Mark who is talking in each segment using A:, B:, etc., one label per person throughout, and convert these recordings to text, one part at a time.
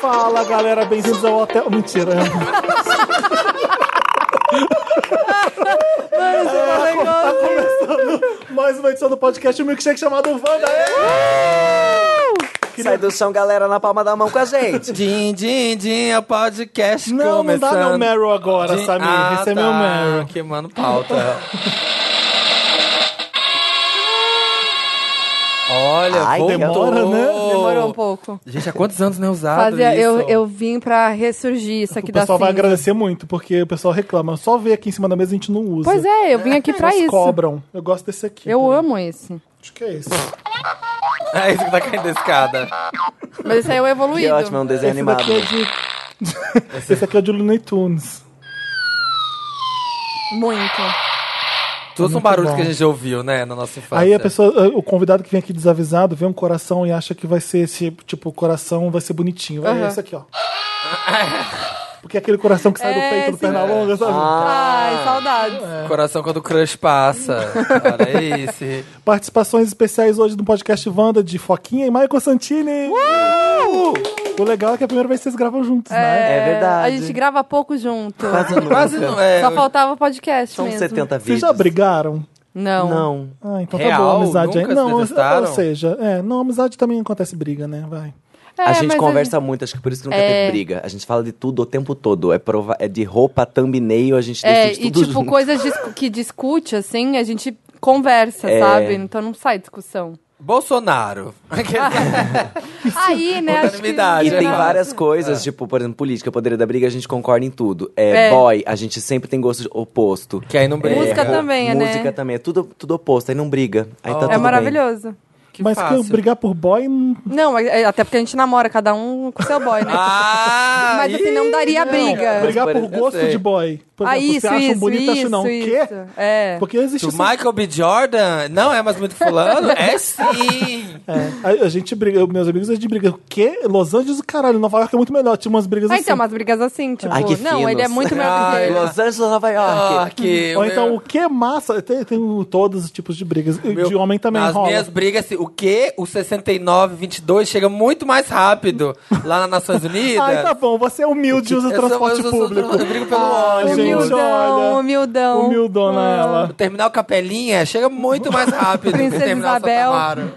A: Fala galera, bem-vindos ao hotel. Mentira. Tá co- tá começando mais uma edição do podcast um Milkshake chamado Wanda. É.
B: Sai do som, galera, na palma da mão com a gente.
C: Din, din, din, é o podcast
A: Não, não
C: começando.
A: dá meu Meryl agora,
C: Din-
A: Samir.
C: Ah,
A: Esse é
C: tá.
A: meu Meryl.
C: Queimando pauta. Olha,
B: Ai,
C: voltou.
A: demora, né?
D: Demorou um pouco.
C: Gente, há quantos anos não é usado
D: Fazia,
C: isso?
D: eu, eu vim pra ressurgir isso aqui
A: O
D: da
A: pessoal vai
D: cinza.
A: agradecer muito, porque o pessoal reclama. Só ver aqui em cima da mesa a gente não usa.
D: Pois é, eu vim aqui pra
A: Elas
D: isso.
A: cobram. Eu gosto desse aqui.
D: Eu
A: também.
D: amo esse.
A: Acho que é isso.
C: É isso que tá caindo da escada.
D: Mas esse aí é o
B: Que
D: evoluído.
B: ótimo, é um desenho
A: Esse
B: animado.
A: daqui é de... Esse aqui é de Looney Tunes.
D: Muito.
C: Todos são
A: Muito
C: barulhos
A: bom.
C: um que a gente ouviu, né, na nossa infância.
A: Aí a pessoa, eh, o convidado que vem aqui desavisado vê um coração e acha que vai ser esse, tipo, o coração vai ser bonitinho. É
D: Aham.
A: esse aqui, ó. Porque é aquele coração que sai do
D: É,
A: peito do
D: sim.
A: perna longa, sabe?
B: Ah.
C: Ah.
D: Ai, saudades.
C: É. Coração quando o crush passa. Olha esse.
A: Participações especiais hoje no podcast Wanda de Foquinha e Michael Santini. O legal é que é a primeira vez que vocês gravam juntos, né?
B: É verdade.
D: A gente grava pouco junto.
C: Quase não é.
D: Só faltava o podcast
B: São
D: mesmo.
B: 70
A: Vocês
B: vídeos.
A: já brigaram?
D: Não.
B: Não.
A: Ah, então tá
C: Real?
A: boa a amizade aí.
C: Nunca se
A: Não, mas- ou
C: detestaram?
A: seja, é, não, amizade também acontece briga, né? Vai.
D: É,
B: a gente
D: mas
B: conversa muito, acho que por isso que nunca
D: É.
B: teve briga. A gente fala de tudo o tempo todo. É, prova... é de roupa, thumbnail, a gente
D: É,
B: decide
D: e
B: tudo
D: tipo,
B: junto.
D: coisas dis- que discute, assim, a gente conversa,
B: É.
D: sabe? Então não sai discussão.
C: Bolsonaro.
A: é
D: Aí, né, acho que...
C: Unanimidade,
B: E
C: né?
B: tem
D: É.
B: várias coisas, tipo, por exemplo, política, poder da briga, a gente concorda em tudo. É,
D: É.
B: boy, a gente sempre tem gosto de- oposto.
C: que aí não briga.
D: Música
B: ro-
D: também, né?
B: Música também, é tudo, tudo oposto, aí não briga. Aí tá
C: É
B: tudo
D: É
B: bem.
D: maravilhoso.
C: Que
A: mas
C: fácil.
A: que brigar por boy. hum,
D: Não, é- é- até porque a gente namora, cada um com seu boy, né?
C: Ah!
D: Mas assim, não daria briga.
A: Brigar
B: Mas
A: por
B: parece-
A: gosto
C: eu
A: de
C: sei.
A: boy. Por
D: Ah,
A: exemplo,
D: isso,
A: você acha um
D: isso,
A: bonito, acho
D: isso,
A: não. O quê?
D: isso. É.
A: Porque existe
C: Do
A: esse-
C: Michael B. Jordan? Não é mais muito fulano? é sim!
A: É, a, a gente briga, eu- meus amigos, a gente briga. O quê? Los Angeles, caralho, Nova York é muito melhor. Tinha umas brigas
D: Ah,
A: assim.
D: então, umas brigas assim, tipo...
B: Ai, que
D: não,
B: finos. Ah,
D: ele é muito melhor que
C: Ai,
D: ele.
B: Los Angeles, Nova York.
C: Ah, que
A: Ou
C: o
A: então,
C: meu-
A: o que é massa? Tem, tem todos os tipos de brigas. E
C: meu-
A: de homem também
C: Nas
A: rola.
C: minhas brigas, assim, o que o 69, 22 chega muito mais rápido lá nas Nações Unidas.
A: Ai, tá bom, você é humilde e usa
C: Eu sou-
A: transporte
C: eu sou-
A: público.
C: Eu brigo pelo
A: Ai,
C: ônibus.
A: gente,
D: Humildão,
A: olha.
D: humildão.
A: Humildona
C: O
A: ela.
C: terminal Capelinha chega muito mais rápido que o
D: Princesa
C: terminal Santa
D: Isabel.
C: Amaro.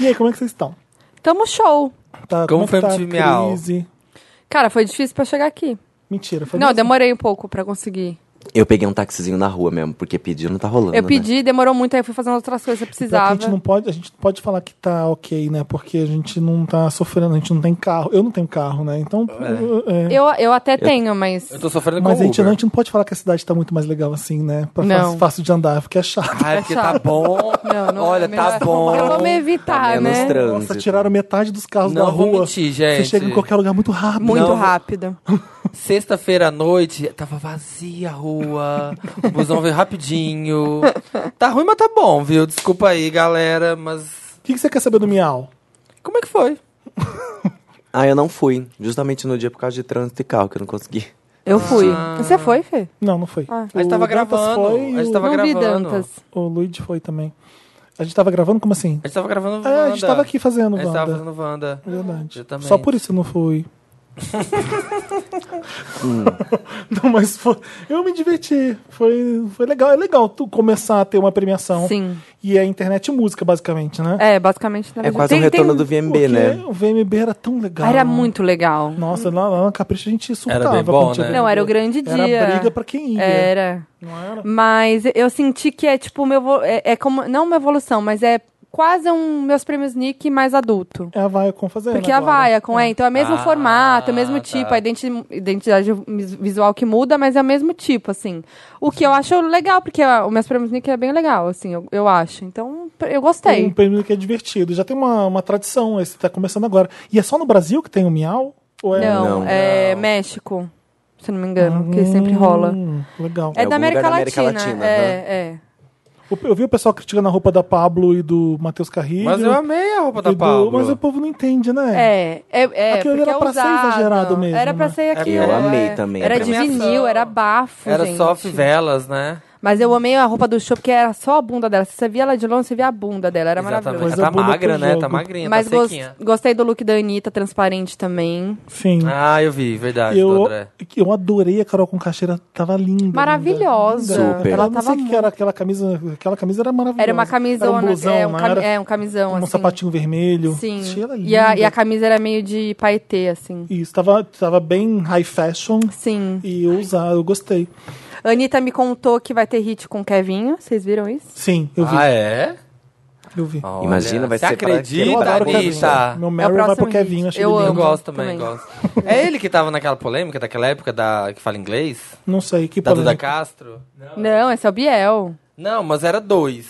A: E aí, como é que vocês estão?
D: Tamo show.
A: Tá,
C: Como
A: é que
C: foi o
A: tá a
C: time Miau?
A: crise?
D: Cara, foi difícil pra chegar aqui.
A: Mentira, foi
D: Não,
A: mesmo?
D: demorei um pouco pra conseguir.
B: Eu peguei um taxizinho na rua mesmo, porque pedir não tá rolando.
D: Eu
B: né?
D: pedi, demorou muito, aí eu fui fazendo outras coisas que eu
A: Pior que
D: precisava.
A: A gente, não pode, a gente não pode falar que tá ok, né? Porque a gente não tá sofrendo, a gente não tem carro. Eu não tenho carro, né? Então, é.
D: Eu, eu até tenho, mas...
C: Eu tô sofrendo
A: Mas
C: com
A: a
C: o
A: gente,
C: Uber.
A: não, a gente não pode falar que a cidade tá muito mais legal assim, né? Pra
D: Não.
A: fácil, fácil de andar, porque é chato.
C: Ai, porque tá bom.
D: Não, não
C: Olha,
D: é
C: tá
D: melhor.
C: bom.
D: Eu vou me
B: Tá
D: evitar,
B: menos
D: né?
B: trânsito.
A: Nossa, tiraram metade dos carros
C: Não
A: da
C: vou
A: rua.
C: mentir, gente.
A: Você chega em qualquer lugar muito rápido.
D: Muito
C: Não.
D: rápido.
C: Sexta-feira à noite, tava vazia a rua. O busão veio rapidinho. Tá ruim, mas tá bom, viu? Desculpa aí, galera, mas.
A: O que, que você quer saber do Miau?
C: Como é que foi?
B: Ah, eu não fui. Justamente no dia por causa de trânsito e carro, que eu não consegui.
D: Eu fui.
C: Ah.
D: Você foi, Fê?
A: Não, não foi.
C: A gente tava
A: O Dantas
C: gravando.
A: foi e
C: a gente
A: o-
C: tava
D: não vi
C: gravando.
D: Dantas.
A: O Luigi foi também. A gente tava gravando? Como assim?
C: A gente tava gravando Wanda.
A: É, a gente tava aqui fazendo,
C: A gente tava
A: Wanda.
C: fazendo Wanda.
A: Verdade.
C: Eu também.
A: Só por isso eu não fui.
C: Hum.
A: não, mas foi, eu me diverti. Foi, foi legal. É legal tu começar a ter uma premiação.
D: Sim.
A: E é internet e música, basicamente, né?
D: É, basicamente.
B: É
D: na verdade.
B: quase um
D: Tem- tem-
B: retorno do VMB,
A: Porque
B: né?
A: o VMB era tão legal.
D: Ah, Era muito legal.
A: Nossa, lá, lá no Capricho a gente surtava.
C: Era bem bom,
A: quando tinha
C: né?
A: VMB.
D: Não, era o grande dia.
A: Era briga pra quem ia.
D: Era.
A: Não era?
D: Mas eu senti que é tipo, meu, vo- é, é como, não uma evolução, mas é quase um meus prêmios Nick mais adulto.
A: É a Viacom fazendo
D: Porque a
A: agora.
D: Viacom, é, então é o mesmo
C: Ah,
D: formato, é o mesmo
C: tá.
D: tipo, a identi- identidade vis- visual que muda, mas é o mesmo tipo, assim. O que eu acho legal, porque ah, o Meus Prêmios Nick é bem legal, assim, eu, eu acho. Então, eu
A: Tem
D: gostei.
A: um prêmio que é divertido. Já tem uma, uma tradição, esse tá começando agora. E é só no Brasil que tem o Miau? Ou é...
D: Não,
B: Não.
D: é México, se não me engano, que sempre rola.
A: Hum, legal.
D: É
B: algum
D: da América,
B: lugar da América
D: Latina.
B: Latina,
D: é, é.
A: Eu- Eu vi o pessoal criticando a roupa da Pablo e do Matheus Carrilho.
C: Mas eu amei a roupa
A: e
C: da
A: do-
C: Pablo.
A: Mas o povo não entende, né?
D: É, é, é
A: Aquilo
D: porque
A: era
D: é
A: pra ser
D: usado.
A: exagerado mesmo,
D: Era pra
A: né?
D: ser aquilo.
B: Eu amei
D: é.
B: também.
D: Era de
C: Premiação.
D: vinil, era bafo,
C: Era
D: gente.
C: só fivelas, né?
D: Mas eu amei a roupa do show porque era só a bunda dela. Se você via ela de longe, você via a bunda dela. Era
C: Exatamente.
D: maravilhoso.
A: Pois
C: Ela
A: a
C: tá
A: bunda pro
C: magra, né?
A: jogo.
C: Tá magrinha,
D: Mas
C: tá
D: gos-
C: sequinha.
D: gostei do look da Anitta, transparente também.
A: Sim.
C: Ah, eu vi, verdade, do
A: eu,
C: André.
A: eu adorei a Carol com cacheira, tava linda. linda,
D: Maravilhosa.
A: linda.
B: Super.
A: Ela
D: Ela
A: não
D: tava
A: sei o que
D: muito-
A: era aquela camisa. Aquela camisa era maravilhosa.
D: Era uma camisona,
A: Era um blusão,
D: é, um
A: não
D: cami-
A: era?
D: é, um camisão,
A: Um
D: assim.
A: sapatinho é vermelho.
D: Sim.
A: Achei ela linda.
D: E a, e a camisa era meio de paetê, assim.
A: Isso, tava, tava bem high fashion.
D: Sim.
A: E eu usar, eu gostei.
D: Anitta me contou que vai ter hit com o Kevinho. Vocês viram isso?
A: Sim, eu vi.
C: Ah, é?
A: Eu vi.
C: Olha,
B: Imagina, vai
C: você
B: ser pra-
A: Eu
C: acredita,
A: adoro o Kevinho.
C: Anitta?
A: Meu Meryl
D: É próximo
A: vai pro
D: hit.
A: Kevinho, achei
D: Eu
A: ele
C: Eu
A: lindo.
D: amo.
C: gosto Então, também,
D: também.
C: gosto. É ele que tava naquela polêmica daquela época da que fala inglês?
A: Não sei, que
C: Tá Da Duda
A: polêmica.
C: Castro?
D: Não, esse é o Biel.
C: Não, mas era dois.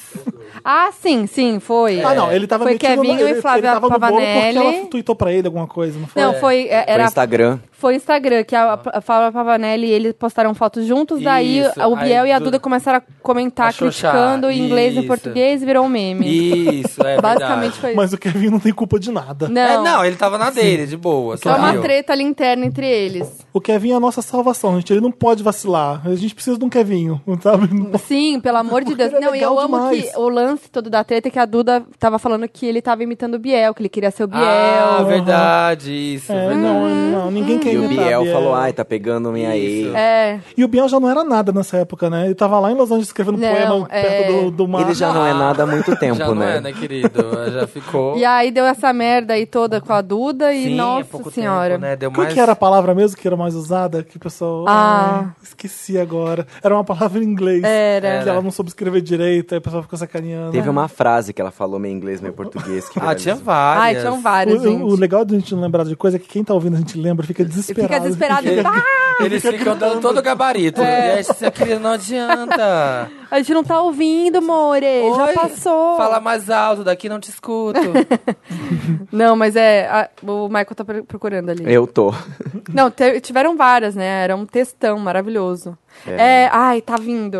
D: Ah, sim, sim, foi.
A: Ah, não, ele tava
D: Foi
A: metido
D: Kevinho
A: no, ele-
D: e Flávia
A: ele tava no bolo porque
D: Pavanelli.
A: ela tweetou pra ele alguma coisa, não foi?
D: Não, foi, é,
B: Pro
D: era,
B: Instagram.
D: foi Instagram, que a, a Flávia Pavanelli e ele postaram fotos juntos, daí
C: Isso,
D: o Biel
C: aí
D: e a
C: do-
D: Duda começaram a comentar,
C: A xoxar,
D: criticando em inglês e
C: isso.
D: português e virou um meme.
C: Isso, é
D: Basicamente
C: verdade.
D: foi isso.
A: Mas o Kevin não tem culpa de nada.
D: Não,
C: É, não, ele tava na dele, de boa.
D: é
C: só
D: uma
C: viu.
D: treta ali interna entre eles.
A: O Kevin é a nossa salvação, gente. Ele não pode vacilar. A gente precisa de um Kevinho, sabe?
D: Sim, pelo amor de Deus.
A: Ele é
D: Não, e eu
A: legal
D: amo
A: demais.
D: que o lance todo da treta é que a Duda tava falando que ele tava imitando o Biel, que ele queria ser o Biel.
C: Ah, verdade, isso.
A: É,
C: verdade.
A: não, não, ninguém quer
B: Uhum. E o
A: imitar
B: Biel falou, ai, tá pegando minha ex.
C: Isso.
D: É.
A: E o Biel já não era nada nessa época, né? Ele tava lá em Los Angeles escrevendo
D: Não,
A: poema
D: é.
A: perto do, do mar.
B: Ele já não é nada há muito tempo,
C: já não
B: né?
C: é, né, querido? Já ficou.
D: E aí deu essa merda aí toda com a Duda e
C: Sim, há
D: nossa
C: pouco
D: senhora.
C: Tempo, né? Deu
A: Qual
C: mais...
A: que era a palavra mesmo que era mais usada? Que o pessoal.
D: Ah.
A: Ah. esqueci agora. Era uma palavra em inglês.
D: Era.
A: Que ela não soube escrever direito, aí o pessoal ficou sacaneando.
B: Teve uma frase que ela falou meio inglês, meio português. Que
C: Ah, tinha
B: viralizou.
C: várias.
D: Ai, tinham
A: O,
D: várias, gente.
A: o- o legal de a gente não lembrar de coisa é que quem tá ouvindo a gente lembra fica desesperado.
D: Fica desesperado. Ah,
C: Eles ficam dando todo o gabarito.
D: É.
C: E aí, você, querido, não adianta.
D: a gente não tá ouvindo, More.
C: Oi,
D: Já passou.
C: Fala mais alto, daqui não te escuto.
D: Não, mas é. a- o Michael tá pro- procurando ali.
B: Eu tô.
D: Não, te- tiveram várias, né? Era um textão maravilhoso. É. ai, tá vindo.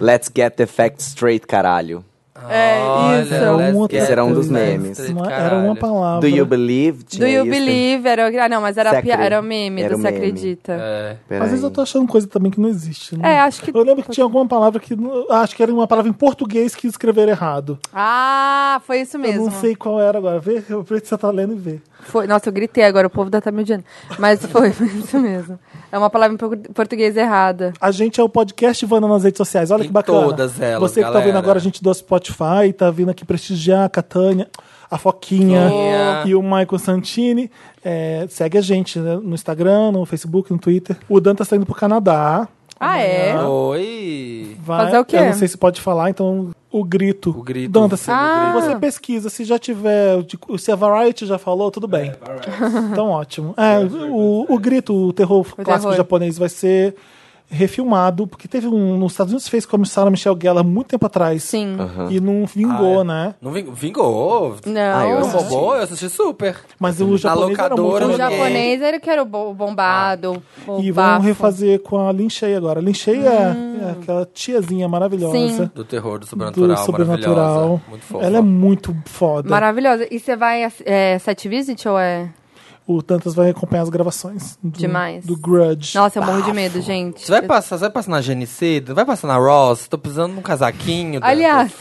B: Let's get the facts straight, caralho.
D: É, isso.
A: Era um
C: let's
A: outro-
C: get
B: Esse era um
C: this
B: dos
C: night
B: memes.
C: straight,
A: Uma- é- era uma
C: caralho.
A: palavra.
B: Do you believe? Tinha
D: Do You
B: isso.
D: Believe? Era, ah, não, mas
B: Você
D: era, pia-
B: acre-
D: era meme
B: era
D: do
B: um
D: Você
B: meme.
D: Acredita.
C: É.
B: Pera
A: Às vezes
B: aí.
A: eu tô achando coisa também que não existe. né?
D: É, acho que-
A: Eu lembro que tinha alguma palavra que. não- ah, Acho que era uma palavra em português que escreveram errado.
D: Ah, foi isso mesmo.
A: Eu não sei qual era agora. Vê, eu preciso você tá lendo e vê.
D: Foi- nossa, eu gritei agora, o povo da tá me odiando. Mas foi, foi isso mesmo. É uma palavra em por- português errada.
A: A gente é o podcast Vanda nas redes sociais. Olha
C: Em
A: que bacana.
C: todas elas,
A: Você que tá
C: galera.
A: vendo agora a gente do Spotify, tá vindo aqui prestigiar a Catânia, a Foquinha
C: Foquinha.
A: e o Michael Santini. É, segue a gente né, no Instagram, no Facebook, no Twitter. O Dan tá saindo pro Canadá.
D: Ah, é?
C: Oi.
A: Vai-
D: Fazer o quê?
A: Eu não sei se pode falar, então o grito.
C: O grito.
A: Dan tá saindo.
D: Ah.
A: Você pesquisa, se já tiver. de- Se a Variety já falou, tudo bem.
C: É,
A: então ótimo. É, o, o grito, o terror clássico
D: terror.
A: japonês vai ser refilmado, porque teve um. Nos Estados Unidos fez com a Sarah Michelle Gellar muito tempo atrás.
D: Sim.
C: Ah.
A: E não vingou,
C: é.
A: né?
C: Não ving- vingou.
D: Não.
B: Ah, eu
C: Não
B: assisti.
C: bombou, eu assisti super.
A: Mas o japonês era
C: locadora,
D: O
A: muito
C: né?
A: legal.
D: japonês era que era o bo- bombado.
C: Ah.
D: o
A: E vão
D: bafo. Hum.
A: refazer com a Lin Shay agora. Lin Shay é, é aquela tiazinha maravilhosa.
D: Sim.
C: Do terror, do sobrenatural,
A: do sobrenatural.
C: maravilhosa. Muito fofa.
A: Ela é muito foda.
D: Maravilhosa. E você vai é, site visit ou é
A: O Dantas vai acompanhar as gravações do,
D: Demais.
A: do Grudge.
D: Nossa, eu morro de medo, gente.
C: Você vai passar, você vai passar na GNC? Vai passar na Ross? Tô precisando de um casaquinho. Dantas.
D: Aliás,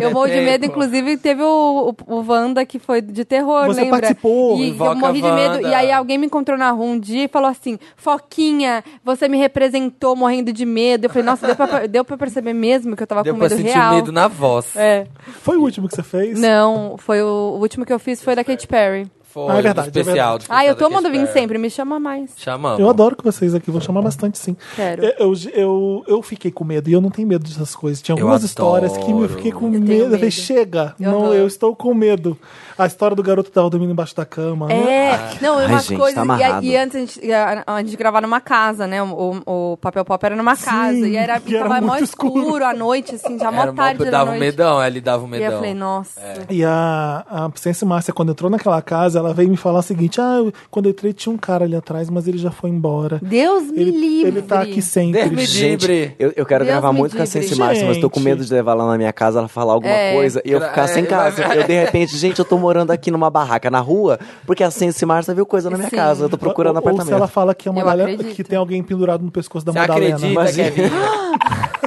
D: eu morro de
C: tempo.
D: medo, inclusive teve o, o, o Wanda que foi de terror,
A: Você
D: lembra?
A: participou.
D: E eu
C: Invoca
D: morri de medo.
C: Wanda.
D: E aí alguém me encontrou na rua um dia e falou assim: Foquinha, você me representou morrendo de medo. Eu falei, nossa, deu pra, deu pra perceber mesmo que eu tava
C: deu
D: com
C: pra
D: medo
C: sentir
D: real.
C: o medo na voz.
D: É.
A: Foi o último que você fez?
D: Não, foi o, o último que eu fiz foi da Katy Perry.
C: Foi
A: Ah, é verdade,
C: do especial.
A: é verdade.
C: do especial
D: Ah, eu
C: da
D: tô
C: Katy
D: mandando vir
C: Perry.
D: sempre, me chama mais.
C: Chamamos.
A: Eu adoro que vocês aqui, vou chamar bastante sim. É,
D: Quero.
A: Eu, eu, eu, eu fiquei com medo e eu não tenho medo dessas coisas. Tinha
C: Eu
A: algumas
C: adoro.
A: histórias que me eu fiquei com
D: Eu tenho
A: medo. Eu falei,
D: medo.
A: chega,
D: Eu
A: não,
D: adoro.
A: eu estou com medo. A história do garoto que tava dormindo embaixo da cama. né?
D: É, não, e
B: Ai,
D: umas
B: gente,
D: coisas.
B: tá
D: e a-
B: amarrado.
D: e, antes a gente, e a, a gente gravava numa casa, né? O, o, o papel pop era numa casa. E era,
A: e era
D: tava mó
A: muito
D: escuro.
A: escuro.
D: à noite, assim, já mó
C: Era
D: tarde
C: mó,
D: da
C: dava um
D: noite.
C: medão, ele dava um
D: E aí
C: medão. É.
D: eu falei, nossa.
A: E a, a Absence Márcia, quando entrou naquela casa, ela veio me falar o seguinte: ah, eu- quando eu entrei tinha um cara ali atrás, mas ele já foi embora.
D: Deus me
A: Ele,
D: é livre.
A: ele tá aqui sempre.
C: Deus me
B: Gente,
C: Dibre.
B: eu, eu quero
D: Deus
B: gravar
D: me
B: muito com a
D: livre.
B: Sense Márcia, mas tô com
A: Gente.
B: medo de levar ela na minha casa, ela falar alguma
D: É.
B: coisa e eu
C: Ela-
B: ficar sem
C: é,
B: casa.
C: vai-
B: Eu, de repente, gente, eu tô morando aqui numa barraca na rua porque a Sense Márcia viu coisa na minha
D: Sim.
B: casa. Eu tô procurando
A: ou, ou se
B: apartamento.
A: ela fala que é uma
D: Eu
A: galera
D: acredito.
A: que tem alguém pendurado no pescoço da
C: Você
A: Madalena.
C: acredita,
B: Imagina.
C: Kevin?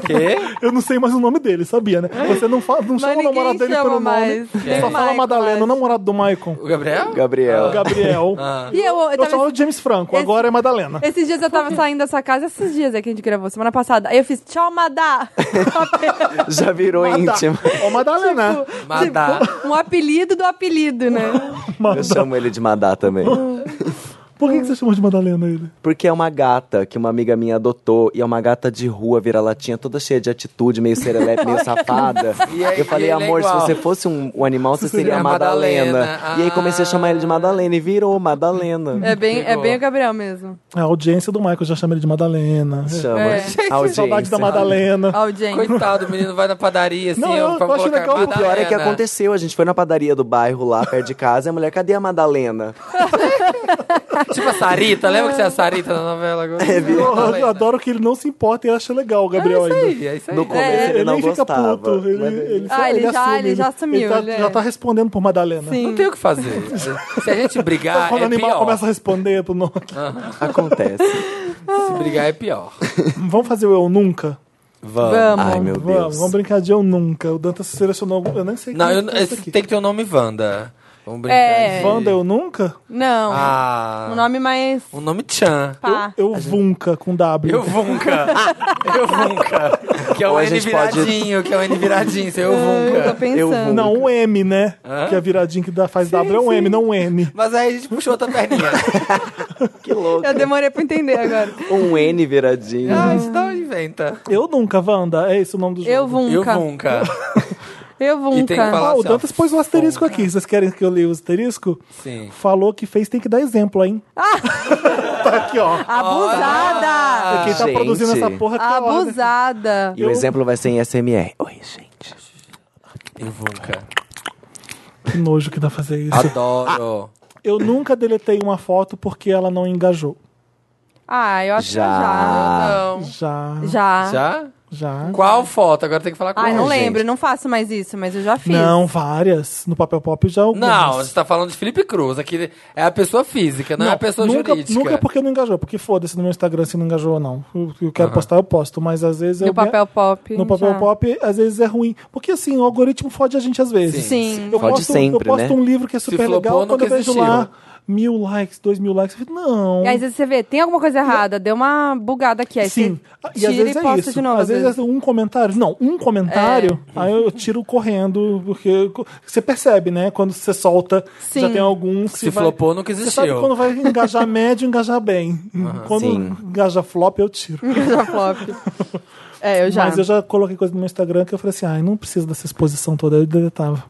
C: Quê?
A: Eu não sei mais o nome dele, sabia, né? Você não, fala, não chama o
D: ninguém
A: namorado dele
D: chama
A: pelo nome.
D: mais. Nem
A: Só fala
D: o Michael,
A: Madalena,
D: acho.
A: o namorado do Maicon.
C: O Gabriel?
B: Gabriel.
A: O Gabriel.
C: Ah.
D: E eu, eu
A: Eu
D: tava-
A: chamava de James Franco,
D: Esse-
A: agora é Madalena.
D: esses dias eu tava saindo dessa casa, esses dias aí que a gente gravou, semana passada. Aí eu fiz, tchau, Madá!
B: Já virou
A: Madá.
B: íntimo.
A: Ô, Madalena.
C: Madá.
D: Tipo, um apelido do apelido, né?
B: Eu chamo ele de Madá também.
A: Por que, que você chamou de Madalena ele?
B: Porque é uma gata que uma amiga minha adotou. E é uma gata de rua, vira-latinha, toda cheia de atitude, meio serelepe, meio safada.
C: E aí-
B: eu falei,
C: e ele é
B: amor, se
C: igual.
B: você fosse um, um animal, você seria a
C: seria
B: Madalena.
C: Madalena.
B: E aí comecei a chamar ele de Madalena e virou Madalena.
D: É bem, é
C: Pegou.
D: bem o Gabriel mesmo.
A: A audiência do Michael já chama ele de Madalena.
B: Chama.
D: É.
B: A audiência.
A: Saudade da Madalena.
D: Ó, o James.
C: Coitado, o menino vai na padaria, assim,
A: Não,
C: eu,
A: eu
C: pra
A: acho
C: colocar
A: legal.
B: O pior é que
C: Madalena.
B: aconteceu. A gente foi na padaria do bairro lá, perto de casa. E a mulher, cadê a Madalena?
C: Tipo a Sarita, lembra que tinha
A: É.
C: a Sarita na novela? Agora?
A: Eu
C: Madalena.
A: adoro que ele não se importa e acha legal o Gabriel
C: É isso
A: ainda.
C: aí, é isso aí.
B: No começo
A: É,
B: ele, não
A: nem fica
B: gostava.
A: puto. Ele,
B: mas-
A: ele,
D: Ah, ele já- ele já assumiu,
A: tá-
D: ele é.
A: já tá respondendo por Madalena.
D: Sim.
C: Não tem o que fazer. Se a gente brigar,
A: Quando o
C: é
A: animal
C: pior.
A: começa a responder pro nome.
B: Acontece.
C: Se brigar, é pior.
A: Vamos fazer o Eu Nunca?
D: Vamos.
B: Ai, meu
A: Vamos,
B: Deus.
A: vamos brincar de Eu Nunca. O Dantas selecionou. algum- Eu nem sei
C: Não,
A: quem
C: eu,
A: é isso
C: esse
A: aqui.
C: tem que ter o nome Wanda. Vamos brincar.
D: É.
C: de-
A: Wanda Eu Nunca?
D: Não.
C: Ah.
D: Um nome mais
C: Um nome Chan.
D: pá.
A: Eu Vunca com W.
C: Eu Vunca. Eu Vunca. Que é o
B: Ou a
C: N
B: gente pode-
C: viradinho, que é o N viradinho. Isso é Eu
D: Tô
C: Vunca.
D: pensando.
A: Não, um M, né? Que a viradinha que dá, faz W é um M, não um N.
C: Mas aí a gente puxou outra perninha.
B: Que louco.
D: Eu demorei pra entender agora.
B: Um N viradinho.
C: ah, isso não inventa.
A: Eu nunca, Wanda. É esse o nome do jogo.
D: Eu
C: Eu
D: vunca.
C: Vunca.
D: Eu
C: E tem que
D: vunca.
C: falar-
A: Ah, o
C: assim, ó.
A: Dantas pôs um asterisco aqui. Vocês querem que eu leia o asterisco?
C: Sim.
A: Falou que fez, tem que dar exemplo, hein?
D: Ah!
A: tá aqui, ó.
D: Abusada!
A: Quem tá
B: gente.
A: produzindo essa porra
C: Ah.
A: tá lá, né?
D: Abusada!
B: E o exemplo vai ser em SMR. Oi, gente.
C: Eu Vunca.
A: Que nojo que dá fazer isso.
C: Adoro.
A: Eu nunca deletei uma foto porque ela não engajou.
D: Ah, eu acho
B: Já.
D: que eu
A: Já.
D: já. Já.
C: Já?
A: Já.
C: Qual foto? Agora tem que falar qual.
D: Ah. Ai, não
B: gente.
D: lembro, não faço mais isso, mas eu já fiz.
A: Não, várias. No papel pop já algumas.
C: Não, você tá falando de Felipe Cruz. Aqui é a pessoa física, não, é a pessoa
A: nunca,
C: jurídica.
A: Nunca é porque não engajou, porque foda-se no meu Instagram se não engajou ou não. Eu, eu quero postar, eu posto, mas às vezes eu.
D: No papel pop.
A: No papel
D: já.
A: pop, às vezes é ruim. Porque assim, o algoritmo fode a gente às vezes.
D: Sim. Sim.
A: Eu
B: Fode
A: posto,
B: sempre,
A: eu posto
B: né?
A: um livro que é super
C: flopou,
A: legal, quando
C: nunca
A: eu vejo
C: existiu.
A: lá mil likes, dois mil likes, eu fico, não.
D: E às vezes você vê, tem alguma coisa errada, deu uma bugada aqui. Aí
A: Sim.
D: você
A: E
D: tira
A: às
D: e,
A: vezes é
D: posta
A: isso.
D: de novo. É.
A: às vezes é um comentário. Não, um comentário, aí eu tiro correndo, porque co- você percebe, né? Quando você solta,
D: Sim.
A: já tem alguns que
C: Se
A: vai-
C: flopou, nunca
A: Você sabe
C: existiu.
A: quando vai engajar médio, engajar bem. Quando
B: Sim.
A: engaja flop, eu tiro.
D: Já flop. É, eu já.
A: Mas eu já coloquei coisa no meu Instagram que eu falei assim, ai, não precisa dessa exposição toda, eu deletava.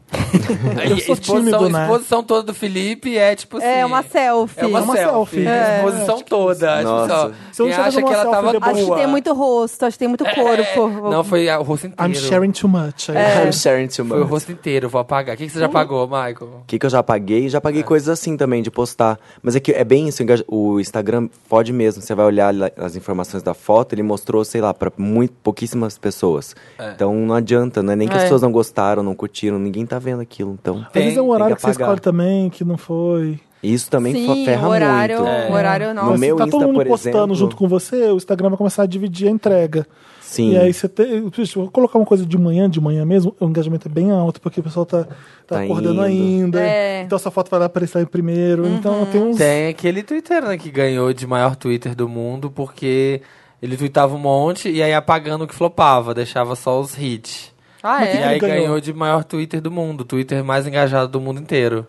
A: Eu sou tímido, né?
C: É exposição toda do Felipe é tipo assim.
D: É uma selfie.
C: É uma,
A: É uma
C: selfie.
A: selfie.
C: A exposição toda. Tipo
B: Nossa.
C: assim, ó,
A: Se eu não
C: Quem
A: tivesse
C: acha que
A: uma
C: ela
A: selfie
C: tava
A: depois-
C: boa. É.
D: Acho que tem muito rosto, acho que tem muito corpo.
C: Não, foi a- o rosto inteiro.
A: I'm sharing too much.
D: É.
A: Aí
B: I'm sharing too
C: Foi o
B: much.
C: rosto inteiro, vou apagar. O que, que você
D: Hum.
C: já apagou, Michael?
B: O que, que eu já paguei? Já
D: É.
B: paguei coisas assim também, de postar. Mas é que é bem isso, engaja- o Instagram pode mesmo. Você vai olhar lá as informações da foto, ele mostrou, sei lá, pra muito, pouquíssimas pessoas. Então não adianta, né? Nem que
D: É.
B: as pessoas não gostaram, não curtiram, ninguém tá vendo aquilo. Então,
A: Às vezes é um
C: tem
A: horário
B: que
A: que, você
B: apagar.
A: escolhe também, que não foi.
B: isso também
D: Sim,
B: ferra
D: o horário,
B: muito.
A: É.
D: o
C: É.
D: horário não.
B: No meu
A: tá todo
B: Insta,
A: mundo
B: por
A: postando
B: exemplo-
A: junto com você, o Instagram vai começar a dividir a entrega.
B: Sim.
A: E aí você tem. Deixa eu colocar uma coisa de manhã, de manhã mesmo, o engajamento é bem alto, porque o pessoal tá, tá,
B: Tá
A: acordando
B: indo.
A: ainda.
D: É.
A: Então essa foto vai lá aparecer aí primeiro. Então tem uns.
C: Tem aquele Twitter, né, que ganhou de maior Twitter do mundo, porque ele tweetava um monte e aí apagando o que flopava, deixava só os hits.
D: Ah,
C: E
D: é?
C: aí
A: ganhou?
C: ganhou? de maior Twitter do mundo, o Twitter mais engajado do mundo inteiro.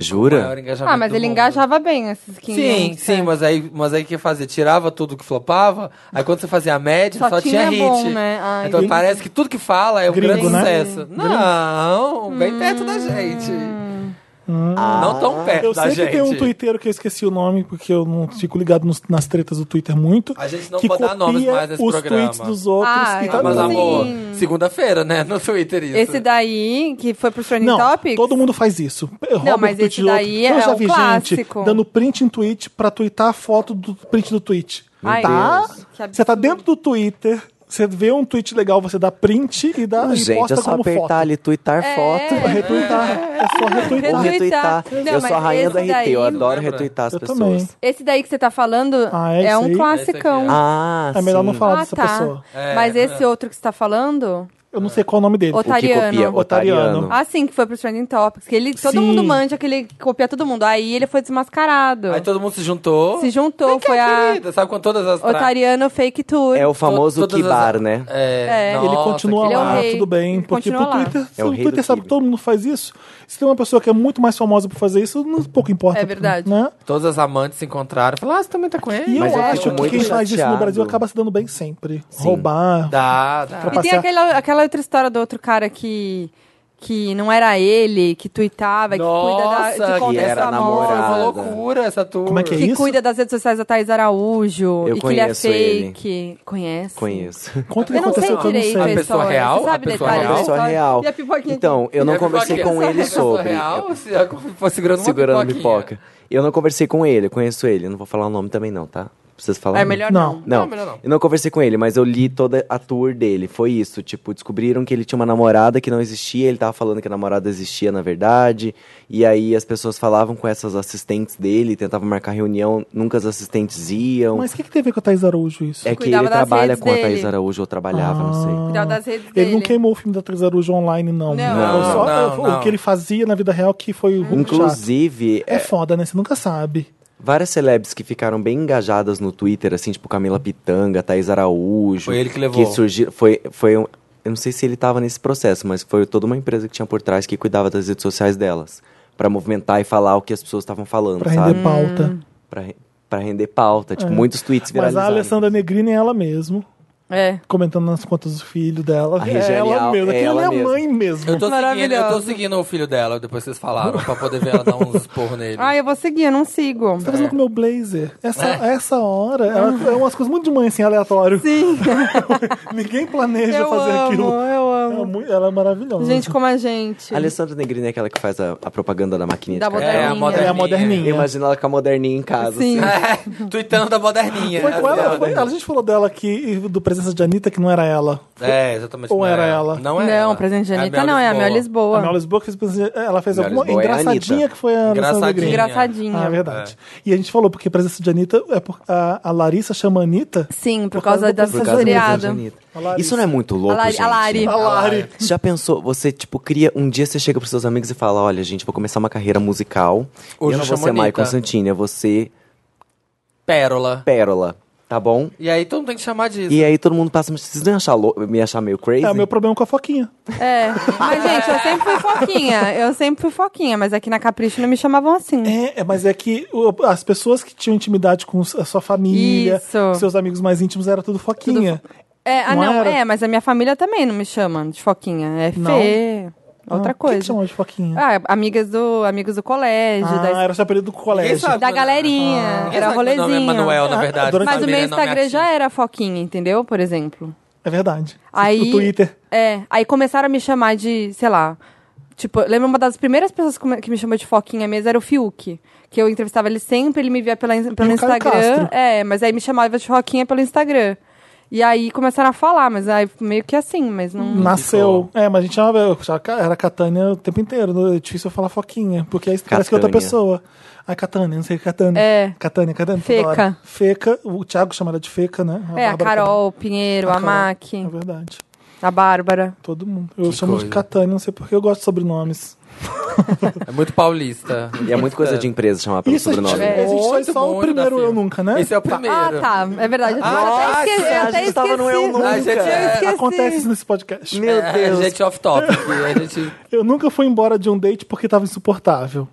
C: Maior
B: Jura?
C: engajamento
D: Ah, mas
C: do
D: ele
C: mundo.
D: engajava bem esses 15
C: Sim,
D: É.
C: sim, mas aí, mas aí o que fazia? Tirava tudo que flopava, aí quando você fazia a média, só,
D: Só
C: tinha,
D: tinha
C: hit.
D: bom, né? Ah,
C: então
D: entendi.
C: parece que tudo que fala é um
A: Gringo,
C: grande
A: né?
C: sucesso. Não, bem perto
D: Hum.
C: da gente. Não tão perto
A: Ah, Eu
C: da
A: sei
C: gente.
A: que tem um twitteiro que eu esqueci o nome, porque eu não fico ligado nos- nas tretas do Twitter muito.
C: A gente não
A: que
C: pode dar
A: copia
C: nomes mais nesse
A: os
C: programa.
A: tweets dos outros.
D: Ah,
A: e
D: é.
A: tá
C: Mas
A: bom.
C: amor,
D: Sim.
C: segunda-feira, né? No Twitter isso.
D: Esse daí, que foi pro Training
A: Não,
D: Topics?
A: todo mundo faz isso. Rouba o
D: mas
A: tweet
D: esse
A: de outro.
D: daí é
A: Eu já
D: um
A: vi
D: clássico.
A: gente dando print em tweet pra twittar a foto do print do tweet.
D: Ai,
A: tá?
D: Deus, que absurdo.
A: Você tá dentro tá do Twitter. Você vê um tweet legal, você dá print e dá e
B: Gente,
A: posta
B: é só
A: como
B: apertar
A: foto.
B: ali, twittar
D: É.
B: foto.
A: Retweetar. É só
B: Ou
A: retweetar.
D: Retweet.
B: retweetar.
D: Não,
B: eu sou a
D: mas
B: rainha
D: esse
B: da RT, eu adoro
D: daí-
C: Lembra?
B: retweetar as
A: Eu
B: pessoas.
A: também.
D: Esse daí que você tá falando
A: Ah, é
D: é,
A: esse
D: um
A: aí?
D: classicão.
B: Ah,
A: É melhor
B: sim.
A: não falar
D: Ah,
A: dessa
D: tá.
A: pessoa.
C: É,
D: Mas
C: é.
D: esse outro que você tá falando,
A: Eu não sei qual é o nome dele.
B: O que copia?
D: Otariano.
B: Otariano.
D: Ah, sim, que foi pros Trending Topics. Que ele, todo
A: Sim.
D: mundo manja que ele copia todo mundo. Aí ele foi desmascarado.
C: Aí todo é mundo se juntou.
D: Se juntou,
C: Vem cá,
D: foi a
C: querida, Sabe com todas as tra-
D: Otariano Fake Tour.
B: É o famoso
C: todas as-
B: Kibar, né?
C: É,
D: É.
C: nossa,
A: Ele continua
C: aquele-
D: que- ele
A: lá,
D: é o rei.
A: tudo bem.
D: Ele
A: Porque pro
D: continua lá.
A: Twitter,
B: É o
A: o
B: rei
A: Twitter
B: do
A: sabe que
B: Kibe.
A: todo mundo faz isso. Se tem uma pessoa que é muito mais famosa por fazer isso, não pouco importa.
D: É verdade.
A: Né?
C: Todas as amantes se encontraram. Falaram, ah, você também tá com ele?
A: E
B: Mas
A: eu
B: eu fico
A: acho que
B: muito
A: quem faz isso no
B: chateado.
A: Brasil acaba se dando bem sempre.
B: Sim.
A: Roubar.
C: Dá, dá.
D: E tem
A: passear.
D: aquela, aquela outra história do outro cara que, que não era ele, que tuitava, que
C: Nossa,
D: cuida da, de
C: que
D: contas
B: era
D: famosas.
C: Nossa, uma
B: namorada.
C: loucura essa turma.
A: Como é que é?
D: Que
A: isso?
D: cuida das redes sociais da Thaís Araújo.
B: Eu
D: e que ele é
B: conheço ele.
D: fake. Conhece?
B: Conheço.
A: Conta o que
D: Eu não sei
A: aconteceu que eu não
D: direito
A: sei.
C: A pessoa
D: história.
C: real?
D: Você sabe
C: A pessoa
D: detalhes da
B: real? A pessoa
D: história?
B: real.
D: E a pipoquinha
B: Então, eu não
C: E a
B: conversei
C: pipoquinha?
B: com ele
C: Pessoa
B: sobre.
C: Real, se a- foi segurando uma
B: Segurando
C: pipoquinha.
B: pipoca. Eu não conversei com ele, eu conheço ele. Eu não vou falar o nome também, não, tá? Preciso falar.
D: É
B: o nome.
D: melhor
A: Não.
D: não.
B: Não,
C: Não, melhor não.
B: eu não conversei com ele, mas eu li toda a tour dele. Foi isso, tipo, descobriram que ele tinha uma namorada que não existia, ele tava falando que a namorada existia na verdade. E aí as pessoas falavam com essas assistentes dele, tentavam marcar reunião, nunca as assistentes iam.
A: Mas o que, que tem a ver com a Thaís Araújo isso?
B: é que
D: Cuidava
B: ele
D: das
B: trabalha
D: redes
B: com a Thaís
D: dele.
B: Araújo, ou trabalhava, não sei.
D: Cuidar das redes
A: Ele
D: dele.
A: não queimou o filme da Thaís Araújo online, não.
D: Não.
A: Não,
B: Não,
A: só
C: não,
A: o
C: não.
A: que ele fazia na vida real que foi
D: Ah,
A: o chato.
B: Inclusive,
A: É
B: é,
A: foda, né? Você nunca sabe.
B: várias celebs que ficaram bem engajadas no Twitter, assim, tipo Camila Pitanga, Thaís Araújo.
C: Foi ele que levou.
B: Que surgiram, foi, foi um- eu não sei se ele tava nesse processo, mas foi toda uma empresa que tinha por trás que cuidava das redes sociais delas. Pra movimentar e falar o que as pessoas estavam falando,
A: Pra
B: sabe?
A: render pauta.
D: Hum.
A: É.
B: Pra, re- pra render pauta. Tipo, muitos tweets
A: Mas a
B: viralizaram.
A: Alessandra Negrini é ela mesmo.
D: É.
A: Comentando nas contas do filho dela.
B: A
A: É
B: Regiane
A: ela
B: Al-
A: mesmo.
B: é
A: Aquilo
B: ela
A: é a
B: mesmo.
A: mãe mesmo.
C: Eu tô, seguindo, eu tô
D: Maravilhoso.
C: seguindo o filho dela, depois vocês falaram, pra poder ver ela dar uns esporro nele.
D: Ah, eu vou seguir, eu não sigo.
A: Tá
B: É.
A: fazendo com o meu blazer. Essa, essa hora é, é umas coisas muito de mãe, assim, aleatório.
D: Uhum. Sim,
A: Ninguém planeja
D: eu
A: fazer
D: amo,
A: aquilo.
D: eu
A: Ela é,
D: amo.
A: muito- ela é maravilhosa.
D: Gente como a gente.
B: A Alessandra Negrini é aquela que faz a, a propaganda da maquininha
D: Da
B: de café.
C: é, a
A: ela é a moderninha.
B: Eu Imagino ela com a moderninha em casa.
D: Sim.
B: assim.
C: É, Tuitando da
B: É,
C: moderninha.
A: Foi com ela,
C: Assim,
A: foi ela. A gente falou dela aqui, e do presença de Anitta, que não era ela.
C: ó. É, exatamente.
A: Ou
C: não é
A: era ela?
C: Não é
D: Não,
C: ela.
D: presente de
C: É a
D: Anitta
C: Mel
D: não, é a
C: Lisboa.
D: Mel
A: A Mel Lisboa
D: Lisboa.
A: fez presença- ela fez
B: Mel
A: alguma
B: Lisboa é a
A: engraçadinha
B: Anitta.
A: que foi a Alessandra
C: Engraçadinha.
A: Negrini.
D: Engraçadinha.
A: Ah, verdade. E a gente falou, porque presença de Anitta, é por- a, a Larissa chama a Anitta.
D: Sim, por,
A: Por causa
D: causa
A: da
D: da
B: Por causa da
D: sensoriada.
B: Anitta.
A: A Larissa.
B: Isso não é muito louco,
D: A Lari- a
B: gente.
D: Lari.
A: A Lari.
B: Você já pensou, você, tipo, cria. Um dia você chega pros seus amigos e fala: Olha, gente, vou começar uma carreira musical.
C: Hoje
B: eu
C: eu
B: não vou
C: chamo
B: ser Mai
C: Anitta."
B: Constantini, eu vou ser
C: Pérola.
B: Pérola, tá bom?
C: E aí todo mundo tem que chamar disso.
B: E aí todo mundo passa, mas vocês não iam achar lou- me achar meio crazy?
A: É o meu problema com a Foquinha.
D: É. Mas, gente, eu sempre fui foquinha. Eu sempre fui foquinha, mas aqui na Capricho não me chamavam assim.
A: É, é, mas é que o- as pessoas que tinham intimidade com s- a sua família,
D: Isso.
A: com seus amigos mais íntimos, era tudo Foquinha.
D: É, ah,
A: Não
D: não,
A: era?
D: é, mas a minha família também não me chama de foquinha. É
A: Não?
D: Fê.
A: Ah, Por que
D: Outra
A: que
D: coisa.
A: chamam de Foquinha?
D: Ah, amigas do, amigos do colégio,
A: Ah,
D: da,
A: era o seu apelido do colégio.
C: Ninguém sabe.
D: da galerinha,
C: Ninguém
D: era
C: sabe que meu nome é
D: rolezinho.
C: Manuel, na verdade.
A: Durante-
D: Mas o
C: Sabe,
D: meu
C: né? Nome
D: Instagram já
C: artístico.
D: era foquinha, entendeu? Por exemplo.
A: É verdade.
D: Aí,
A: O Twitter.
D: É, aí começaram a me chamar de, sei lá. Tipo, lembro uma das primeiras pessoas que me- que me chamou de foquinha mesmo era o Fiuk. Que eu entrevistava ele sempre, ele me via pela, in- pelo
A: o Caio
D: Instagram.
A: Castro.
D: É, mas aí me chamava de foquinha pelo Instagram. E aí começaram a falar, mas aí meio que assim, mas não.
A: Nasceu. É, mas a gente chamava, eu chamava Ca- era Catânia o tempo inteiro. né? É difícil eu falar Foquinha, porque aí parece que é outra
B: Catânia.
A: pessoa. Ah, Catânia, não sei o que Catânia.
D: É.
A: Catânia, Catânia. toda hora.
D: Feca.
A: Feca, o Thiago chama ela de Feca, né?
D: É, a
A: Bárbara
D: Carol, Pinheiro, a,
A: também. Carol.
D: Mac,
A: É verdade.
D: a Bárbara.
A: Todo mundo. Eu
C: Que
A: chamo
C: coisa.
A: de Catânia, não sei porque eu gosto de sobrenomes.
C: É muito paulista.
B: E é muito coisa de empresa chamar pelo
A: Isso a gente,
B: sobrenome.
A: a gente faz só
C: Muito bom,
A: o primeiro
C: Davi.
A: eu nunca, né?
C: Esse é o primeiro.
D: Ah, tá. É verdade. Eu
C: Nossa,
D: até esqueci. eu
B: a
D: até
B: gente tava no Eu
D: esqueci.
B: Nunca.
C: A gente
D: Eu
C: é...
D: esqueci.
A: Acontece isso nesse podcast.
B: Meu
C: é,
B: Deus.
C: A gente off topic. A gente...
A: Eu nunca fui embora de um date porque tava insuportável.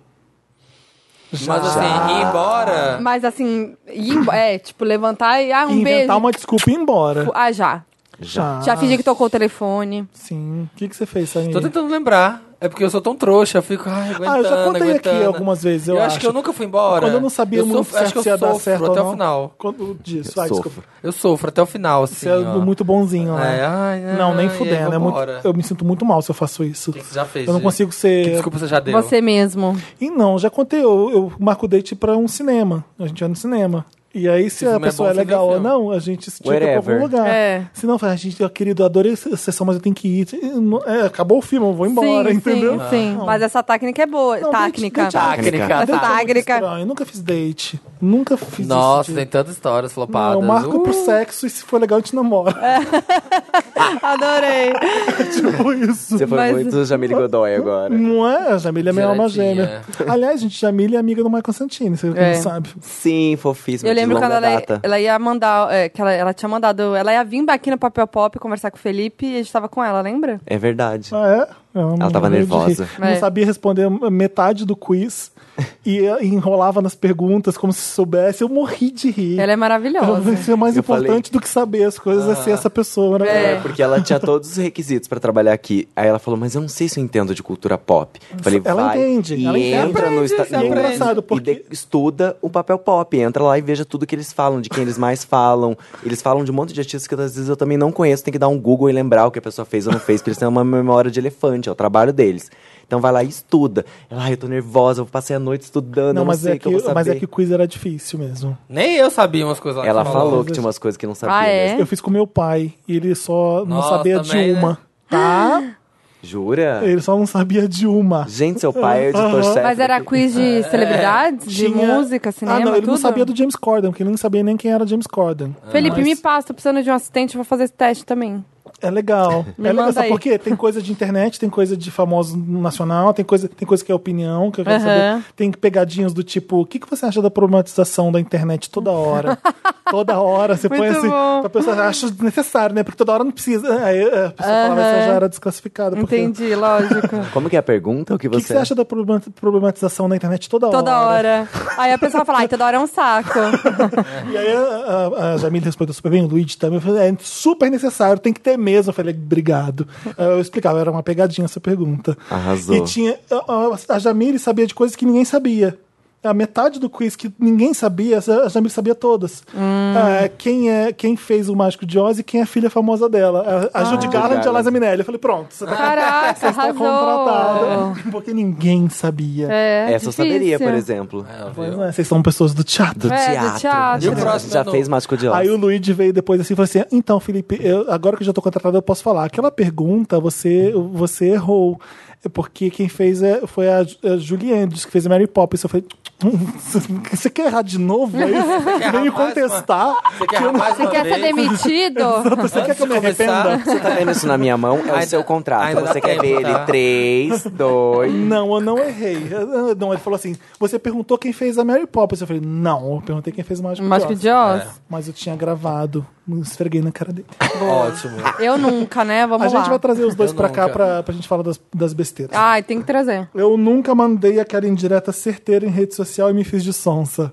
C: Mas assim, ir embora...
D: Mas assim, ir embo- é, tipo, levantar e. Ah,
A: E
D: um
A: inventar
D: beijo.
A: uma desculpa e ir embora. Ah,
D: Ah, já.
B: Já.
D: Já fingi que tocou o telefone.
A: Sim. O que, que você fez, Samir?
C: Tô tentando lembrar. É porque eu sou tão trouxa, eu fico, ai, aguentando,
A: Ah, eu já contei aqui
C: aguentando.
A: algumas vezes, eu,
C: acho. que eu nunca fui embora.
A: Quando eu não sabia
C: sofro-
A: muito
C: acho que
A: certo
C: eu
A: se ia dar
C: sofro
A: certo ou
C: até
A: não.
C: o final.
A: Quando, disso.
B: Eu
A: ah,
B: sofro.
A: desculpa.
C: Eu sofro até o final, assim,
A: Você é
C: ó.
A: do muito bonzinho,
C: É,
A: né?
C: ai, ai,
A: não, nem
C: ai,
A: fudendo.
C: vou
A: é muito-
C: embora.
A: eu me sinto muito mal se eu faço isso.
C: O que que você já fez?
A: Eu não
C: gente?
A: consigo
C: Que
A: ser.
C: desculpa você já deu?
D: Você é mesmo.
A: E não, já contei. Eu, eu marco o date pra um cinema. A gente vai no cinema. E E aí, se
C: Esse
A: a
C: filme é
A: pessoa
C: bom,
A: é
C: você vê
A: legal ou
C: filme.
A: não, a gente estica pra algum
B: Wherever.
A: lugar.
D: É.
A: Se não, fala, "Ah, gente, eu, querido, eu adorei a sessão, mas eu tenho que ir. É, acabou o filme, eu vou embora,
D: sim,
A: entendeu?
C: Ah,
A: Ah.
D: Sim, sim. Mas essa técnica é boa.
A: Não,
D: técnica.
A: date- date-
C: Técnica.
A: date é muito
D: Tágrica.
A: estranho, Eu nunca fiz date. Nunca fiz isso
C: Nossa,
A: de-
C: tem tantas histórias flopadas.
A: Não, marca
C: Uh,
A: pro sexo e se for legal a gente namora.
D: Adorei.
A: Tipo isso.
B: Você foi
D: Mas-
B: muito Jamile Godoy agora.
A: Não é? A Jamília é minha alma gêmea.
C: Direitinha.
A: Aliás, gente, Jamília é amiga do Michael Santini, você
D: É.
A: não sabe.
B: Sim, fofíssima.
D: Eu lembro
B: de
D: quando
B: longa
D: ela, é
B: data.
D: ela ia mandar, é, que ela, ela tinha mandado, ela ia vir aqui no Papel Pop conversar com o Felipe e a gente tava com ela, lembra?
B: É verdade.
A: Ah, é? Eu não-
B: tava
A: eu de
B: nervosa.
A: rir.
D: É.
A: Não sabia responder metade do quiz e eh, enrolava nas perguntas como se soubesse. Eu morri de rir.
D: Ela é maravilhosa.
A: Isso é mais
B: Eu
A: importante
B: falei- Ah.
A: do que saber as coisas, é ser essa pessoa, né?
B: É,
D: É.
B: porque ela tinha todos os requisitos pra trabalhar aqui. Aí ela falou, mas eu não sei se eu entendo de cultura pop. Falei,
A: Ela
B: vai
A: entende,
B: e
A: ela entende.
B: entra no
C: Aprende,
B: Insta-
C: você
B: e entra-
A: aprende. Engraçado, porque-
B: e de- estuda o papel pop. Entra lá e veja tudo que eles falam, de quem eles mais falam. Eles falam de um monte de artistas que às vezes eu também não conheço. Tem que dar um Google e lembrar o que a pessoa fez ou não fez, porque eles têm uma memória de elefante, é o trabalho deles. Então vai lá e estuda. Ela, ai, eu tô nervosa, eu passei a noite estudando, eu
A: Não,
B: não
A: mas
B: sei
A: é,
B: o que eu vou
A: que,
B: saber.
A: mas é que o quiz era difícil mesmo.
C: Nem eu sabia umas coisas lá que
B: Ela
C: você
B: falou que tinha umas coisas que não sabia. né?
D: Ah, é?
B: mesmo.
A: Eu fiz com meu pai e ele só não
C: Nossa,
A: sabia
C: também,
A: de
C: né?
A: uma. Tá?
D: Ah!
B: Jura?
A: Ele só não sabia de uma.
B: Gente, seu pai é editor chefe.
D: Mas era quiz
B: É.
D: de celebridades, de
A: Tinha-
D: música, cinema,
A: Ah, não, ele
D: tudo?
A: não sabia do James Corden, porque ele não sabia nem quem era James Corden.
B: Ah,
D: Felipe,
A: Mas
D: me passa, tô precisando de um assistente, vou fazer esse teste também.
A: É legal.
D: Me
A: é legal,
D: manda
A: sabe
D: aí.
A: por quê? Tem coisa de internet, tem coisa de famoso nacional, tem coisa, tem coisa que é opinião, que eu quero
D: Aham.
A: saber. Tem pegadinhas do tipo, o que, que você acha da problematização da internet toda hora? toda hora, você põe
D: Muito
A: assim,
D: bom.
A: a pessoa acha necessário, né? Porque toda hora não precisa. Aí é, a pessoa fala, mas
D: Aham.
A: eu já era desclassificada. Porque...
D: Entendi, lógico.
B: Como que é a pergunta? O que
A: O que,
B: você,
A: que você acha da problemat- problematização da internet toda,
D: Toda hora. Aí a pessoa fala, ai, toda hora é um saco.
A: E aí a, a, a Jamile respondeu super bem, o Luigi também. Eu falei, é super necessário, tem que ter mesmo. Eu falei, obrigado. Eu explicava, era uma pegadinha essa pergunta.
B: Arrasou.
A: E tinha. A, a- a Jamile sabia de coisas que ninguém sabia. A metade do quiz que ninguém sabia, a Jamile sabia todas. Ah, quem, é, quem fez o Mágico de Oz e quem é a filha famosa dela. A, a Judy Garland e a
B: Garland.
A: Liza Minelli. Eu falei, pronto, você tá,
D: Caraca,
A: você tá
D: arrasou.
A: contratada. Porque ninguém sabia.
D: É,
B: Essa eu saberia,
D: difícil.
B: por exemplo.
C: falou.
A: Pois é, vocês são pessoas do teatro.
B: Do,
D: É, do
B: teatro.
D: teatro.
C: E o próximo
B: já
C: do-
B: fez Mágico
C: Então.
B: de Oz.
A: Aí o Luigi veio depois assim e falou assim: Então, Felipe, eu- agora que eu já tô contratado, eu posso falar. Aquela pergunta você, você errou. É Porque quem fez é- foi a, Ju- a Julie Andrews, que fez a Mary Poppins. Eu falei: "Hum, Você quer errar de novo? Aí
C: quer
A: Vem me
C: errar mais
A: contestar.
C: Você quer mais
D: Você
C: uma
D: quer ser
C: vez?
D: demitido?
A: Você quer que eu me
C: Antes de começar-
A: arrependa?
B: Você tá vendo isso na minha mão? É
C: Ainda-
B: o seu contrato.
C: ainda dá
B: Você quer
C: tempo,
B: ver
C: tá?
B: ele? Três, dois.
A: Não, eu não errei. Eu- eu- Não, ele falou assim: Você perguntou quem fez a Mary Poppins. Eu falei: Não, eu perguntei quem fez o Mágico,
D: Mágico
A: de Oz."
D: de Oz?
A: Mas eu tinha gravado, esfreguei na cara dele.
C: Ótimo.
D: Eu nunca, né? Vamos
A: a
D: lá.
A: gente vai trazer os dois
C: Eu
A: pra cá
C: nunca.
A: pra, pra gente falar das, das besteiras.
D: Ai, tem que trazer.
A: Eu nunca mandei aquela indireta certeira em rede social e me fiz de sonsa.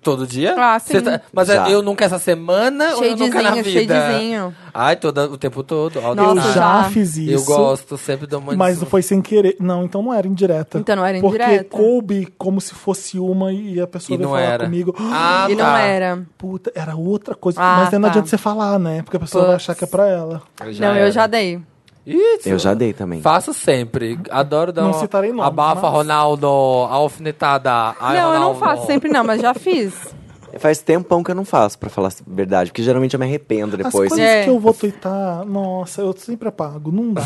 C: Todo dia?
D: Ah, sim.
C: Você tá- Mas
B: Já.
C: eu nunca essa semana ou eu nunca na vida?
D: Shadezinho, shadezinho.
C: Ai, toda, o tempo todo. Ó,
D: Nossa,
A: eu
C: tá.
A: já
D: já.
A: fiz isso.
C: Eu gosto, sempre dou uma...
A: Mas foi sem querer. Não, então não era indireta.
D: Então não era
A: Porque
D: indireta.
A: coube como se fosse uma e a pessoa
C: E
A: veio
C: não
A: falar
C: era.
A: comigo.
C: Ah,
D: E não
C: tá.
D: era.
A: Puta, era outra coisa.
D: Ah,
A: Mas não
D: tá.
A: adianta você falar, né? Porque a pessoa vai
D: Puts.
A: achar que é pra ela.
D: não, eu
C: era.
D: já dei.
C: Isso.
B: Eu já dei também.
C: Faço sempre. Adoro dar
A: Não
C: uma...
A: citarei nome,
C: Abafa,
A: mas-
C: Ronaldo. A alfinetada. Ai,
D: não, eu não
B: um
C: Ronaldo.
D: faço sempre não, mas já fiz.
B: Faz tempão que eu não faço, pra falar a verdade. Porque geralmente eu me arrependo depois.
A: As coisas
D: É.
A: que eu vou tuitar, nossa, eu sempre apago. Não dá.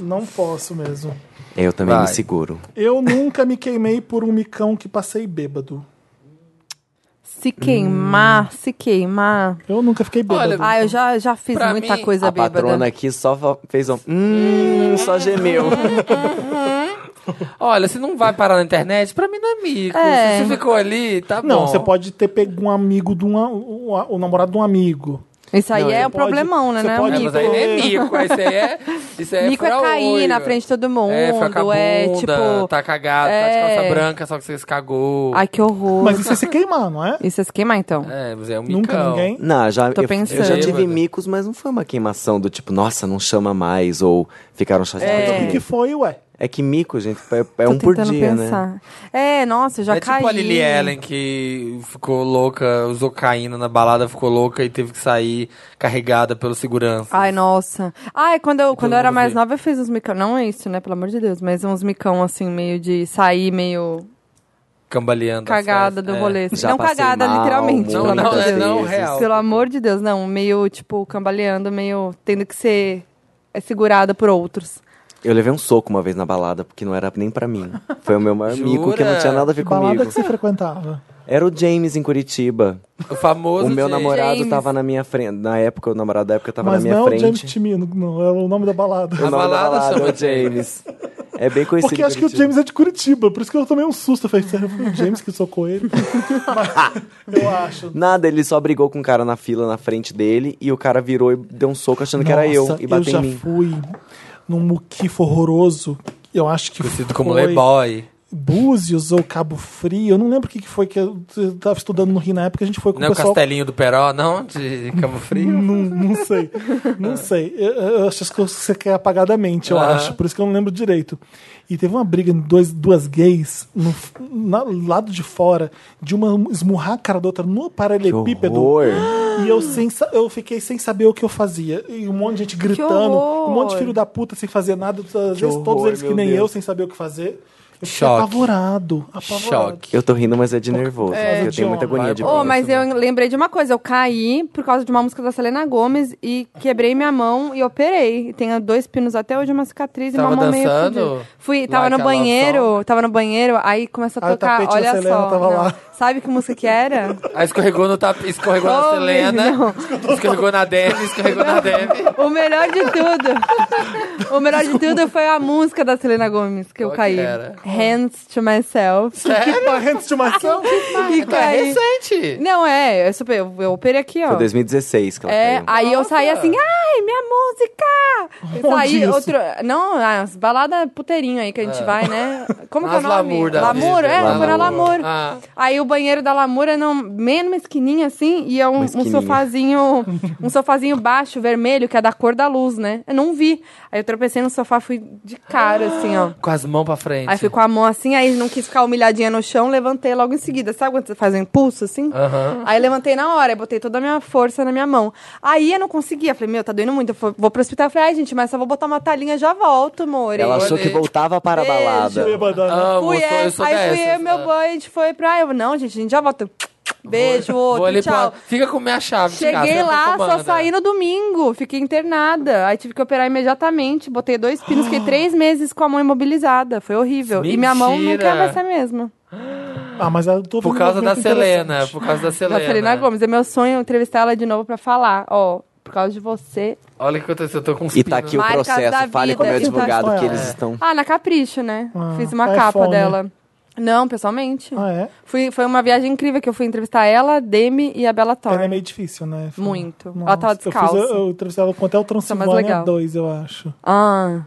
A: não posso mesmo.
B: É, Eu também
C: Vai.
B: me seguro.
A: Eu nunca me queimei por um micão que passei bêbado.
D: Se
B: Hum.
D: queimar, se queimar.
A: Eu nunca fiquei bêbado.
C: Olha,
D: Ah, eu já, já fiz
C: Pra
D: muita
C: mim,
D: coisa
B: A patrona é
D: bêbada.
B: aqui só fa- fez um... Hum, só gemeu.
C: Olha, se não vai parar na internet, pra mim não é mico.
D: É.
C: Se você ficou ali, tá
A: Não,
C: bom.
A: você pode ter pego um amigo de uma, o, o- o namorado de um amigo.
D: Isso aí
A: Não,
D: é
A: ele
D: um
A: pode-
D: problemão, né?
A: você
D: né?
A: pode-
C: É,
D: amigo?
C: mas aí nem é mico. Aí você é... Isso aí é
D: Mico é
C: furaolho.
D: cair na frente de todo mundo.
C: É, ficar com a
D: é
C: bunda,
D: tipo.
C: tá cagado, tá de
D: é.
C: calça branca, só que você se cagou.
D: Ai, que horror.
A: Mas isso é se queimar, não é?
D: Isso é se queimar, então.
C: É, você é um micão.
A: Nunca ninguém.
B: Não, já,
D: Tô
B: eu,
D: pensando.
B: eu já tive
C: Bêbada.
B: micos, mas não foi uma queimação do tipo, nossa, não chama mais, ou ficaram chateados.
A: O que que foi, ué?
B: É que mico, gente, é, é
D: Tô
B: um por
D: tentando
B: dia, né?
D: pensar. É, nossa, eu já
C: é
D: caí.
C: tipo a Lily Allen que ficou louca, usou caína na balada, ficou louca e teve que sair carregada pelo segurança.
D: Ai, nossa. Ai, quando eu, quando eu era
C: mundo
D: mais
C: vê.
D: nova, eu fiz uns micão. Não é isso, né? Pelo amor de Deus. Mas uns micão, assim, meio de sair, meio...
C: cambaleando. as
D: cagada
C: festas.
D: do
C: É.
D: rolê. assim.
B: Já
D: não
B: passei
D: cagada,
B: mal
D: literalmente.
B: muitas
D: pelo amor de
C: é,
D: Deus.
C: não,
B: vezes.
C: real.
D: Pelo amor de Deus, não. Meio, tipo, cambaleando, meio tendo que ser é, segurada por outros.
B: Eu levei um soco uma vez na balada, porque não era nem pra mim. Foi o meu maior mico, que não tinha nada a ver
A: Que balada
B: comigo.
A: que você frequentava?
B: Era o James em Curitiba.
C: O famoso.
B: O meu
C: James.
B: namorado
D: James.
B: tava na minha frente. Na época, o namorado da época tava
A: Mas
B: na minha
A: não é
B: frente.
A: James Timino, não, é o nome da balada.
B: O nome da
C: balada chama
B: é o James. É bem conhecido.
A: Porque acho
B: em
A: que o
B: Curitiba.
A: James é de Curitiba, por isso que eu tomei um susto. Eu falei, "Será que foi o James que socou ele? Mas, eu acho.
B: Nada, ele só brigou com um cara na fila na frente dele e o cara virou e deu um soco achando que era eu
A: Nossa,
B: e bateu
A: já
B: em mim.
A: fui num muquifo horroroso. Eu acho que
C: Conhecido
A: foi
C: como Playboy.
A: Búzios ou Cabo Frio. Eu não lembro o que, que foi que eu eu tava estudando no Rio na época. A gente foi com
C: Não é
A: o
C: o
A: pessoal...
C: castelinho do Peró, não? De Cabo Frio?
A: Não, não sei. Não sei. Eu, eu acho que você quer apagar da mente, eu
C: Aham.
A: acho. Por isso que eu não lembro direito. E teve uma briga entre dois, duas gays no f- na- lado de fora, de uma esmurrar a cara da outra no paralelepípedo.
B: Horror.
A: E eu, sem, sa- eu fiquei sem saber o que eu fazia. E um monte de gente gritando,
D: horror!
A: um monte de filho da puta sem fazer nada. Às vezes todos
B: horror,
A: eles que
B: meu
A: nem
B: Deus.
A: eu, sem saber o que fazer. Eu fiquei
C: Choque.
A: apavorado. apavorado.
C: Choque.
B: Eu tô rindo, mas é de nervoso. porque eu tenho muita agonia de
C: Vai,
D: Oh,
C: Nossa,
D: mas eu lembrei de uma coisa. Eu caí por causa de uma música da Selena Gomes e quebrei minha mão e operei. E tenho dois pinos até hoje, uma cicatriz
C: Tava
D: e uma mão
C: dançando?
D: meio fudida. Fui, tava
C: Like a
D: no
C: Love
D: banheiro, tava no banheiro, aí começou a
A: Aí Ah, o
D: tocar,
A: tapete da
D: olha
A: Selena
D: só.
A: tava
D: não.
A: lá.
D: Sabe que música que era?
C: Aí escorregou no tap... escorregou na
D: Oh,
C: Selena,
D: não.
C: escorregou na Demi, escorregou na Demi.
D: O melhor de tudo. o melhor de tudo foi a música da Selena Gomes que eu
C: Qual que
D: caí.
C: era?
D: Hands to myself.
A: Que parentes de maçã?
D: E
C: É
D: caí.
C: recente.
D: Não, é, eu, super, eu, eu operei aqui, ó.
B: Foi 2016 que ela
D: É,
B: caiu.
D: aí eu saí assim, ai, minha música! Eu
A: Onde
D: saí
A: isso?
D: outro. Não, ah, as balada puteirinho aí que a gente vai, né? Como que é o
C: Nas
D: nome?
C: É. Lamour da
D: Lamur,
C: vida.
D: é, foi na
C: Lamour.
D: Lamur.
C: Ah.
D: Aí o banheiro da Lamour é num- meio numa esquininha assim, e é um,
B: Uma
D: um
B: esquininha.
D: sofazinho, um sofazinho baixo, vermelho, que é da cor da luz, né? Eu não vi. Aí eu tropecei no sofá, fui de cara, assim, ó.
C: Com as mãos pra frente.
D: Aí fui com a mão assim, aí não quis ficar humilhadinha no chão, levantei logo em seguida. Sabe quando você faz um impulso assim?
C: Aham.
D: Aí levantei na hora, aí botei toda a minha força na minha mão. Aí eu não conseguia, falei, meu, tá doendo muito, eu fo- vou pro hospital. Eu falei, ai gente, mas só vou botar uma talinha, já volto, amor.
B: Ela achou
C: Olhei.
B: que voltava para a
D: Beijo.
B: balada.
A: Eu ia mandar- né?
C: Amo,
D: Fui,
C: eu sou,
D: é.
C: eu sou
D: aí
C: dessas. É.
D: fui eu e meu boy, a gente foi pra... Eu, não, gente, a gente já volta. Beijo,
C: Vou
D: outro,
C: ali
D: tchau.
C: pra- Fica com minha chave. de casa,
D: Cheguei
C: fica
D: lá,
C: com a né?
D: só
C: comanda.
D: saí no domingo, fiquei internada. Aí tive que operar imediatamente, botei dois pinos, fiquei três meses com a mão imobilizada. Foi horrível. E minha mão
C: Mentira.
D: nunca vai ser a mesma.
A: Ah, mas eu tô
C: Por
A: vendo
C: causa
A: um
C: da
A: movimento
C: Selena.
A: interessante.
C: Por causa da Selena.
D: Da Selena Gomes. É meu sonho entrevistar ela de novo pra falar, ó, por causa de você.
C: Olha o que aconteceu, eu tô com uns
B: E tá
C: pinos.
B: aqui o
D: Marcas da
B: processo. Fale
D: vida,
B: com o meu
D: que tá-
B: advogado que
A: É.
B: eles estão.
D: Ah, na Capricho, né?
A: Ah,
D: Fiz uma
A: iPhone.
D: capa dela. Não, pessoalmente.
A: Ah, é?
D: Fui, foi uma viagem incrível que eu fui entrevistar ela, Demi e a
A: Ela
D: Bela
A: é
D: Thorne.
A: meio difícil, né? Foi-
D: Muito. Ela
A: Nossa,
D: tava descalça. Tá
A: Eu, fiz, eu, eu entrevistava com até o
D: mais
A: Transilvânia
D: legal.
A: 2, eu acho.
D: Ah,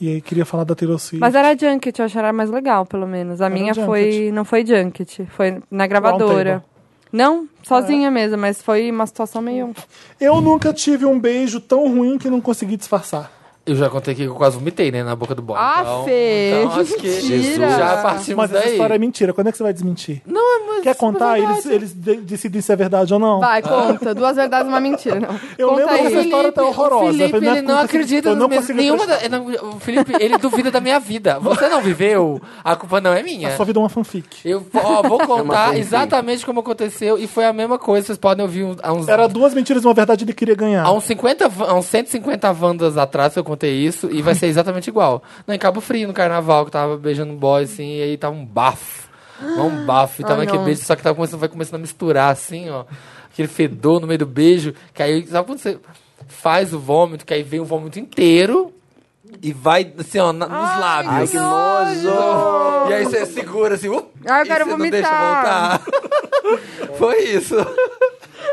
A: E aí queria falar da Taylor Swift.
D: mas é era Junket, eu acharia mais legal, pelo menos. A minha
A: junket.
D: foi. Não foi Junket, foi na gravadora.
A: Roundtable. Ah,
D: Não,
A: é?
D: sozinha mesmo, mas foi uma situação meio.
A: Eu nunca tive um beijo tão ruim que não consegui disfarçar.
C: Eu já contei que eu quase vomitei, né? Na boca do boy.
D: Ah,
C: então,
D: Fê,
C: então acho que
D: mentira.
C: já partimos
A: mas essa
C: daí.
A: história é mentira. Quando é que você vai desmentir? Não, mas Quer contar? Eles, eles de- decidem se é verdade ou não.
D: é Vai, conta. Duas verdades e uma mentira. Não.
A: Eu
D: conta
A: lembro
D: aí.
A: que essa história tá horrorosa.
C: O Felipe,
A: Foi na
C: ele não
A: conta-
C: acredita
A: eu não
C: nas minhas-
A: consigo
C: nenhuma da- não, O Felipe, ele duvida da minha vida. Você não viveu, a culpa não é minha.
A: A sua vida é uma fanfic.
C: Eu ó, vou contar
B: fanfic.
C: exatamente como aconteceu e foi a mesma coisa. Vocês podem ouvir uns- há uns,
A: Era duas mentiras e uma verdade ele queria ganhar.
C: há um uns 50, van- há uns 150 vandas atrás que eu contei isso e vai ser exatamente igual. Não, em Cabo Frio, no carnaval, que eu tava beijando um boy assim, e aí tava um bafo. Um
B: Ah,
C: bafo. E tava
D: Ai,
C: aquele
D: não.
C: beijo, só que tava começando, vai começando a misturar assim, ó. Aquele fedor no meio do beijo. Que aí, sabe quando você faz o vômito, que aí vem o vômito inteiro e vai assim, ó, na- nos lábios.
B: Ai, que nojo!
C: E aí você segura assim, uh,
D: Ai, eu
C: e
D: quero
C: você não
D: vomitar.
C: deixa voltar. Foi isso.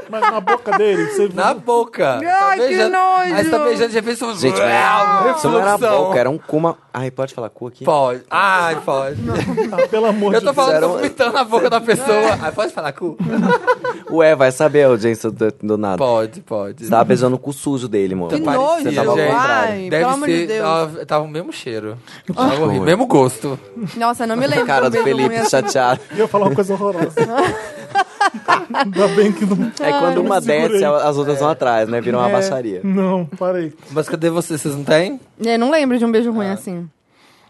A: Mas na boca dele, você
C: Na boca. Tá
D: Ai, que
C: beijando.
D: nojo.
C: Aí você tá beijando, já fez um...
B: Gente, mas isso não era a boca, era um cuma. Ai, pode falar cu aqui?
C: Pode. Ai, pode.
A: Ah, pelo amor
C: Eu
A: de
C: tô
A: Deus.
C: falando, tô
B: Fizeram-
C: vomitando na boca da pessoa. Ai, pode falar cu?
B: Ué, vai saber a audiência do, do nada.
C: Pode, pode.
B: Você tava beijando o cu sujo dele, amor. Tá
D: Que
B: Parece
D: nojo,
B: você tava ao
D: gente.
B: contrário.
D: Ai, pelo
C: Deve
D: amor de
C: ser...
D: Deus.
C: Tava, tava o mesmo cheiro. Tava
B: horror.
C: horrível, mesmo gosto.
D: Nossa, eu não me lembro.
B: Cara do
D: mesmo, não
B: Felipe
D: ia-
B: chateado.
A: Eu ia falar uma coisa horrorosa. Ainda bem que não.
B: É quando uma desce, as outras vão atrás, né?
D: É.
B: Viram uma baixaria.
A: Não, parei.
C: Mas cadê vocês? Vocês não têm?
D: É,
C: Ah,
D: Eu não lembro de um beijo ruim assim.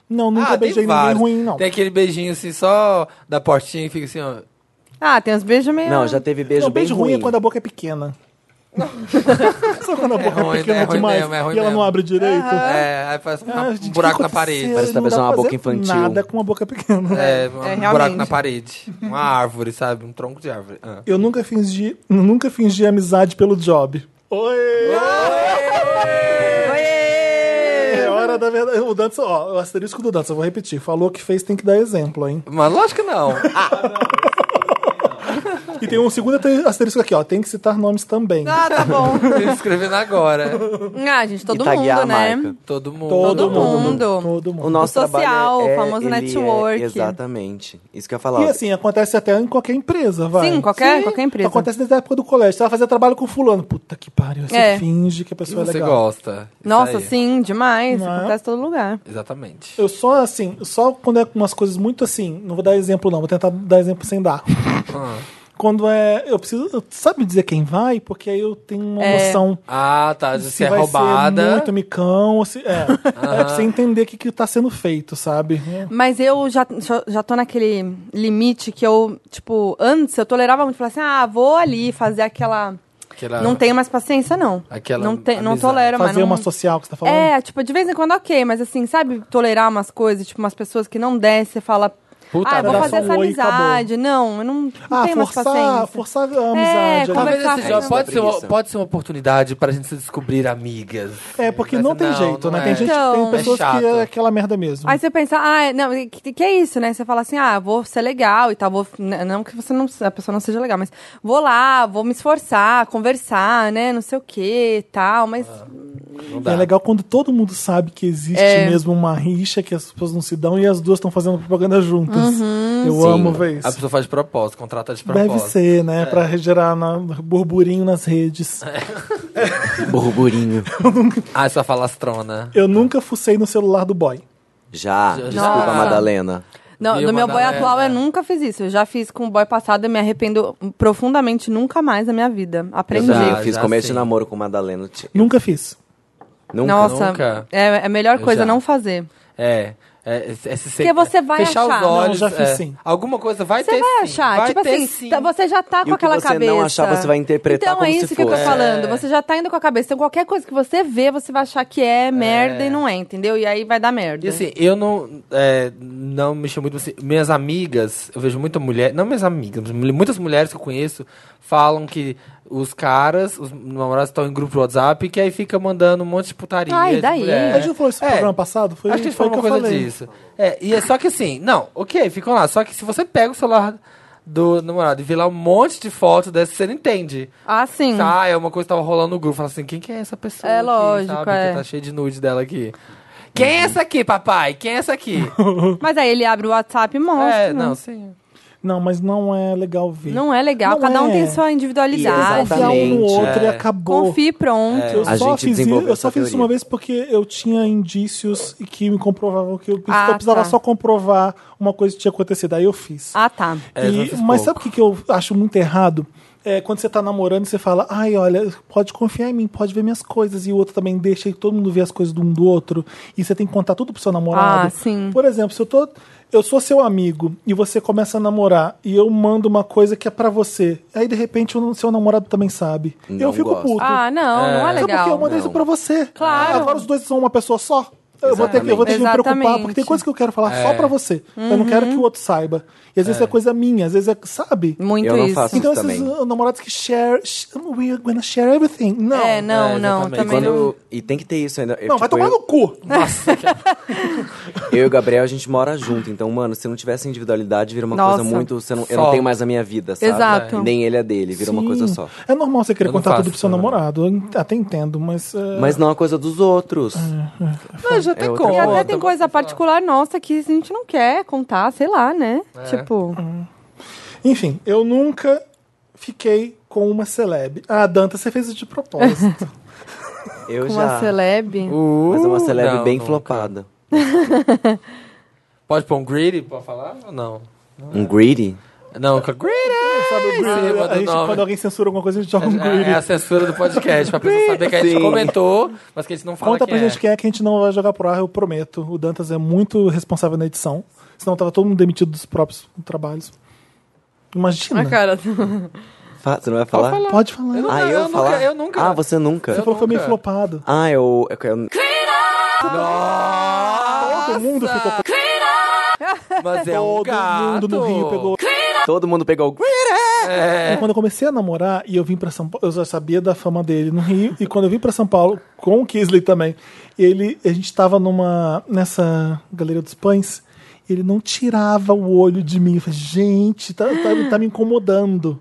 A: Não, nunca beijei ninguém
C: vários.
A: ruim, não.
C: Tem aquele beijinho assim, só da portinha e fica assim, ó.
D: Ah, tem uns beijos meio.
B: Não, já teve beijo
A: Não,
B: bem
A: beijo ruim, é
B: ruim.
A: quando a boca é pequena. Sabe quando a boca é,
C: ruim,
A: pequena
C: é ruim
A: demais
C: mesmo, é ruim
A: e ela não
C: mesmo.
A: abre direito?
C: É, aí faz um,
A: Ah,
C: um
A: gente, o que
C: buraco na
A: aconteceu?
C: parede.
B: Parece que
A: Não dá
B: tá beijando
A: pra
B: uma boca
A: fazer
B: infantil.
A: Nada com uma boca pequena.
C: É, um
D: realmente.
C: buraco na parede. Uma árvore, sabe? Um tronco de árvore. Ah.
A: Eu nunca fingi, nunca fingi amizade pelo job. Oi! É hora da verdade. O Dantas, ó, o asterisco do Dantas, eu vou repetir. Falou que fez, tem que dar exemplo, hein?
C: Mas lógico que não. Ah,
A: E tem um segundo ate- asterisco aqui, ó. Tem que citar nomes também.
D: Ah, tá bom.
C: tô escrevendo agora.
D: Ah, gente, todo
B: e taguear
D: mundo,
B: a
D: né?
B: marca.
C: Todo mundo.
D: Todo mundo.
A: Todo mundo.
B: O nosso
D: O social,
B: trabalho é,
D: o famoso
B: ele é-
D: network.
B: exatamente. Isso que eu ia
A: E
B: falar.
A: assim, acontece até em qualquer empresa, vai.
D: Sim, qualquer, qualquer empresa.
A: Acontece desde a época do colégio. Você vai fazer trabalho com fulano. Puta que pariu. Você
D: É.
A: finge que a
C: E
A: pessoa é
C: você
A: legal.
C: gosta. Isso
D: Nossa,
C: aí.
D: sim, demais.
A: Não é?
D: Acontece em todo lugar.
C: Exatamente.
A: Eu só, assim, só quando é umas coisas muito assim... Não vou dar exemplo, não. Vou tentar dar exemplo sem dar.
C: Ah.
A: Quando é... Eu preciso... eu- Sabe me dizer quem vai? Porque aí eu tenho uma
D: É.
A: noção...
C: Ah, tá. Se, é
A: vai ser
C: roubada. Ah.
A: muito micão, ou se... É, é pra você entender o que, que tá sendo feito, sabe?
D: Mas eu já, já- já tô naquele limite que eu, tipo, antes eu tolerava muito falar assim, ah, vou ali fazer aquela.
C: Aquela-
D: Não tenho mais paciência, não.
C: Ah. Aquela
D: não, te, não
C: amizade.
D: tolero mais.
A: Fazer
D: não-
A: uma social que você tá falando.
D: É, tipo, de vez em quando ok, mas assim, sabe, tolerar umas coisas, tipo, umas pessoas que não desce, você fala.
C: Puta é
D: ah, eu vou
A: merda.
D: fazer
A: Dá só
D: essa
A: um oi e
D: amizade. Não, eu não, não
A: Ah,
D: tenho mais
A: forçar,
D: paciência. É,
A: forçar a amizade.
D: como
A: né?
C: Talvez
D: Conversar
C: esse
D: com
C: jogo
D: ela.
C: pode ser,
B: Preguiça.
C: uma, pode ser uma oportunidade pra gente se descobrir amigas.
A: É, porque
C: Mas
A: não tem jeito, né?
C: não
A: Tem
C: é.
A: gente,
D: Então-
A: tem pessoas
C: É chato.
A: que é aquela merda mesmo.
D: Aí você pensa, ah, não, que, que é isso, né? Você fala assim, ah, vou ser legal e tal, vou, n- não que você não, a pessoa não seja legal, mas vou lá, vou me esforçar, conversar, né, não sei o que, tal, mas
C: Ah. Não
A: E
C: dá.
A: é legal quando todo mundo sabe que existe mesmo uma rixa que as pessoas não se dão e as duas estão fazendo propaganda juntas. Eu
B: Sim.
A: amo ver
C: A
A: isso.
C: pessoa faz de propósito, contrata de propósito. É.
A: Deve ser, né? Pra gerar na- burburinho nas redes.
B: Burburinho.
C: Ah, sua falastrona.
A: Eu nunca fucei no celular do boy.
B: Já.
D: Nossa.
B: Desculpa, Madalena.
D: não,
C: E
D: do
C: uma
D: meu boy
C: galera,
D: atual eu
C: né?
D: nunca fiz isso, eu já fiz com o boy passado e me arrependo profundamente nunca mais na minha vida,
B: Eu
D: aprendi.
B: já
C: Já,
B: fiz
C: já
B: começo
C: sim.
B: de namoro com Madalena. Ti-
A: Nunca fiz.
B: Nunca.
D: Nossa,
C: nunca.
D: É, é a melhor
C: Eu
D: coisa
C: já.
D: não fazer.
C: É. É, é, é se
D: Porque você vai
C: fechar
D: achar.
C: os olhos.
A: Não, já fiz
C: é.
A: sim.
C: Alguma coisa vai
D: Você
C: ter
D: vai
C: sim.
D: achar,
C: Vai
D: tipo
C: ter
D: assim,
C: sim.
D: tá- você já tá
B: E o
D: com
B: que
D: aquela
B: você
D: cabeça.
B: não achar, você vai interpretar
D: Então
B: como
D: é
B: se
D: isso que eu tô
B: fosse.
D: falando, você já tá indo com a cabeça. Então qualquer coisa que você vê, você vai achar que é merda e não é, entendeu? E aí vai dar merda.
C: E assim, eu não, é, não mexo muito. Assim, minhas amigas, eu vejo muita mulher. Não minhas amigas, mas mul- muitas mulheres que eu conheço falam que os caras, os namorados estão em grupo de WhatsApp, que aí fica mandando um monte de putaria.
D: Ai,
C: de
D: daí?
C: mulher.
A: A gente não falou isso no
C: É.
A: programa passado? Foi,
C: Acho que a gente
A: foi
C: falou
A: o que
C: uma
A: eu
C: coisa
A: falei.
C: disso. É, e é só que assim, não, ok, ficam lá. Só que se você pega o celular do namorado e vê lá um monte de foto dessa, você não entende.
D: Ah, sim.
C: Ah, é uma coisa que tava rolando no grupo. Fala assim, quem que é essa pessoa?
D: É
C: aqui,
D: lógico,
C: sabe?
D: é.
C: Que tá cheio de nude dela aqui. Quem
A: Uhum.
C: é essa aqui, papai? Quem é essa aqui?
D: Mas aí ele abre o WhatsApp e mostra.
C: é, não, sim.
A: Não, mas não é legal ver.
D: Não é legal,
A: Não
D: cada um
A: é.
D: tem sua individualidade. Então,
A: Confiar um no
B: Exatamente,
A: outro e
C: é.
A: acabou.
D: Confie e pronto.
A: Eu
B: A
A: só,
B: gente
A: fiz, isso-
B: desenvolveu
A: eu só
B: essa
A: fiz isso
B: teoria.
A: uma vez porque eu tinha indícios e que me comprovavam que eu,
D: Ah,
A: eu precisava
D: tá.
A: só comprovar uma coisa que tinha acontecido. Aí eu fiz.
D: Ah, tá.
C: É,
A: E-
C: eu fiz
A: mas
C: pouco.
A: sabe o que, que eu acho muito errado? É quando você tá namorando e você fala, ai, olha, pode confiar em mim, pode ver minhas coisas, e o outro também deixa e todo mundo vê as coisas do um do outro, e você tem que contar tudo pro seu namorado.
D: Ah, sim.
A: Por exemplo, se eu tô. Eu sou seu amigo e você começa a namorar e eu mando uma coisa que é pra você. Aí de repente o seu namorado também sabe. eu
B: Não
A: fico
B: gosto.
A: puto.
D: Ah, não, não é
A: Sabe por
D: legal.
A: quê? Eu mandei
B: Não.
A: isso pra você.
D: Claro.
A: Agora os dois são uma pessoa só. Eu vou, ter que, eu vou ter que me
D: Exatamente.
A: preocupar, porque tem coisa que eu quero falar
C: É.
A: só pra você. Eu não quero que o outro saiba. E às vezes é, coisa minha, às vezes é, sabe?
D: Muito
B: Eu não
D: isso.
B: faço
A: Então
B: Isso
A: esses
B: também.
A: uh, namorados que share, sh- we're gonna share everything. Não.
D: É, não,
C: É,
D: não,
C: exatamente.
B: E,
D: também
B: quando-
D: não.
B: e tem que ter isso ainda. Eu,
A: Não, vai
B: tipo,
A: tomar no
B: eu,
A: cu.
C: Nossa, que-
B: eu e o Gabriel, a gente mora junto. Então, mano, se não tivesse individualidade, vira uma
D: Nossa.
B: coisa muito. Você não, eu
C: Só.
B: não tenho mais a minha vida, sabe?
D: Exato.
B: E nem ele é dele, vira uma
A: Sim.
B: coisa só.
A: É normal você querer
C: Eu não
A: contar
C: faço
A: tudo pro seu
C: isso, né?
A: namorado. Eu en- até entendo, mas. uh,
B: Mas não a coisa dos outros.
D: Ah.
C: Não, já tem
B: outra
C: como.
D: E até tem coisa particular nossa que a gente não quer contar, sei lá, né? Tipo.
A: Enfim, eu nunca fiquei com uma celeb. Ah, Danta, você fez isso de propósito.
B: Eu
D: com uma
B: já.
D: celeb.
C: Uh,
B: Mas é uma celeb
C: não,
B: bem
C: não.
B: flopada.
C: Pode pôr um greedy pra falar ou não?
B: Um greedy?
C: Não, com a Greedy!
A: Sabe, o Greedy,
C: lembra
A: a
C: do
A: gente,
C: nome.
A: quando alguém censura alguma coisa, a gente joga um
C: É,
A: Greedy.
C: é a censura do podcast, pra pessoa saber que a
B: Sim.
C: gente comentou, mas que a gente não fala
A: Conta
C: quem
A: pra gente
C: é.
A: quem é que a gente não vai jogar pro ar, eu prometo. O Dantas é muito responsável na edição. Senão tava todo mundo demitido dos próprios trabalhos. Imagina.
D: Ah, cara.
B: Fa- Você não vai falar?
A: Pode falar.
C: Eu não-
B: Ah, eu,
C: eu nunca-
B: falar?
C: eu nunca.
B: Ah, você nunca?
A: Você falou que foi meio
C: nunca.
A: flopado.
B: Ah, eu... eu- eu-
A: Todo mundo ficou.
C: Mas é um
A: Todo
C: gato.
A: mundo no Rio pegou.
B: Todo mundo pegou...
A: Aí quando eu comecei a namorar e eu vim pra São Paulo, eu já sabia da fama dele no Rio. e quando eu vim pra São Paulo, com o Kisley também, ele, a gente tava numa, nessa Galeria dos Pães. e Ele não tirava o olho de mim. Eu falei, gente, tá, tá- tá me incomodando.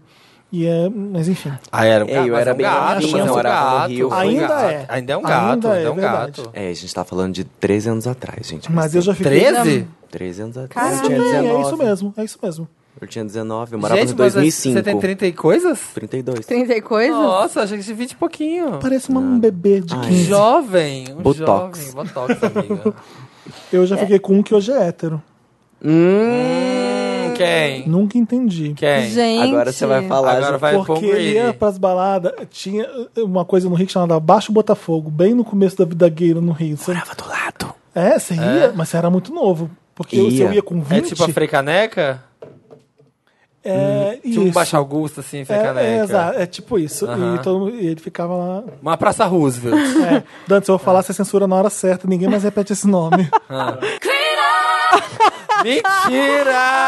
A: E é, mas enfim.
C: Ah, era um
B: É,
C: gato.
B: eu
C: mas
B: era
C: é um
B: bem
C: gato,
B: novinho,
C: mas é um
B: morava no Rio.
C: gato.
A: Ainda
C: gato.
A: é.
C: Ainda é um
A: Ainda
C: gato,
A: é,
C: ainda é um
A: verdade.
C: gato.
B: É, a gente tá falando de 13 anos atrás, gente.
A: Mas eu já fiquei.
C: 13?
B: 13 anos atrás.
D: Caralho.
B: Eu tinha
A: Sim, é isso
B: 19.
A: mesmo, é isso mesmo.
B: eu tinha 19, eu morava
C: gente,
B: em
C: mas é
B: 2005.
C: Você tem 30 e coisas?
B: 32.
D: 30 e coisa?
C: Nossa, achei que tinha 20 e pouquinho.
A: Parece uma- um bebê de
B: Ai.
A: 15.
C: Jovem, um
B: Botox.
C: jovem. Botox, amiga.
A: Eu já fiquei com um que hoje é hétero.
C: Hum, Quem?
A: Nunca entendi.
C: Quem?
D: Gente.
B: Agora você vai falar.
C: Agora
B: gente.
C: vai um pro
A: Porque ele ia
C: Greedy.
A: pras baladas, tinha uma coisa no Rio que chamava Baixo Botafogo, bem no começo da vida gay no Rio. Você-
B: Morava do lado.
A: é, você ia, mas você era muito novo. Porque eu- se eu
B: Ia.
A: ia com
C: É
A: 20...
C: tipo a Frecaneca?
A: é,
C: Tinha um
A: isso.
C: Baixa Augusta, assim, Frecaneca.
A: é, é, exato, é tipo isso.
C: Aham.
A: E, todo mundo- e ele ficava lá...
C: Uma Praça Roosevelt.
A: É, Dante, se eu falar, você censura na hora certa, ninguém mais repete esse nome.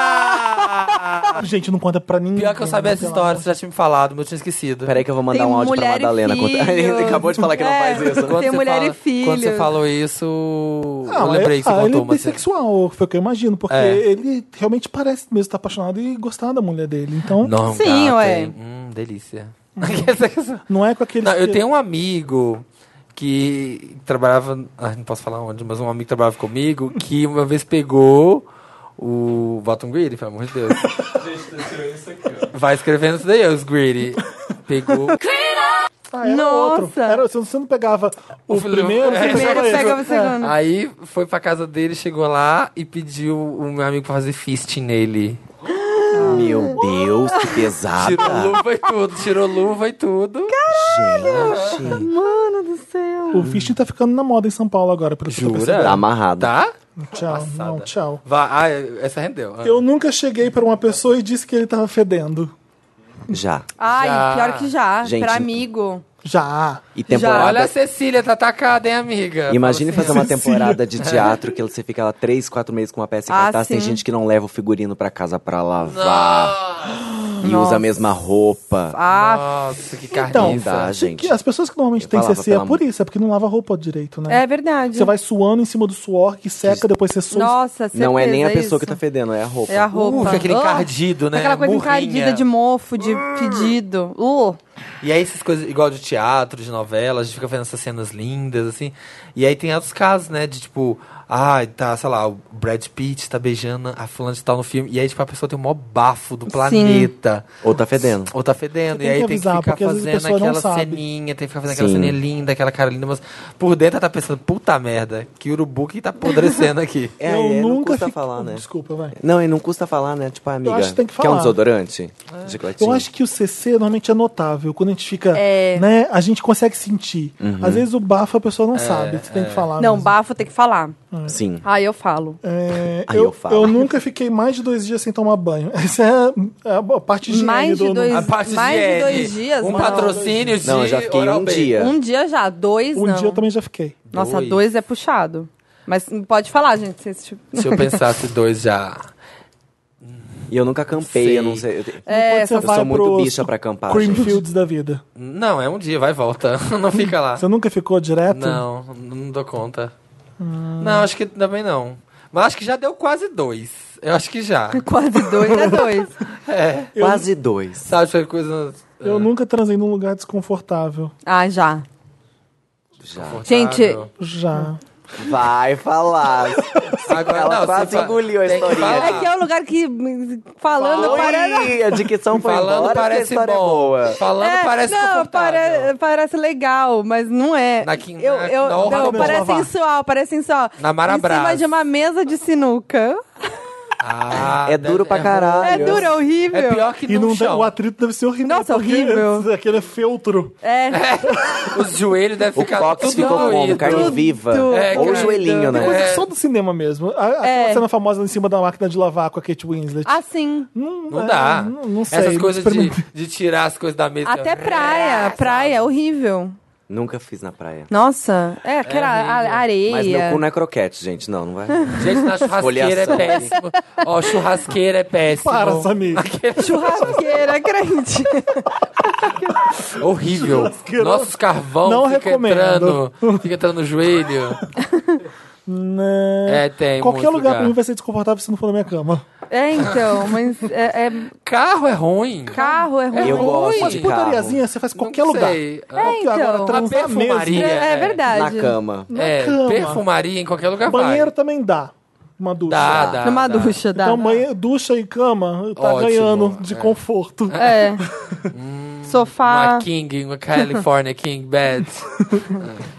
C: Mentira!
A: Gente, não conta pra ninguém.
C: Pior que eu sabia essa
A: pelo
C: história,
A: amor.
C: você já tinha me falado, mas eu tinha esquecido.
B: Peraí que eu vou mandar
D: Tem
B: um áudio pra
D: mulher e
B: Madalena. contar- Ele
D: filhos.
B: acabou de falar que não
D: É.
B: faz isso.
D: Tem
C: você
D: mulher e filho.
C: Quando você falou isso, eu
A: Ah,
C: lembrei que você
A: ah, ele
C: contou
A: é
C: uma cena.
A: bissexual, foi o que eu imagino, porque
C: É.
A: ele realmente parece mesmo estar apaixonado e gostar da mulher dele. Então, não,
C: Não,
D: Sim,
C: gato,
D: ué.
C: hein? Hum, delícia. Não,
A: é com aquele.
C: eu tenho um amigo que trabalhava. Ai, não posso falar onde, mas um amigo que trabalhava comigo que uma vez pegou o Bottom Greedy, pelo amor de Deus. Vai escrevendo isso daí, os Greedy. Pegou.
A: Ah, era
D: Nossa!
A: outro. Era, se você não pegava o,
C: O filho-
A: primeiro, você
C: É.
D: Primeiro
A: pegava esse.
D: pega o segundo.
C: Aí foi pra casa dele, chegou lá e pediu o meu amigo pra fazer fisting nele.
B: Meu Deus, que
C: Tirou
B: pesada.
C: luva e tudo, tá. tirou luva e tudo.
B: Gente.
D: Mano do céu.
A: O Fishing tá ficando na moda em São Paulo agora, pelo que eu tô
C: Jura?
A: percebendo.
B: Tá amarrado.
C: Tá?
A: Tchau, não, tchau.
C: Vai, ah, essa rendeu. Ah.
A: Eu nunca cheguei pra uma pessoa e disse que ele tava fedendo.
B: Já.
D: Ai,
C: Já.
D: pior que já.
B: Gente,
D: pra amigo.
A: Já.
B: E
D: Já.
B: temporada.
C: Olha a Cecília, tá atacada, hein, amiga?
B: Imagine
C: Fala
B: fazer uma temporada de teatro que você fica lá três, quatro meses com uma peça em
D: Ah,
B: cartaz. Tem
D: sim.
B: gente que não leva o figurino pra casa pra lavar. E usa a mesma roupa.
D: Ah,
C: Nossa, que
A: Então,
C: carniça.
B: dá, gente.
A: Que as pessoas que normalmente
B: Eu
A: têm
B: falava,
A: CC é
B: pelo
A: por
B: amor-
A: isso, é porque não lava a roupa direito, né?
D: é verdade.
A: Você vai suando em cima do suor que seca, depois você sua.
D: Nossa, certeza,
B: Não é nem a pessoa
D: isso.
B: que tá fedendo, é a roupa.
D: É a
C: Uh,
D: roupa.
C: fica aquele
D: Ah,
C: encardido, né?
D: Aquela coisa
C: Murrinha.
D: encardida de mofo, de pedido. Uh.
C: E aí essas coisas, igual de teatro, de novela, a gente fica vendo essas cenas lindas, assim. E aí tem outros casos, né? De tipo, ah, tá, sei lá, o Brad Pitt tá beijando a fulana de tal no filme. E aí, tipo, a pessoa tem o maior bafo do planeta.
B: Ou tá fedendo.
C: Ou tá fedendo.
A: Tem
C: E aí
A: que
C: tem que
A: avisar,
C: ficar
A: porque às vezes a
C: fazendo
A: pessoa não
C: aquela
A: sabe.
C: ceninha, tem que ficar fazendo
B: Sim.
C: aquela ceninha linda, aquela cara linda, mas por dentro ela tá pensando, puta merda, que urubu que tá apodrecendo aqui.
B: É,
A: eu
B: é,
A: nunca
B: não custa
A: fiquei-
B: falar, né?
A: Desculpa, vai.
B: Não, e não custa falar, né? Tipo, ah, amiga,
A: acho que tem que
B: quer um
A: falar. É.
B: desodorante? Um Chicletinho.
A: Eu acho que o CC normalmente é notável. Quando a gente fica,
D: É.
A: né, a gente consegue sentir.
B: Uhum.
A: Às vezes o bafo a pessoa não
B: É,
A: sabe, você tem que falar.
D: Não,
A: mesmo.
D: bafo tem que falar.
B: Sim.
D: Ah, eu falo.
A: É,
B: Aí
A: eu,
B: eu falo.
A: eu nunca fiquei mais de dois dias sem tomar banho. Essa é a- a, a parte de
D: Mais de
A: do,
D: dois-
C: A parte
D: Mais
C: de
D: de
C: L,
D: dois dias,
C: Um
D: mano.
C: patrocínio de
B: Não, eu já fiquei
C: Oral
B: um
C: B.
B: dia.
D: Um dia já, dois
A: Um
D: não.
A: dia eu também já fiquei.
D: Nossa,
C: Dois.
D: dois. é puxado. Mas pode falar, gente. se- tipo- se-
C: Se eu pensasse dois já.
B: E eu nunca acampei,
C: Sei.
B: eu não sei. Eu, te-
A: Quando
D: É,
A: você
D: essa-
B: eu sou muito bicha pra acampar. gente.
A: um Creamfields da vida.
C: Não, é um dia, vai e volta. Não fica lá.
A: Você nunca ficou direto?
C: Não, não dou conta.
A: Ah.
C: Não, acho que também não. Mas acho que já deu quase dois. Eu acho que já.
D: quase dois é dois.
B: Quase dois.
C: Sabe, foi coisa.
A: Eu nunca transei num lugar desconfortável.
D: Ah, já.
B: Já.
D: Gente,
C: Confortável.
A: Já.
B: Vai falar.
C: Agora
B: Ela
C: não,
B: quase
C: se fa-
B: engoliu a
C: tem que
B: historinha.
C: falar.
D: é que é um lugar que hum, falando
B: Oi,
D: parece.
B: a dicção foi
C: Falando
B: embora, porque a
C: parece bom.
B: história é boa.
C: Falando
D: É,
C: parece
D: não,
C: confortável.
D: pare- parece legal, mas não é.
C: Na quin-
D: eu,
C: na-
D: eu,
C: na honra
D: não,
C: do
D: parece
A: meu.
D: sensual, parece sensual.
C: Na Mara
D: Em cima
C: Brás.
D: de uma mesa de sinuca.
C: Ah,
B: É duro pra
D: É
B: caralho.
D: duro, é horrível.
C: É pior que
A: E
C: no
A: não dá-
C: chão.
A: o atrito deve ser horrível.
D: Nossa,
A: porque
D: horrível.
A: Aquele feltro.
D: É.
C: Os joelhos devem
B: O
C: ficar
B: Cox
C: tudo
B: ficou como?
C: doído.
B: Carne
D: Tudo
B: viva.
D: É,
B: Ou o
D: cara.
B: joelhinho, né?
A: Coisa
C: É.
A: só do cinema mesmo. A,
D: É.
A: Aquela cena famosa lá em cima da máquina de lavar com a Kate Winslet.
D: Assim.
C: Não dá.
A: Ah, Não, é, não sei.
C: Essas coisas de,
A: experimentei.
C: de tirar as coisas da mesa.
D: Até praia. Praia é horrível.
B: Nunca fiz na praia.
D: Nossa. É, aquela
C: horrível.
D: a- areia.
B: Mas meu cu não é croquete, gente. Não, não vai.
C: Gente, na churrasqueira é
B: Folhação.
C: péssimo. Ó, churrasqueira é péssimo.
A: Para, Samir.
D: Churrasqueira, crente.
C: Horrível.
A: Churrasqueira.
C: Nossos carvão
A: Não
C: fica
A: recomendo.
C: entrando. Fica entrando no joelho.
A: Não.
C: É, tem
A: Qualquer
C: muito
A: lugar
C: lugar.
A: pra mim vai ser desconfortável se não for na minha cama.
D: É, então. Mas é, é-
C: Carro é ruim.
D: carro é ruim.
B: Eu
C: ruim.
B: gosto de
C: Mas
B: carro.
A: Putariazinha, você faz qualquer
C: Não
A: lugar.
C: sei.
D: É, então.
A: Agora, transar
C: Uma perfumaria.
A: mesmo.
D: É, é
B: Na
D: verdade.
B: cama.
C: É,
A: cama.
C: perfumaria em qualquer lugar
A: Banheiro
C: vai.
A: também dá. Uma ducha.
C: Dá, dá.
D: Numa
C: dá.
D: ducha, dá.
A: Então, banheiro, ducha e cama tá
C: Ótimo,
A: ganhando de
C: é.
A: conforto.
D: É. Sofá.
C: Uma King, uma California King Bed.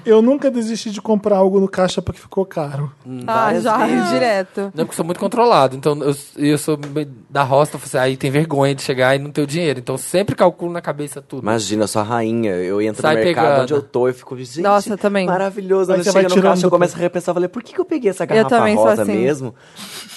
A: Eu nunca desisti de comprar algo no caixa porque ficou caro.
D: Ah,
B: Várias
D: já,
B: vezes.
D: direto.
C: Não, porque eu sou muito controlado. Então, eu, eu sou meio da roça, eu falo assim, aí tem vergonha de chegar e não ter o dinheiro. Então, eu sempre calculo na cabeça tudo.
B: Imagina, eu sou a rainha. Eu entro
C: Sai
B: no mercado
C: pegando.
B: onde eu tô e fico, gente,
D: Nossa, eu também.
B: maravilhoso.
A: Aí
B: Aí
A: você
B: chega
A: vai
B: no
A: tirando
B: caixa, eu
A: do-
B: começo a repensar. eu Falei, por que, que eu peguei essa garrafa
D: também sou
B: rosa
D: assim.
B: mesmo?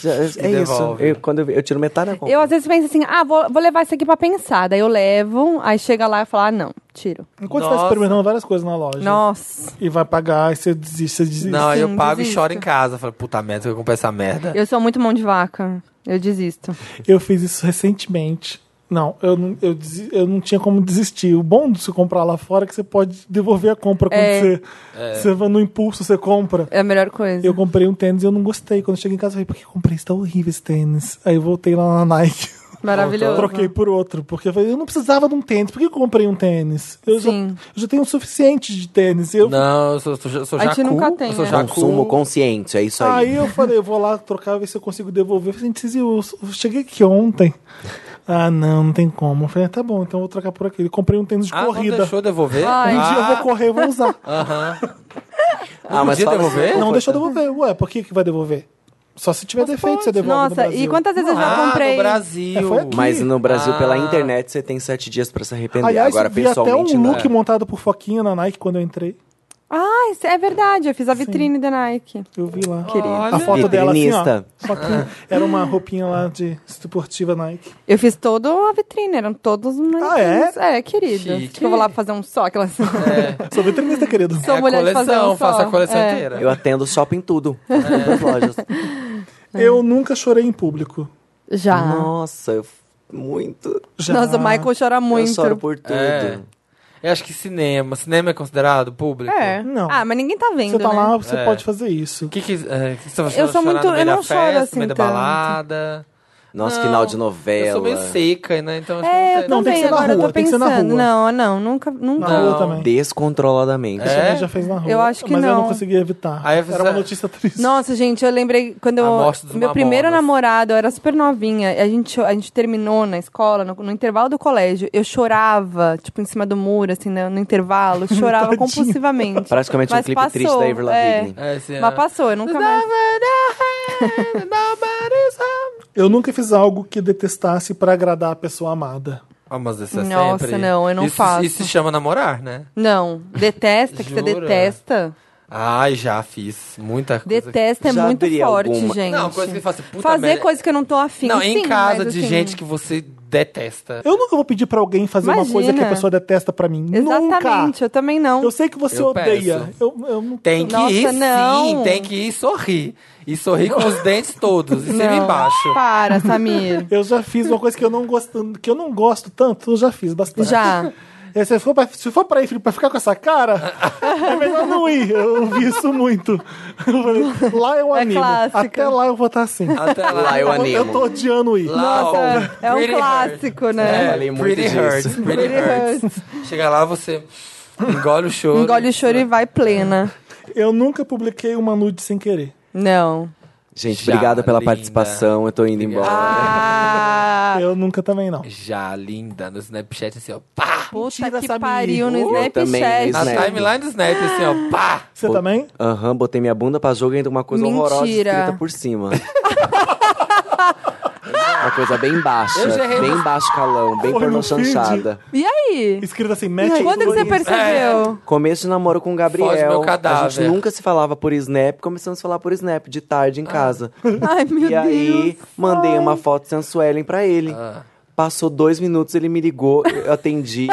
B: Já- É isso.
C: devolve.
B: Eu, quando eu, eu tiro metade da compra.
D: Eu às vezes penso assim, ah, vou, vou levar isso aqui pra pensar. Daí eu levo, aí chega lá e falo, ah, não, tiro.
A: Enquanto você
C: Nossa.
A: tá experimentando várias coisas na loja.
D: Nossa,
A: E vai pagar, e você desiste, você desiste.
C: Não, é. aí eu
D: Sim,
C: pago e
D: desisto.
C: choro em casa. Falo, puta merda, eu comprar essa merda.
D: eu sou muito mão de vaca. Eu desisto.
A: Eu fiz isso recentemente. Não, eu, não- eu, desi- eu não tinha como desistir. O bom de se comprar lá fora é que você pode devolver a compra quando
D: É.
A: você, você vai no impulso, você compra.
D: É a melhor coisa.
A: Eu comprei um tênis e eu não gostei. Quando eu cheguei em casa, eu falei, por que eu comprei? Está horrível esse tênis. Aí eu voltei lá na Nike.
D: Maravilhoso.
A: Troquei por outro, porque eu falei, eu não precisava de um tênis. Por que eu comprei um tênis? Eu, já,
D: Sim.
A: eu já tenho o suficiente de tênis. Eu,
C: Não, eu sou, sou, sou
D: A gente
C: jacu,
D: nunca tem,
C: eu sou
D: né?
C: jacu.
B: Consumo consciente, é
C: tá
B: isso aí.
A: Aí eu falei, eu vou lá trocar, ver se eu consigo devolver. Eu falei, gente, vocês- eu eu cheguei aqui ontem. Ah, não, não tem como. Eu falei, ah, tá bom, então eu vou trocar por aqui. Eu comprei um tênis de
C: Ah, não
A: corrida.
C: deixou devolver?
D: Ai.
A: Um dia eu vou
C: Ah,
A: correr e vou usar.
C: Aham.
B: Ah,
C: podia
B: fala-
C: devolver?
A: não deixou devolver. Ué, por que, que vai devolver? Só se tiver defeito, você devolve. no
D: Nossa,
A: Brasil.
D: e quantas vezes eu já
C: Ah,
D: comprei?
C: no
A: É,
C: Brasil.
A: foi aqui.
B: Mas no Brasil,
C: Ah.
B: pela internet, você tem sete dias pra se arrepender.
A: Aliás,
B: Agora,
A: eu vi até um
B: pessoalmente,
C: né?
B: não.
A: look montado por Foquinha na Nike quando eu entrei.
D: Ah, isso é verdade, eu fiz a vitrine da Nike.
A: Eu vi lá.
C: Olha.
A: A foto dela assim, ó.
B: Vitrinista.
A: Foquinha. Era uma roupinha lá de esportiva Nike.
D: Eu fiz toda a vitrine, eram todos
A: Ah,
D: manequins. é? querido.
C: Chique.
D: Acho que eu vou lá fazer um só, aquelas...
A: Sou vitrinista, querido.
D: Sou
C: é
D: mulher de
C: coleção,
D: fazer um só.
C: faço a coleção
D: É.
C: inteira.
B: né, Eu atendo shopping tudo.
A: É.
B: em todas as lojas.
A: Eu nunca chorei em público.
D: Já.
B: Nossa, eu... muito.
A: Já.
D: Nossa, o Michael chora muito.
B: Eu choro por tudo.
C: É. Eu acho que cinema. Cinema é considerado público?
D: É.
A: Não.
D: Ah, mas ninguém tá vendo,
A: Você tá
D: né?
A: lá, você
C: É.
A: pode fazer isso.
C: O que que, é, que você tá
D: Eu
C: chorando?
D: sou
C: Chorar
D: muito-
C: no
D: eu
C: meio da
D: não choro
C: festa,
D: assim
C: No meio da
D: tanto.
C: balada.
B: Nossa,
C: Não,
B: final de novela.
C: Eu sou meio seca, né? Então acho
D: É,
C: que
D: eu
A: Não,
C: não
A: tem
D: também,
A: que ser na
D: agora eu
A: rua,
D: tô
A: tem que ser na
D: pensando.
A: rua.
D: Não, não, nunca,
A: Na
D: nunca.
C: Não.
A: rua também.
B: Descontroladamente.
A: Isso a
C: É?
A: gente já fez na rua.
D: Eu acho que
A: mas eu
D: não.
A: não conseguia evitar.
C: Aí eu fiz
A: Era uma
C: a-
A: notícia triste.
D: Nossa, gente, eu lembrei quando eu.
C: A morte dos
D: meu primeiro
C: mamonas.
D: namorado, eu era super novinha. A gente, a gente terminou na escola, no, no intervalo do colégio. Eu chorava, tipo, em cima do muro, assim, no, no intervalo. Chorava
A: Tadinho.
D: compulsivamente.
B: Praticamente um
D: Mas
B: clipe
D: passou,
B: triste da Avril
D: é.
B: Lavigne.
C: É, assim,
D: Mas passou, eu nunca mais.
A: Eu nunca fiz algo que detestasse pra agradar a pessoa amada.
C: Ah, mas esse é
D: Nossa,
C: sempre.
D: não, eu não
C: isso,
D: faço.
C: Isso se chama namorar, né?
D: Não. Detesta, que você
C: Jura?
D: detesta.
C: Ai, já fiz muita coisa.
D: Detesta é
B: Já
D: muito
B: teria
D: forte,
B: alguma-
D: gente.
C: Não, coisa que eu faço, puta
D: Fazer
C: merda.
D: coisa que eu não tô afim.
C: Não, em
D: sim,
C: casa
D: mas,
C: de
D: assim,
C: gente que você detesta.
A: Eu nunca vou pedir pra alguém fazer uma coisa que
D: Imagina.
A: a pessoa detesta pra mim.
D: Exatamente,
A: Nunca.
D: eu também não.
A: Eu sei que você
C: Eu
A: odeia.
C: peço.
A: Eu, eu não...
C: Tem que
D: Nossa,
C: ir sim,
D: não.
C: tem que ir sorrir. E sorrir com os dentes todos, em cima e
D: Não.
C: embaixo.
D: Para, Samir.
A: Eu já fiz uma coisa que eu não gosto, que eu não gosto tanto, eu já fiz bastante.
D: Já.
A: É, se, for pra, se for pra ir, Felipe, pra ficar com essa cara, é melhor não ir. Eu vi isso muito. Eu falei, Lá eu
D: É
A: animo.
D: clássica.
A: Até lá eu vou estar assim.
C: Até lá.
B: Lá eu animo.
A: Eu tô odiando ir.
C: Lá, ó,
D: Nossa, é um
C: Pretty Hurt.
D: clássico, né?
B: Eu falei muito
C: pretty
B: disso.
C: hurts, pretty
D: Pretty
C: hurts. Chega lá, você engole o choro.
D: Engole o choro e vai plena.
A: Eu nunca publiquei uma nude sem querer.
D: Não.
B: Gente,
C: Já,
B: obrigado pela
C: linda.
B: participação. Eu tô indo embora.
D: Ah,
A: Eu nunca também não.
C: Já linda no Snapchat, assim, ó, pá!
D: Puta
A: Mentira,
D: que
A: sabe?
D: pariu no
A: Eu
B: também, né?
D: Snapchat.
C: Na
B: Snap.
C: timeline do Snap, assim, ó, pá!
A: Você
B: Bo-
A: também?
B: Aham, botei minha bunda pra jogo e ainda uma coisa horrorosa
D: Mentira.
B: escrita por cima. uma coisa bem baixa,
C: Eu já errei
B: bem
C: no-
B: baixo calão, bem
A: Foi no
B: pornochanchada.
D: E aí?
A: Escrito assim, match
D: Quando é que você percebeu?
B: Começo de namoro com o Gabriel.
C: Foge meu
B: a
C: cadáver.
B: gente nunca se falava por Snap, começamos a falar por Snap de tarde em casa.
D: Ai, Ah. meu
B: É. e aí,
D: Deus.
B: mandei uma foto sensuelen pra ele.
C: Ah.
B: Passou dois minutos, ele me ligou, eu atendi.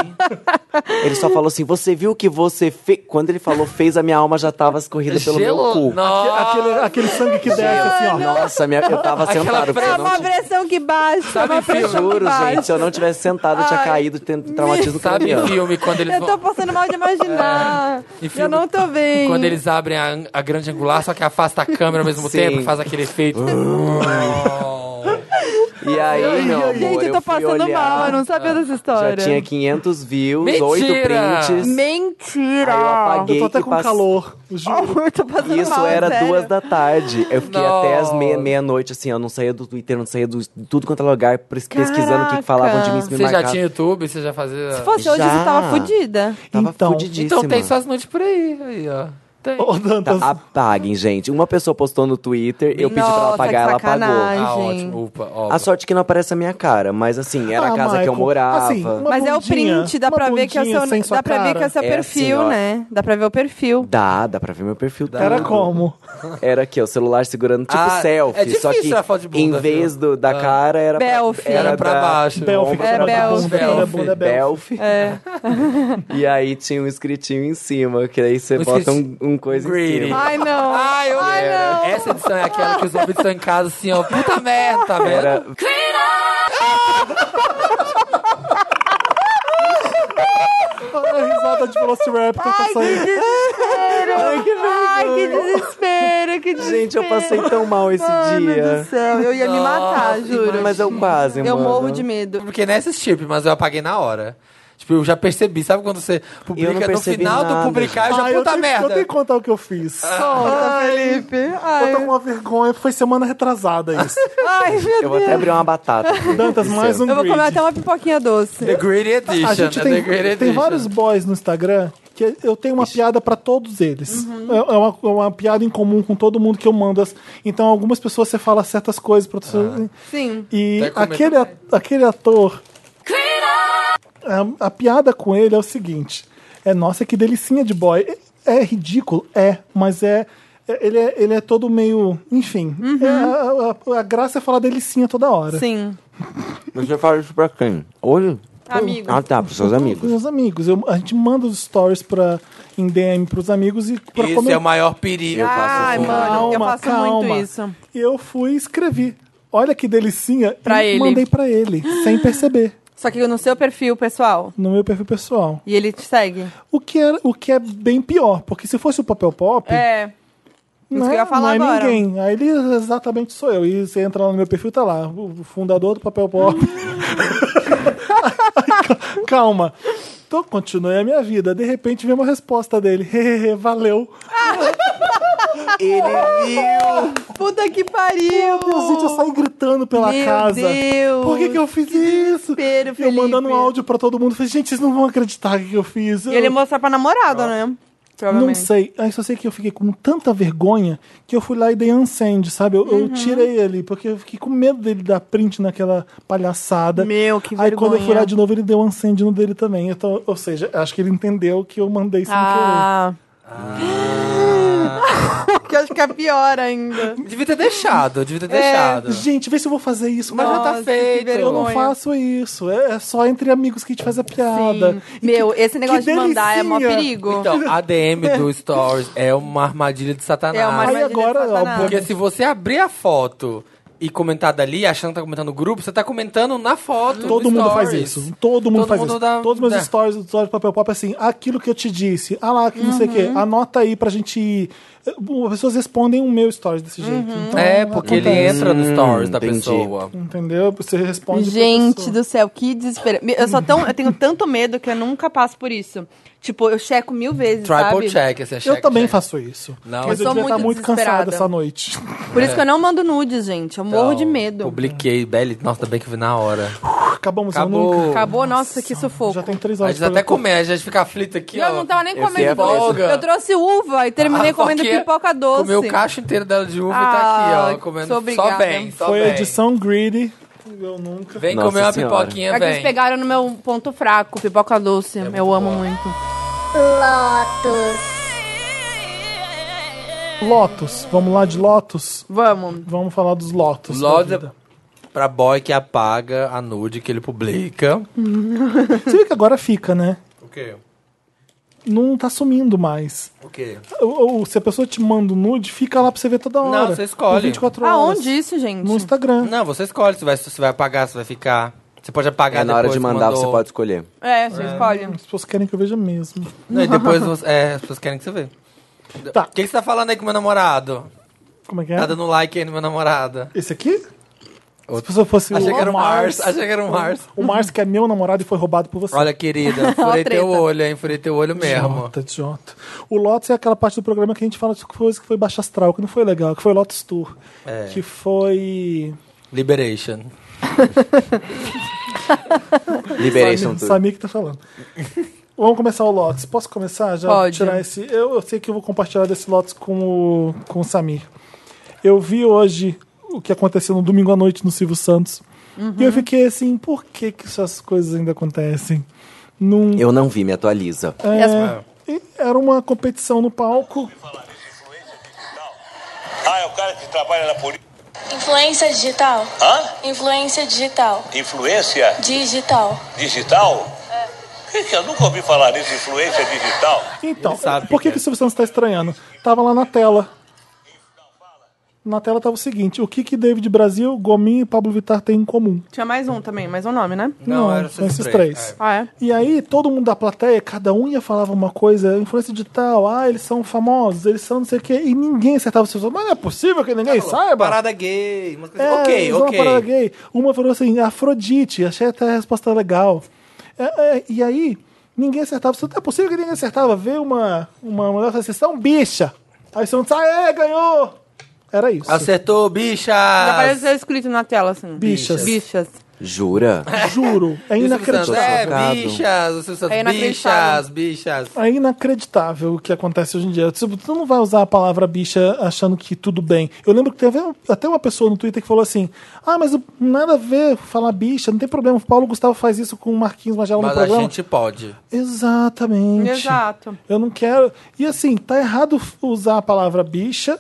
B: ele só falou assim: Você viu o que você fez? Quando ele falou fez, a minha alma já tava escorrida pelo meu cu.
C: Nossa.
A: Aquele,
B: Ah,
A: aquele sangue que desce, assim, ó.
B: É Nossa, minha, eu tava
C: Aquela
B: sentado. porque
D: É
B: eu
C: pressão
B: não
D: uma
B: tinha-
D: pressão que baixa.
C: Sabe
D: uma pressão
C: filme?
D: que
B: Juro,
D: baixa.
B: gente, se eu não tivesse sentado, eu tinha
D: Ai,
B: caído, tendo traumatismo
C: Sabe em
B: craniano.
C: filme quando eles
D: Eu tô
C: vão...
D: passando mal de imaginar.
B: É.
C: Em filme,
D: Eu não tô bem.
C: Quando eles abrem a, an- a grande angular, só que afasta a câmera ao mesmo
B: Sim.
C: tempo, faz aquele efeito. Uh.
B: E aí, meu amor,
D: Gente,
B: eu
D: eu tô
B: fui
D: passando
B: olhar,
D: mal, eu não sabia dessa
B: Já
D: história.
B: tinha 500 views,
C: Mentira!
B: 8 prints.
D: Mentira!
B: Aí eu
A: Eu
B: apaguei
A: tô até
B: e
A: com
B: passe-
A: calor, juro.
D: Eu tô passando
B: E isso
D: mal,
B: era
D: sério.
B: duas da tarde. Eu fiquei até as meia-
C: Nossa.
B: meia-noite, assim, eu não saía do Twitter, não saía do de tudo quanto é lugar, pres- pesquisando o que
D: Caraca.
B: que falavam de mim, se me
C: Você já
B: marcava.
C: tinha YouTube? Você já fazia...
D: Se fosse hoje,
B: Já.
D: você tava fodida.
B: Tava
A: Então.
B: fudidíssima.
C: Então tem suas noites por aí, aí, ó. Tem.
A: Ô, Dantas,
B: Tá, apaguem, gente. Uma pessoa postou no Twitter, eu pedi pra ela
D: Nossa,
B: apagar,
D: que
B: ela apagou.
D: sacanagem.
C: ah,
D: gente.
C: ótimo. Opa, ó.
B: A sorte que não aparece a minha cara, mas assim, era
A: Ah,
B: a casa que
A: Michael,
B: eu morava.
A: assim, uma
D: Mas é o
A: bundinha,
D: print, dá
A: uma
D: pra ver que é o
A: bundinha
D: seu,
A: sem sua
D: dá pra ver
A: cara.
D: que é o seu
B: É
D: perfil,
B: assim, ó.
D: né? Dá pra ver o perfil.
B: Dá, dá pra ver meu perfil.
A: era
B: tudo.
A: como?
B: Era aqui, ó, o celular segurando tipo
C: Ah,
B: selfie.
C: é difícil
B: só que
C: tirar foto de bunda,
B: em vez
C: viu?
B: do, da
C: Ah.
B: cara era
D: Belfi.
C: Era pra
A: tá
B: da-
C: baixo.
A: Belfi, que
D: É,
A: era
D: Belfi.
A: bunda, era bunda, é Belfi.
B: Belf.
D: É.
B: E aí tinha um escritinho em cima, que aí você
C: Um
B: bota um,
C: escritinho.
B: um coisa em
C: Greedy.
B: cima.
D: Ai, não.
C: Ai, eu
D: Ai, não.
C: Essa edição é aquela que os ouvintes estão em casa assim, ó. Puta merda, tá vendo?
B: Era.
A: A risada de Velociraptor tá
D: Ai, que
A: passando.
D: desespero! Ai, que, desespero, que desespero!
B: Gente, eu passei tão mal esse
D: Ai, meu Deus
B: dia.
D: do céu, eu ia me matar,
C: Nossa,
D: juro.
B: Mas eu quase,
D: Eu
B: mano.
D: morro de medo.
C: Porque nessa chip, tipo, mas eu apaguei na hora. Tipo, eu já percebi. Sabe quando você
B: Eu não
C: publica no
B: percebi
C: final
B: nada,
C: do publicar, eu já
A: Ai, eu
C: puta
A: tenho,
C: merda.
A: eu tenho que contar o que eu fiz.
D: Conta, Felipe. Ai,
A: Eu tô com Ah. uma vergonha, foi semana retrasada isso.
D: ai, meu
B: Eu
D: Deus.
B: vou até abrir uma batata. aqui.
A: Dantas,
C: é.
A: mais um
D: Eu vou comer
A: grid.
D: até uma pipoquinha doce.
C: The Greedy Edition.
A: A gente
C: né?
A: tem,
C: The Greedy
A: tem
C: Edition.
A: vários boys no Instagram que eu tenho uma piada pra todos eles. É, é uma, é uma piada em comum com todo mundo que eu mando. as- Então, algumas pessoas você fala certas coisas pra
C: Ah.
A: outras.
D: Sim.
A: E
C: Até comenta
A: aquele, a- aquele ator. A, a piada com ele é o seguinte: é nossa, que delicinha de boy. É, é ridículo? É, mas é. é- Ele é, ele é todo meio. Enfim. É, a, a- a graça é falar delicinha toda hora.
D: Uhum. Sim.
B: Você fala isso pra quem? Hoje?
D: Amigo.
B: Ah, tá, pros seus amigos.
A: Com os amigos. Eu- a gente manda os stories pra, em DM pros amigos e pra
C: Esse
A: comentar.
C: é o maior perigo.
B: Eu faço assim,
D: Ai,
B: isso.
D: mano, eu
A: Calma,
D: faço
A: calma.
D: muito isso.
A: E eu fui e escrevi. Olha que delicinha.
D: Pra
A: e
D: ele.
A: mandei pra ele, sem perceber,
D: Só que no seu perfil pessoal.
A: no meu perfil pessoal.
D: E ele te segue.
A: O que é, o que é bem pior, porque se fosse o papel pop,
D: É.
A: não,
D: isso que eu
A: é,
D: ia falar
A: não é
D: agora.
A: ninguém. Aí ele exatamente sou eu. E você entra lá no meu perfil, tá lá. O fundador do papel pop. Ai, ca- Calma. Então, continuei a minha vida. De repente, veio uma resposta dele. Hehehe, valeu.
B: Ele viu!
D: Puta que pariu!
A: Meu Deus, gente, eu saí gritando pela
D: Meu
A: casa.
D: Deus.
A: Por que, que eu fiz isso?
D: desespero,
A: Eu mandando um
D: Felipe.
A: áudio pra todo mundo. Falei, gente, vocês não vão acreditar o que eu fiz.
D: E ele
A: eu...
D: mostrar pra namorada, né?
A: Não
D: Provavelmente.
A: sei. Aí só sei que eu fiquei com tanta vergonha que eu fui lá e dei unsend, sabe? Eu,
D: Uhum.
A: eu tirei ele, porque eu fiquei com medo dele dar print naquela palhaçada.
D: Meu, que
A: Aí quando eu fui
D: vergonha.
A: lá de novo, ele deu unsend no dele também. Então, ou seja, acho que ele entendeu que eu mandei sem
D: Ah. que eu acho que é pior ainda.
C: Devia ter deixado, devia ter
A: É,
C: deixado.
A: querer. Gente, vê se eu vou fazer isso.
C: Mas já
A: Não,
C: tá
D: Nossa, que
C: feito.
A: Eu não
D: vergonha.
A: faço isso. É é só entre amigos que a gente faz a piada.
D: Sim.
A: E
D: Meu,
A: que-
D: esse negócio
A: que
D: de mandar é mó
A: delicinha.
D: perigo.
C: Então, a DM do Stories é uma armadilha de satanás.
D: É uma
A: Aí
D: armadilha
A: agora, é
D: de Satanás.
A: óbvio,
C: Porque se você abrir a foto e comentar dali, achando que tá comentando no grupo, você tá comentando na foto.
A: Todo
C: no
A: mundo
C: Stories.
A: faz isso. Todo mundo
C: Todo
A: faz
C: mundo
A: isso.
C: dá-
A: Todos os meus
C: dá.
A: stories do stories do Papel Pop é assim, aquilo que eu te disse. Ah lá, que não sei o
C: Uhum.
A: quê. Anota aí pra gente ir. Eh, bom, As pessoas respondem o meu stories desse jeito. Então,
C: É, porque ele
A: acontece.
C: entra no Stories da
B: Hum, entendi.
C: pessoa.
A: Entendeu? Você responde. pra
D: Gente
A: pessoa.
D: do céu, que desespero. Eu só tão, eu tenho tanto medo que eu nunca passo por isso. Tipo, eu checo mil vezes,
C: Triple
D: sabe?
C: check, esse é check,
A: Eu também
C: check.
A: faço isso.
C: Não,
A: mas
D: eu
A: eu,
D: sou
A: devia estar
D: muito
A: muito cansada
D: desesperada.
A: essa noite.
D: Por isso que eu não mando nudes, gente. Eu morro de
C: né? Então,
D: medo.
C: Publiquei, Belly. Nossa, ainda bem que eu vi na hora.
A: acabamos. eu
C: Acabou.
A: nunca-
D: Acabou, nossa, que sufoco.
A: Já tem três
C: A
A: horas.
C: gente
A: de
C: até
A: programa.
C: comer, a gente fica aflito aqui,
D: E eu
C: ó.
D: não tava nem
B: Eu sei
D: comendo
B: a
D: doce.
C: folga.
D: Eu trouxe uva e terminei
C: Ah,
D: comendo
C: porque
D: pipoca doce.
C: Comeu o cacho inteiro dela de uva e tá
D: Ah,
C: aqui, ó. Comendo
D: sou
C: só
D: obrigada.
C: bem, só
A: Foi a
C: bem.
A: edição Greedy. Eu nunca.
C: Vem
B: Nossa
C: comer uma
B: Senhora.
D: É
C: pipoquinha,
D: que eles
C: vem.
D: pegaram no meu ponto fraco, pipoca doce. eu amo muito.
E: Lotus.
A: Lotus. Vamos lá de Lotus.
D: Vamos.
A: Vamos falar dos Lotus. da
C: Lotus é-
A: vida.
C: Pra boy que apaga a nude que ele publica.
A: Hum. Você vê que agora fica, né?
C: O quê?
A: Não tá sumindo mais.
C: O quê?
A: Ou, ou se a pessoa te manda um nude, fica lá pra você ver toda hora.
C: você escolhe.
A: Por 24 horas.
D: Aonde Ah, isso, gente?
A: No Instagram.
C: Não, você escolhe se vai, se vai apagar, se vai ficar. Você pode apagar
B: É, na hora
C: depois
B: de
C: que
B: mandar,
C: mandou.
B: você pode escolher.
D: É, você escolhe.
A: As pessoas querem que eu veja mesmo.
C: Não, e depois você- é, as pessoas querem que você vê.
A: Tá.
C: O que, que você tá falando aí com meu namorado?
A: Como é que é?
C: Tá dando like aí no meu namorado.
A: Esse aqui? Se a pessoa fosse
C: Achei
A: o
C: que era o Mars.
A: Mars.
C: Achei que era o Mars.
A: O Mars que é meu namorado e foi roubado por você.
C: Olha, querida, furei
D: treta.
C: teu olho, hein? Furei teu olho mesmo.
A: Idiota, idiota. O Lotus é aquela parte do programa que a gente fala de coisa que foi baixa astral, que não foi legal, que foi Lotus Tour.
C: É.
A: Que foi.
C: Liberation.
B: Liberation
A: Samir,
B: Tour.
A: Samir que tá falando. Vamos começar o Lotus. Posso começar já?
D: Pode.
A: Tirar esse. Eu, eu sei que eu vou compartilhar desse Lotus com o, com o Samir. Eu vi hoje o que aconteceu no domingo à noite no Silvio Santos. E eu fiquei assim, por que, que essas coisas ainda acontecem? Num, é,
B: Eu não vi, me atualiza.
D: E as-
A: E Era uma competição no palco.
F: Ah, é o cara que trabalha na polícia.
E: Influência digital.
F: Hã?
E: Influência digital.
F: Influência
E: Digital.
F: digital? É. que eu nunca ouvi falar nisso, influência digital.
A: Então,
C: sabe
A: por que,
C: que é.
A: que o Silvio Santos tá estranhando? Tava lá na tela. Na tela tava o seguinte: o que que David Brasil, Gominho e Pablo Vittar têm em comum?
D: Tinha mais um também, mais um nome, né?
C: Não, era
A: são
C: esses
A: esses
C: três.
A: três.
D: Ah, é?
A: E aí, todo mundo da plateia, cada um ia falava uma coisa, influência digital, ah, eles são famosos, eles são não sei o quê, e ninguém acertava os seus. Mas não é possível que ninguém saiba.
C: Parada gay. Umas coisas...
A: É,
C: ok,
A: eles vão
C: ok.
A: uma parada gay. Uma falou assim, Afrodite, achei até a resposta legal. É, é, e aí, ninguém acertava. Isso não é possível que ninguém acertava. Vê uma, uma mulher e fala assim, "Você é um bicha. Aí você não diz, ah, é, ganhou. Era isso.
C: Acertou, bicha!
D: Já parece ser escrito na tela, assim.
A: Bichas.
D: Bichas.
B: Jura?
A: Juro. É
C: E o Silvio Santos,
A: inacreditável.
C: É,
B: Chocado.
C: bichas, o Silvio Santos,
D: É
C: bichas,
D: inacreditável.
C: bichas.
A: É inacreditável o que acontece hoje em dia. Tipo, tu não vai usar a palavra bicha achando que tudo bem. Eu lembro que teve até uma pessoa no Twitter que falou assim: Ah, mas nada a ver falar bicha, não tem problema. O Paulo Gustavo faz isso com o Marquinhos Magela no
C: Mas a
A: programa.
C: gente pode.
A: Exatamente.
D: Exato.
A: Eu não quero. E assim, tá errado f- usar a palavra bicha.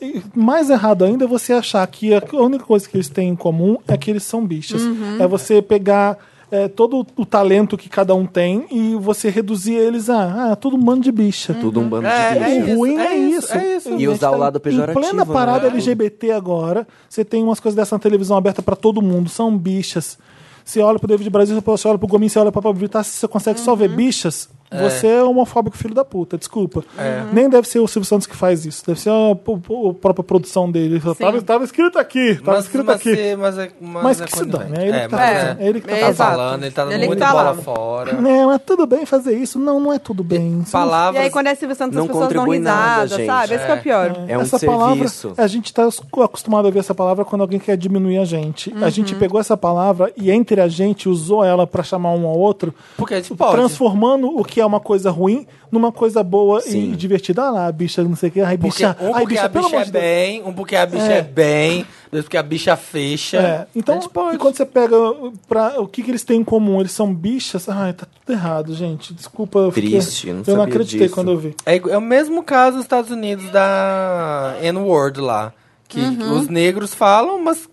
A: E Mais errado ainda é você achar que a única coisa que eles têm em comum é que eles são bichas. É você pegar é, todo o talento que cada um tem e você reduzir eles a ah, todo um bando de bicha.
B: Tudo um bando
C: É,
B: de bicho.
C: é
A: O ruim
C: isso,
A: é,
C: é
A: isso,
C: isso, é isso.
A: A
B: E
A: gente
B: usar o lado pejorativo,
A: Em plena
B: né?
A: parada
B: É.
A: LGBT agora, você tem umas coisas dessa na televisão aberta pra todo mundo, são bichas. Você olha pro David Brasil, você olha pro Gomin, você olha pra Pablo Vittar, se você consegue só
C: Uhum.
A: ver bichas, você é homofóbico filho da puta, desculpa.
C: É.
A: Uhum. Nem deve ser o Silvio Santos que faz isso, deve ser a, p- p- a própria produção dele. Ele fala, Tava, tava escrito aqui, tava escrito
C: mas,
A: aqui.
C: se- Mas, é- Tá mas,
A: Mas
C: é
A: que se
C: quando
A: dane,
C: vem.
A: é ele que tá
C: mas
A: fazendo,
C: é,
A: é ele que tá
C: tá
A: fazendo.
C: falando, ele tá dando
D: Ele que
C: muito
D: tá
C: bola
D: lá.
C: fora.
A: É, mas tudo bem fazer isso, não, não é tudo bem. Isso não
D: E
C: Palavras.
D: aí, quando é Silvio Santos,
B: Não
D: as pessoas dão
B: contribui nada,
D: risada,
B: gente.
D: sabe? Esse que é o pior.
B: É um
A: essa palavra,
B: serviço.
A: a gente está acostumado a ver essa palavra quando alguém quer diminuir a gente. A
C: Uhum.
A: gente pegou essa palavra e entre a gente usou ela para chamar um ao outro,
C: Porque a gente pode.
A: transformando o que é uma coisa ruim numa coisa boa
B: Sim.
A: e divertida. Ah lá, bicha, não sei o que, ai
C: Porque
A: bicha,
C: um
A: ai
C: porque
A: bicha,
C: a
A: pelo
C: bicha
A: amor
C: é
A: de Deus.
C: bem, um porque a bicha é,
A: É.
C: bem, dois porque a bicha fecha.
A: É,
C: a
A: Então,
C: gente pode.
A: e quando você pega pra, o que, que eles têm em comum, eles são bichas? Ai, tá tudo errado, gente. Desculpa. Eu fiquei-
B: Triste, eu não
A: eu não
B: sabia
A: acreditei
B: disso.
A: quando eu vi.
C: É, igu- é o mesmo caso nos Estados Unidos da N-word lá. Que os negros falam, mas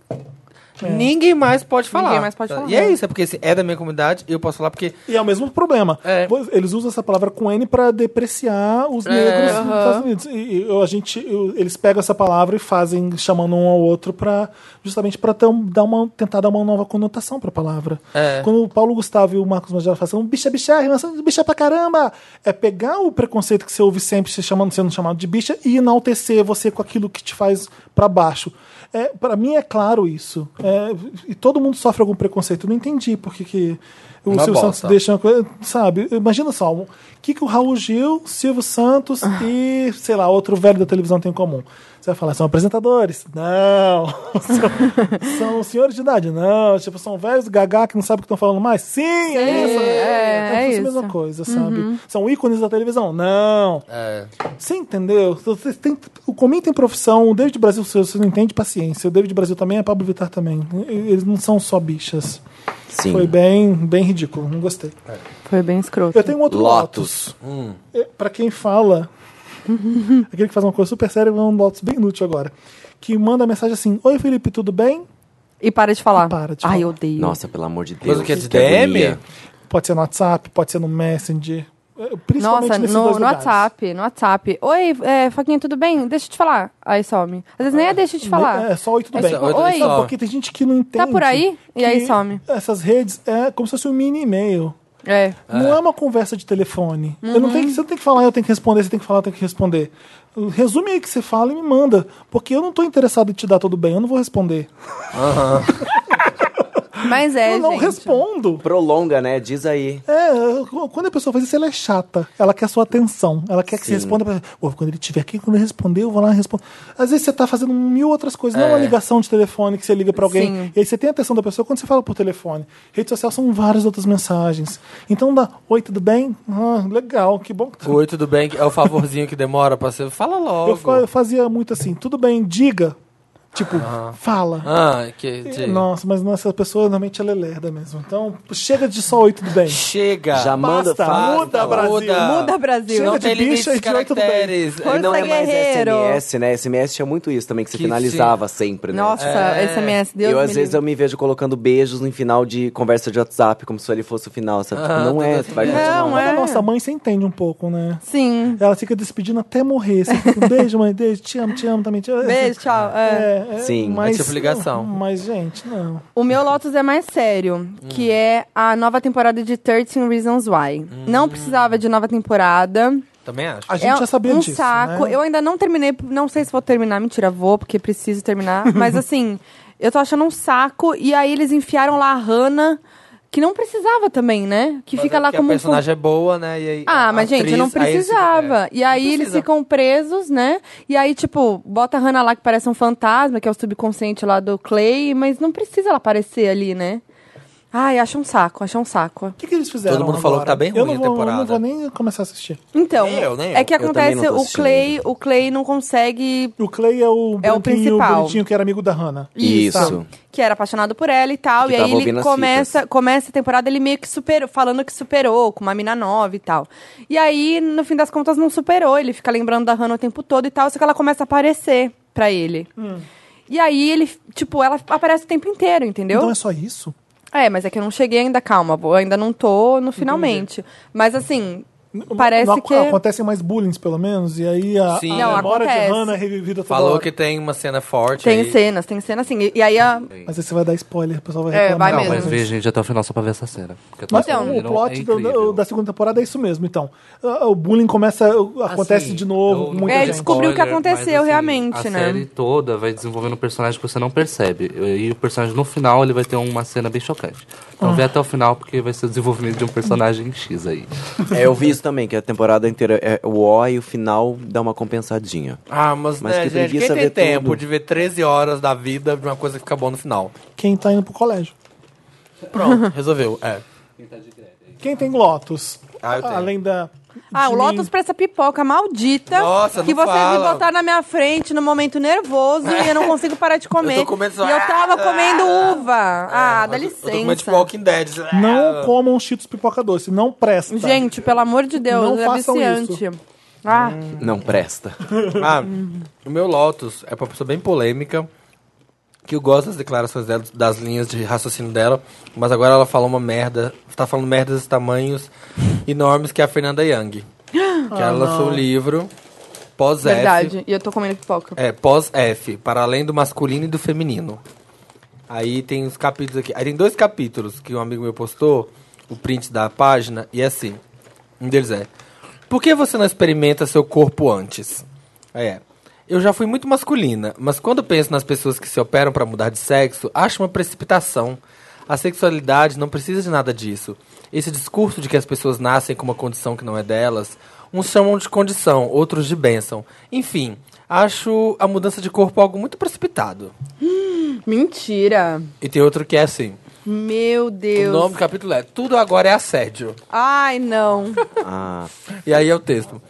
C: ninguém mais pode falar.
D: Ninguém mais pode falar.
C: E é isso, é porque se é da minha comunidade, eu posso falar porque
A: E é o mesmo problema.
C: É.
A: Eles usam essa palavra com N pra depreciar os negros nos Estados Unidos. E, e eu- a gente, eu- eles pegam essa palavra e fazem chamando um ao outro para justamente para dar uma tentar dar uma nova conotação pra palavra.
C: É.
A: Quando o Paulo Gustavo e o Marcos Magela falam assim, "Um bicha, bicha, bicha pra caramba, é pegar o preconceito que você ouve sempre se chamando, sendo chamado de bicha e enaltecer você com aquilo que te faz pra baixo. É, para mim é claro isso. É, e todo mundo sofre algum preconceito. Eu não entendi por que, que o
C: Uma
A: Silvio
C: bosta.
A: Santos deixa uma coisa, sabe? Imagina só, o que, que o Raul Gil, Silvio Santos e, sei lá, outro velho da televisão tem em comum? Você vai falar, são apresentadores? Não. são, são senhores de idade? Não. Tipo, são velhos gagá que não sabem o que estão falando mais? Sim, é isso.
D: é,
A: como se fosse
D: é
A: a
D: isso.
A: mesma coisa, sabe? São ícones da televisão? Não.
C: É.
A: Você entendeu? Você tem, o Comim tem profissão, o David Brasil, se você não entende, paciência. O David Brasil também, a Pablo Vittar também. Eles não são só bichas.
B: Sim.
A: Foi bem, bem ridículo, não gostei.
D: Foi bem escroto.
A: É. Eu tenho um outro Lotus.
B: Lotus.
A: É, Pra quem fala, aquele que faz uma coisa super séria, é um Lotus bem inútil agora. Que manda mensagem assim: Oi Felipe, tudo bem?
D: E para de falar.
A: Para de
D: Ai,
A: falar.
D: eu odeio.
B: Nossa, pelo amor de Deus.
C: Mas o que é de
B: agonia.
C: DM?
A: Pode ser no WhatsApp, pode ser no Messenger. é, Principalmente
D: Nossa,
A: nesses
D: no,
A: dois
D: no
A: lugares.
D: WhatsApp, no WhatsApp. Oi, é, Foquinha, tudo bem? Deixa eu te falar. Aí some. Às vezes nem é deixa eu te falar. tipo,
A: É só oi, tudo
C: É
A: bem.
C: só
D: oi, tudo bem.
A: Sabe por quê? tem gente que não entende.
D: por aí? E
A: que
D: aí some.
A: Essas redes é como se fosse um mini e-mail.
D: É.
A: Não é uma conversa de telefone. Eu não
D: Uhum.
A: tenho, que- você não tem que falar, eu tenho que responder, você tem que falar, eu tenho que responder. Resume aí o que você fala e me manda. Porque eu não tô interessado em te dar tudo bem, eu não vou responder.
D: Mas é,
A: eu não
D: gente.
A: respondo.
B: Prolonga, né? Diz aí.
A: É, quando a pessoa faz isso, ela é chata. Ela quer a sua atenção. Ela quer que você
B: Sim.
A: responda. Pra... Pô, quando ele tiver aqui, quando ele responder, eu vou lá e respondo. Às vezes você tá fazendo mil outras coisas. Não é uma ligação de telefone que você liga pra alguém.
D: Sim.
A: E aí você tem a atenção da pessoa quando você fala por telefone. Rede social são várias outras mensagens. Então dá, oi, tudo bem? Ah, legal, que bom que tá
C: Oi, tudo bem? É o favorzinho que demora pra ser. Fala logo.
A: Eu fa- eu fazia muito assim, tudo bem, diga. Tipo, fala.
C: Ah, que. de-
A: Nossa, mas não, essa pessoa realmente ela é lerda mesmo. Então, chega de só oi, tudo bem.
C: Chega!
B: Já manda,
A: Basta,
B: fala.
A: muda,
B: fala.
A: Brasil.
D: Muda, Brasil.
A: Chega
C: Não
A: de
C: tem limite
D: é
A: bicha e de
C: de
A: oi, tudo bem.
C: caracteres.
B: É, não é
D: Força,
B: mais
D: guerreiro.
B: SMS, né? SMS tinha muito isso também, que você
C: Que
B: finalizava sempre, né?
D: Nossa, SMS, Deus
B: eu,
D: me
B: às vezes,
D: livre.
B: eu me vejo colocando beijos no final de conversa de WhatsApp, como se ele fosse o final, sabe?
C: Ah,
B: Tipo, não
C: assim.
B: é, tu vai continuar.
D: Não
A: Quando a
D: é.
A: nossa mãe, você entende um pouco, né?
D: Sim.
A: Ela fica despedindo até morrer. Você fica, beijo, mãe, beijo, te amo, te amo, também te amo. Assim,
D: Beijo, tchau. É.
A: É, é,
B: Sim,
A: mas,
C: é tipo ligação.
A: Mas, gente, não.
D: O meu Lotus é mais sério,
B: Hum.
D: que é a nova temporada de 13 Reasons Why. Não precisava de nova temporada.
C: Também acho.
A: A gente
D: é
A: já sabia
D: um
A: disso.
D: saco.
A: né?
D: Eu ainda não terminei, não sei se vou terminar, mentira, vou, porque preciso terminar. Mas assim, eu tô achando um saco. E aí eles enfiaram lá a Hannah, que não precisava também, né? Que fica lá
C: Porque
D: como
C: a
D: um fu-
C: personagem é boa, né? E aí,
D: Ah,
C: a
D: mas gente,
C: atriz,
D: eu não
C: aí esse-
D: precisava. E aí
C: Não
D: eles
C: precisa.
D: ficam presos, né? E aí, tipo, bota a Hannah lá que parece um fantasma, que é o subconsciente lá do Clay, mas não precisa ela aparecer ali, né? Ai, acha um saco, acha um saco.
A: O que, que eles fizeram?
C: Todo mundo falou
A: agora?
C: que tá bem
A: eu
C: ruim
A: não
C: a
A: vou,
C: temporada.
A: Eu não vou nem começar a assistir.
D: Então,
C: Nem eu, nem
D: é
C: eu.
D: que
B: Eu também
D: acontece,
B: não tô
D: o Clay, o Clay não consegue
A: O Clay é o
D: É o
A: branquinho,
D: principal.
A: bonitinho que era amigo da Hannah.
B: Isso.
A: Sabe?
D: que era apaixonado por ela e tal.
B: Que
D: e aí
B: tava
D: ele
B: ouvindo as
D: começa,
B: fitas.
D: começa a temporada, ele meio que superou, falando que superou, com uma mina nova e tal. E aí, no fim das contas, não superou. Ele fica lembrando da Hannah o tempo todo e tal, só que ela começa a aparecer pra ele. E aí ele, tipo, ela aparece o tempo inteiro, entendeu?
A: Então é só isso?
D: é... mas é que eu não cheguei ainda, calma, vou- ainda não tô no finalmente. Mas assim, parece
A: Não ac-
D: que.
A: Acontecem mais bullings, pelo menos, e aí a,
C: Sim.
A: a
C: Não,
A: memória
D: acontece.
A: de Hannah é revivida toda
C: Falou
A: hora.
C: que tem uma cena forte.
D: Tem
C: aí.
D: cenas, tem cenas assim. E, e aí a.
A: Mas aí você vai dar spoiler, o pessoal vai
D: É,
A: reclamar.
D: vai
G: Não,
D: mesmo.
G: mas veja, gente, até o final só pra ver essa cena. Porque
A: Mas
D: Então,
A: o
G: é
A: plot do- do- da segunda temporada é isso mesmo, então. Ah, O bullying começa, acontece
G: Assim,
A: de novo,
G: eu-
A: muita
D: É,
A: gente.
D: desculpa. descobriu o que aconteceu realmente,
G: assim, a
D: né?
G: A série toda vai desenvolvendo um personagem que você não percebe. E o personagem, no final, ele vai ter uma cena bem chocante.
D: Ah.
G: Então vê até o final, porque vai ser o desenvolvimento de um personagem X aí.
B: É, eu vi isso também, que a temporada inteira é o O e o final dá uma compensadinha.
C: Ah, mas,
B: Mas
C: né,
B: que
C: gente, quem
B: preguiça
C: tem
B: ver
C: tempo
B: tudo.
C: de ver 13 horas da vida de uma coisa que fica boa no final?
A: Quem tá indo pro colégio.
C: Pronto, resolveu. É.
A: Quem tem Lotus?
C: Ah, eu tenho.
A: Além da.
D: Ah,
A: de
D: o Lotus
A: mim.
D: pra essa pipoca maldita
C: Nossa,
D: que
C: não
D: vocês me
C: fala.
D: botaram na minha frente no momento nervoso e eu não consigo parar de comer.
C: Eu tô comendo só- Ah,
D: E eu tava comendo uva. Ah, dá
C: Mas Eu tô com medo de
D: licença.
C: Walking Dead. Ah,
A: Não comam cheetos pipoca doce, não presta.
D: Gente, pelo amor de Deus,
A: Não
D: é
A: façam
D: viciante. Ah,
C: Hum,
B: Não presta.
C: Ah, o meu Lotus é uma pessoa bem polêmica, que eu gosto das declarações dela, das linhas de raciocínio dela, mas agora ela falou uma merda, tá falando merdas de tamanhos enormes, que é a Fernanda Young. Que ela lançou o livro Pós-F.
D: verdade. E eu tô comendo pipoca.
C: É, pós-F, para além do masculino e do feminino. Aí tem os capítulos aqui. Aí tem dois capítulos que um amigo meu postou, o print da página, e é assim. Um deles é: Por que você não experimenta seu corpo antes? Aí é. Eu já fui muito masculina, mas quando penso nas pessoas que se operam para mudar de sexo, acho uma precipitação. A sexualidade não precisa de nada disso. esse discurso de que as pessoas nascem com uma condição que não é delas, uns chamam de condição, outros de bênção. Enfim, acho a mudança de corpo algo muito precipitado.
D: Mentira.
C: E tem outro que é assim.
D: Meu Deus.
C: O nome do capítulo é Tudo Agora é Assédio.
D: Ai, não.
B: Ah,
C: E aí é o texto.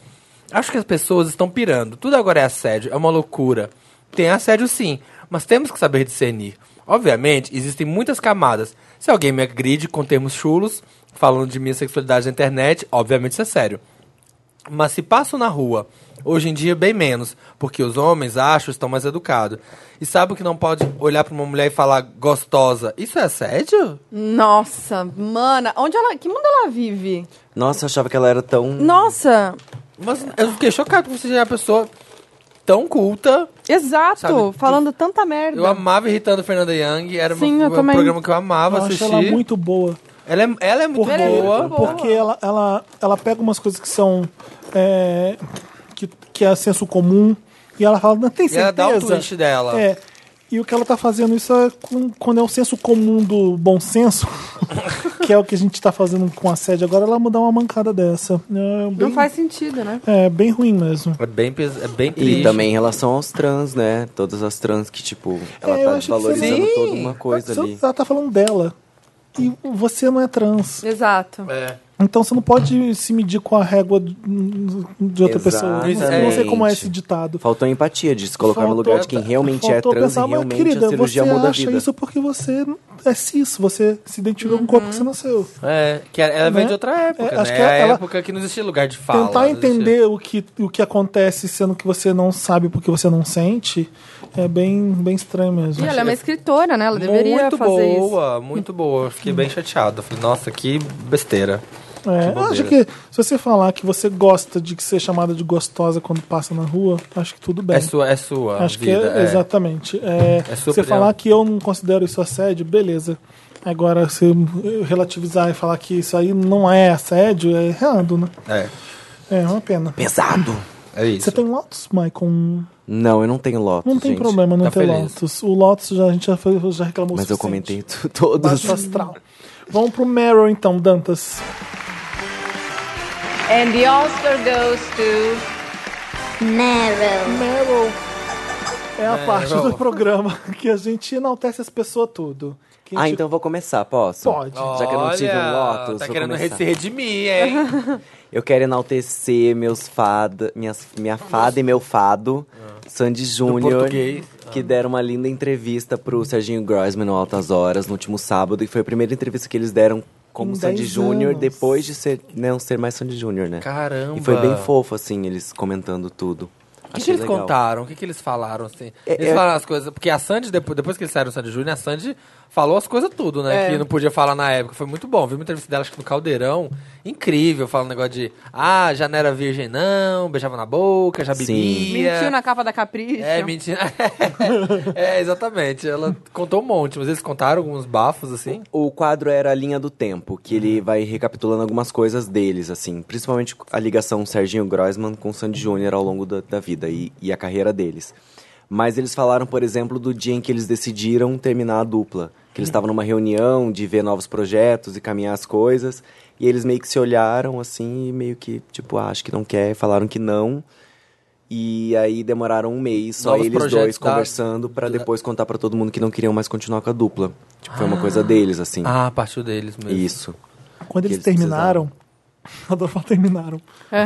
C: Acho que as pessoas estão pirando. Tudo agora é assédio, é uma loucura. Tem assédio sim, mas temos que saber discernir. Obviamente, existem muitas camadas. Se alguém me agride com termos chulos, falando de minha sexualidade na internet, obviamente isso é sério. Mas se passo na rua, hoje em dia bem menos, porque os homens, acho, estão mais educados. E sabe que não pode olhar pra uma mulher e falar gostosa. Isso é assédio?
D: Nossa, mana. Onde ela. Que mundo ela vive?
B: nossa, eu achava que ela era tão.
C: Hum.
D: Nossa.
C: Mas eu fiquei chocado porque você já é uma pessoa tão culta
D: Exato.
C: Sabe,
D: falando tanta merda.
C: Eu amava irritando Fernanda Young, era
D: Sim,
C: uma-
D: eu
C: um
D: também.
C: programa que eu amava
A: Eu acho
C: assistir.
A: ela muito boa.
C: ela, é, ela é muito
D: Ela é muito
C: boa.
D: boa.
A: Porque ela, ela, ela pega umas coisas que são. é, que, que é senso comum. E ela fala, não tem
C: E
A: certeza.
C: ela dá o twist dela.
A: É. E o que ela tá fazendo isso é com- quando é o senso comum do bom senso, que é o que a gente tá fazendo com a sede agora, ela mudar uma mancada dessa. É bem,
D: Não faz sentido, né?
A: é, bem ruim mesmo.
C: É bem, pes- é bem
B: E
C: triste.
B: também em relação aos trans, né? Todas as trans que, tipo, ela
A: É, eu
B: tá
A: acho que você-
B: desvalorizando
C: Sim.
B: toda uma coisa
A: Só-
B: ali.
A: Ela tá falando dela. E você não é trans.
D: Exato.
C: É.
A: Então você não pode se medir com a régua de de outra pessoa. Eu não sei como é esse ditado.
B: Faltou empatia de se colocar no
A: Faltou-
B: lugar de quem realmente é
A: Faltou
B: trans
A: pensar,
B: e
A: mas,
B: realmente
A: querida,
B: a cirurgia
A: você
B: muda a
A: acha
B: vida.
A: isso porque você é cis, você se identificou com o corpo que você nasceu.
C: É, que ela vem
A: Né?
C: de outra época,
A: É, acho
C: né?
A: que
C: é a
A: ela-
C: época que não existia lugar de fala.
A: tentar
C: não existia-
A: entender o que, o que acontece sendo que você não sabe porque você não sente é bem, bem estranho mesmo.
D: E ela é uma escritora, né? Ela deveria
C: muito
D: fazer isso.
C: boa, muito boa. Eu Fiquei bem chateado. Falei, nossa, que besteira.
A: É, eu acho que se você falar que você gosta de ser chamada de gostosa quando passa na rua, acho que tudo bem.
C: É sua, é sua
A: acho
C: vida.
A: que é,
C: é.
A: exatamente. É,
C: É
A: se
C: sua
A: você
C: opinião.
A: falar que eu não considero isso assédio, beleza. Agora, se eu relativizar e falar que isso aí não é assédio, é errado, né?
C: É,
A: É uma pena.
B: Pesado!
C: é isso.
A: Você tá- tem Lotus, Michael?
B: Não, eu não tenho Lotus,
A: Não tem
B: gente.
A: problema não
C: tá
A: ter
C: feliz.
A: Lotus. O Lotus já, a gente já, foi- já reclamou o
B: Mas eu
A: suficiente.
B: comentei t- todos.
A: Baixo astral. Vamos pro Meryl então, Dantas.
H: And the Oscar goes to.
E: Meryl.
A: Meryl é a parte
C: Meryl.
A: do programa que a gente enaltece as pessoas tudo. Que a
B: Ah,
A: gente-
B: então eu vou começar, posso?
A: Pode.
B: Já que eu não tive um
C: Olha,
B: Lotus,
C: Tá
B: vou
C: querendo
B: começar.
C: se redimir, hein?
B: Eu quero enaltecer meus fada, minhas, minha fada e meu fado, Sandy Júnior,
C: Ah. português. Ah.
B: que deram uma linda entrevista pro Serginho Grossman no Altas Horas no último sábado. E foi a primeira entrevista que eles deram como
A: Em
B: Sandy
A: 10
B: Júnior,
A: anos.
B: depois de ser, não ser mais Sandy Júnior, né?
C: Caramba.
B: E foi bem fofo, assim, eles comentando tudo.
C: O que, que eles
B: legal.
C: contaram? O que, que eles falaram, assim?
B: É,
C: Eles
B: é-
C: falaram as coisas. Porque a Sandy, depois, depois que eles saíram do Sandy Júnior, a Sandy falou as coisas tudo,
B: É.
C: né? Que não podia falar na época. Foi muito bom. Vi uma entrevista dela, acho que no Caldeirão. Incrível, falando um negócio de. Ah, já não era virgem, não, beijava na boca, já
B: Sim.
C: bebia.
D: Mentiu na capa da Capricho.
C: É, mentira. é, exatamente. Ela contou um monte, mas eles contaram alguns bafos, assim.
B: O quadro era a linha do tempo, que ele
C: Uhum.
B: vai recapitulando algumas coisas deles, assim, principalmente a ligação Serginho Grossman com Sandy Júnior ao longo da, da vida e, e a carreira deles. Mas eles falaram, por exemplo, do dia em que eles decidiram terminar a dupla, que
C: Uhum.
B: eles estavam numa reunião de ver novos projetos e caminhar as coisas, e eles meio que se olharam assim, e meio que tipo, ah, acho que não quer, falaram que não. E aí demoraram um mês só
C: Novos
B: eles
C: projetos tá.
B: dois
C: da-
B: conversando pra depois contar pra todo mundo que não queriam mais continuar com a dupla. Tipo, foi uma coisa deles assim.
C: Ah, partiu deles mesmo.
B: Isso.
A: Quando eles,
B: eles
A: terminaram. Adoro falar terminaram. É,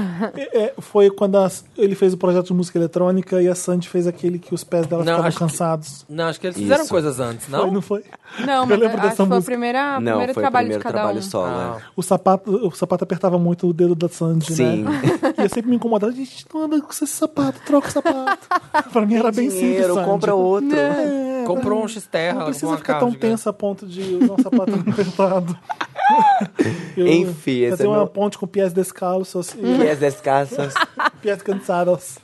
A: é, foi quando a- ele fez o projeto de música eletrônica e a Sandy fez aquele que os pés dela
C: Não,
A: ficavam
C: acho que-
A: cansados.
C: Não, acho que eles fizeram
B: Isso.
C: coisas antes, não?
A: Foi, não foi?
D: Não, mas
A: lembro
D: acho que
A: dessa
D: foi o
A: música.
D: primeiro,
B: não,
D: Ah, primeiro
B: foi
D: trabalho
B: o primeiro
D: de cada
B: trabalho
D: um.
B: solo. é.
A: O sapato, o sapato apertava muito o dedo da Sandy,
B: Sim.
A: né? E eu sempre me incomodava, gente, não anda com esse sapato, troca o sapato. pra mim era Tá bem simples. Sandy. Né?
B: outro.
C: Comprou um X-Terra,
A: Não
C: com
A: precisa
C: uma
A: ficar tão
C: carga.
A: tensa a ponto de usar um sapato apertado. Eu,
B: Enfim,
A: eu
B: esse
A: tenho uma
B: é meu-
A: assim,
D: Uhum.
A: ponte com pies descalços
B: E as descalças.
A: pies cansadas.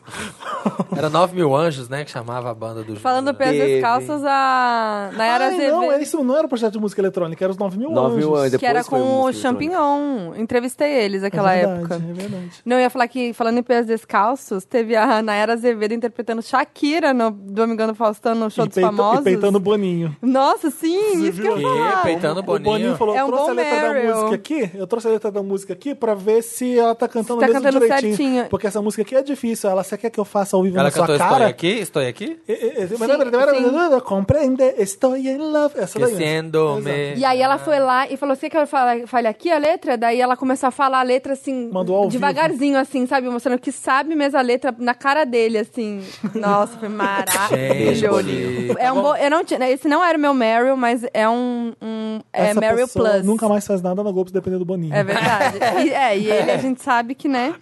C: Era 9 mil anjos, né? Que chamava a banda do
D: Falando pelas
B: Teve.
D: descalças, a Nayara
A: Ai, não,
D: Azevedo,
A: isso não era um projeto de música eletrônica, era os 9 mil
B: 9 mil anos.
D: que era
B: depois foi
D: com o
B: música eletrônica.
D: Champignon. Entrevistei eles naquela
A: é verdade,
D: época.
A: É verdade.
D: Não, eu ia falar que, falando em pés descalços, teve a Nayara Azevedo interpretando Shakira no Domingão do Faustão no Show
A: E
D: dos
A: peita-
D: Famosos.
A: E peitando o Boninho.
D: Nossa, sim,
A: Você
D: isso que eu
A: viu? é?
D: ia falar.
C: Que peitando
A: O Boninho
C: Boninho.
A: falou,
D: É
A: eu
D: um
A: trouxe a
D: bom
A: letra da
D: Meryl.
A: música aqui, eu trouxe a letra da música aqui pra ver se ela tá cantando
D: Se tá
A: mesmo
D: cantando
A: direitinho.
D: certinho.
A: Porque essa música aqui é difícil, ela, você quer que eu faça ao vivo
C: Ela
A: na sua
C: cantou Estou
A: cara?
C: aqui? Estou aqui?
A: É, é, é, mas
D: Sim,
A: lembra- lembra-
D: sim.
A: lembra- Compreende, estou in love. Essa daí. né? é.
C: Esquecendo-me.
D: E aí ela foi lá e falou, você quer que eu fale, fale aqui a letra? Daí ela começou a falar a letra, assim,
A: Mandou ao
D: devagarzinho, assim, sabe? Mostrando que sabe mesmo a letra na cara dele, assim. Nossa, foi
B: Beijo,
D: maravilhoso.
B: Boninho.
D: É um bo... eu não tinha... Esse não era o meu Meryl, mas é um... um é
A: Essa
D: Meryl
A: pessoa
D: Plus.
A: Nunca mais faz nada na Globo se depender do Boninho.
D: É verdade. E- é, e ele a gente sabe que, né?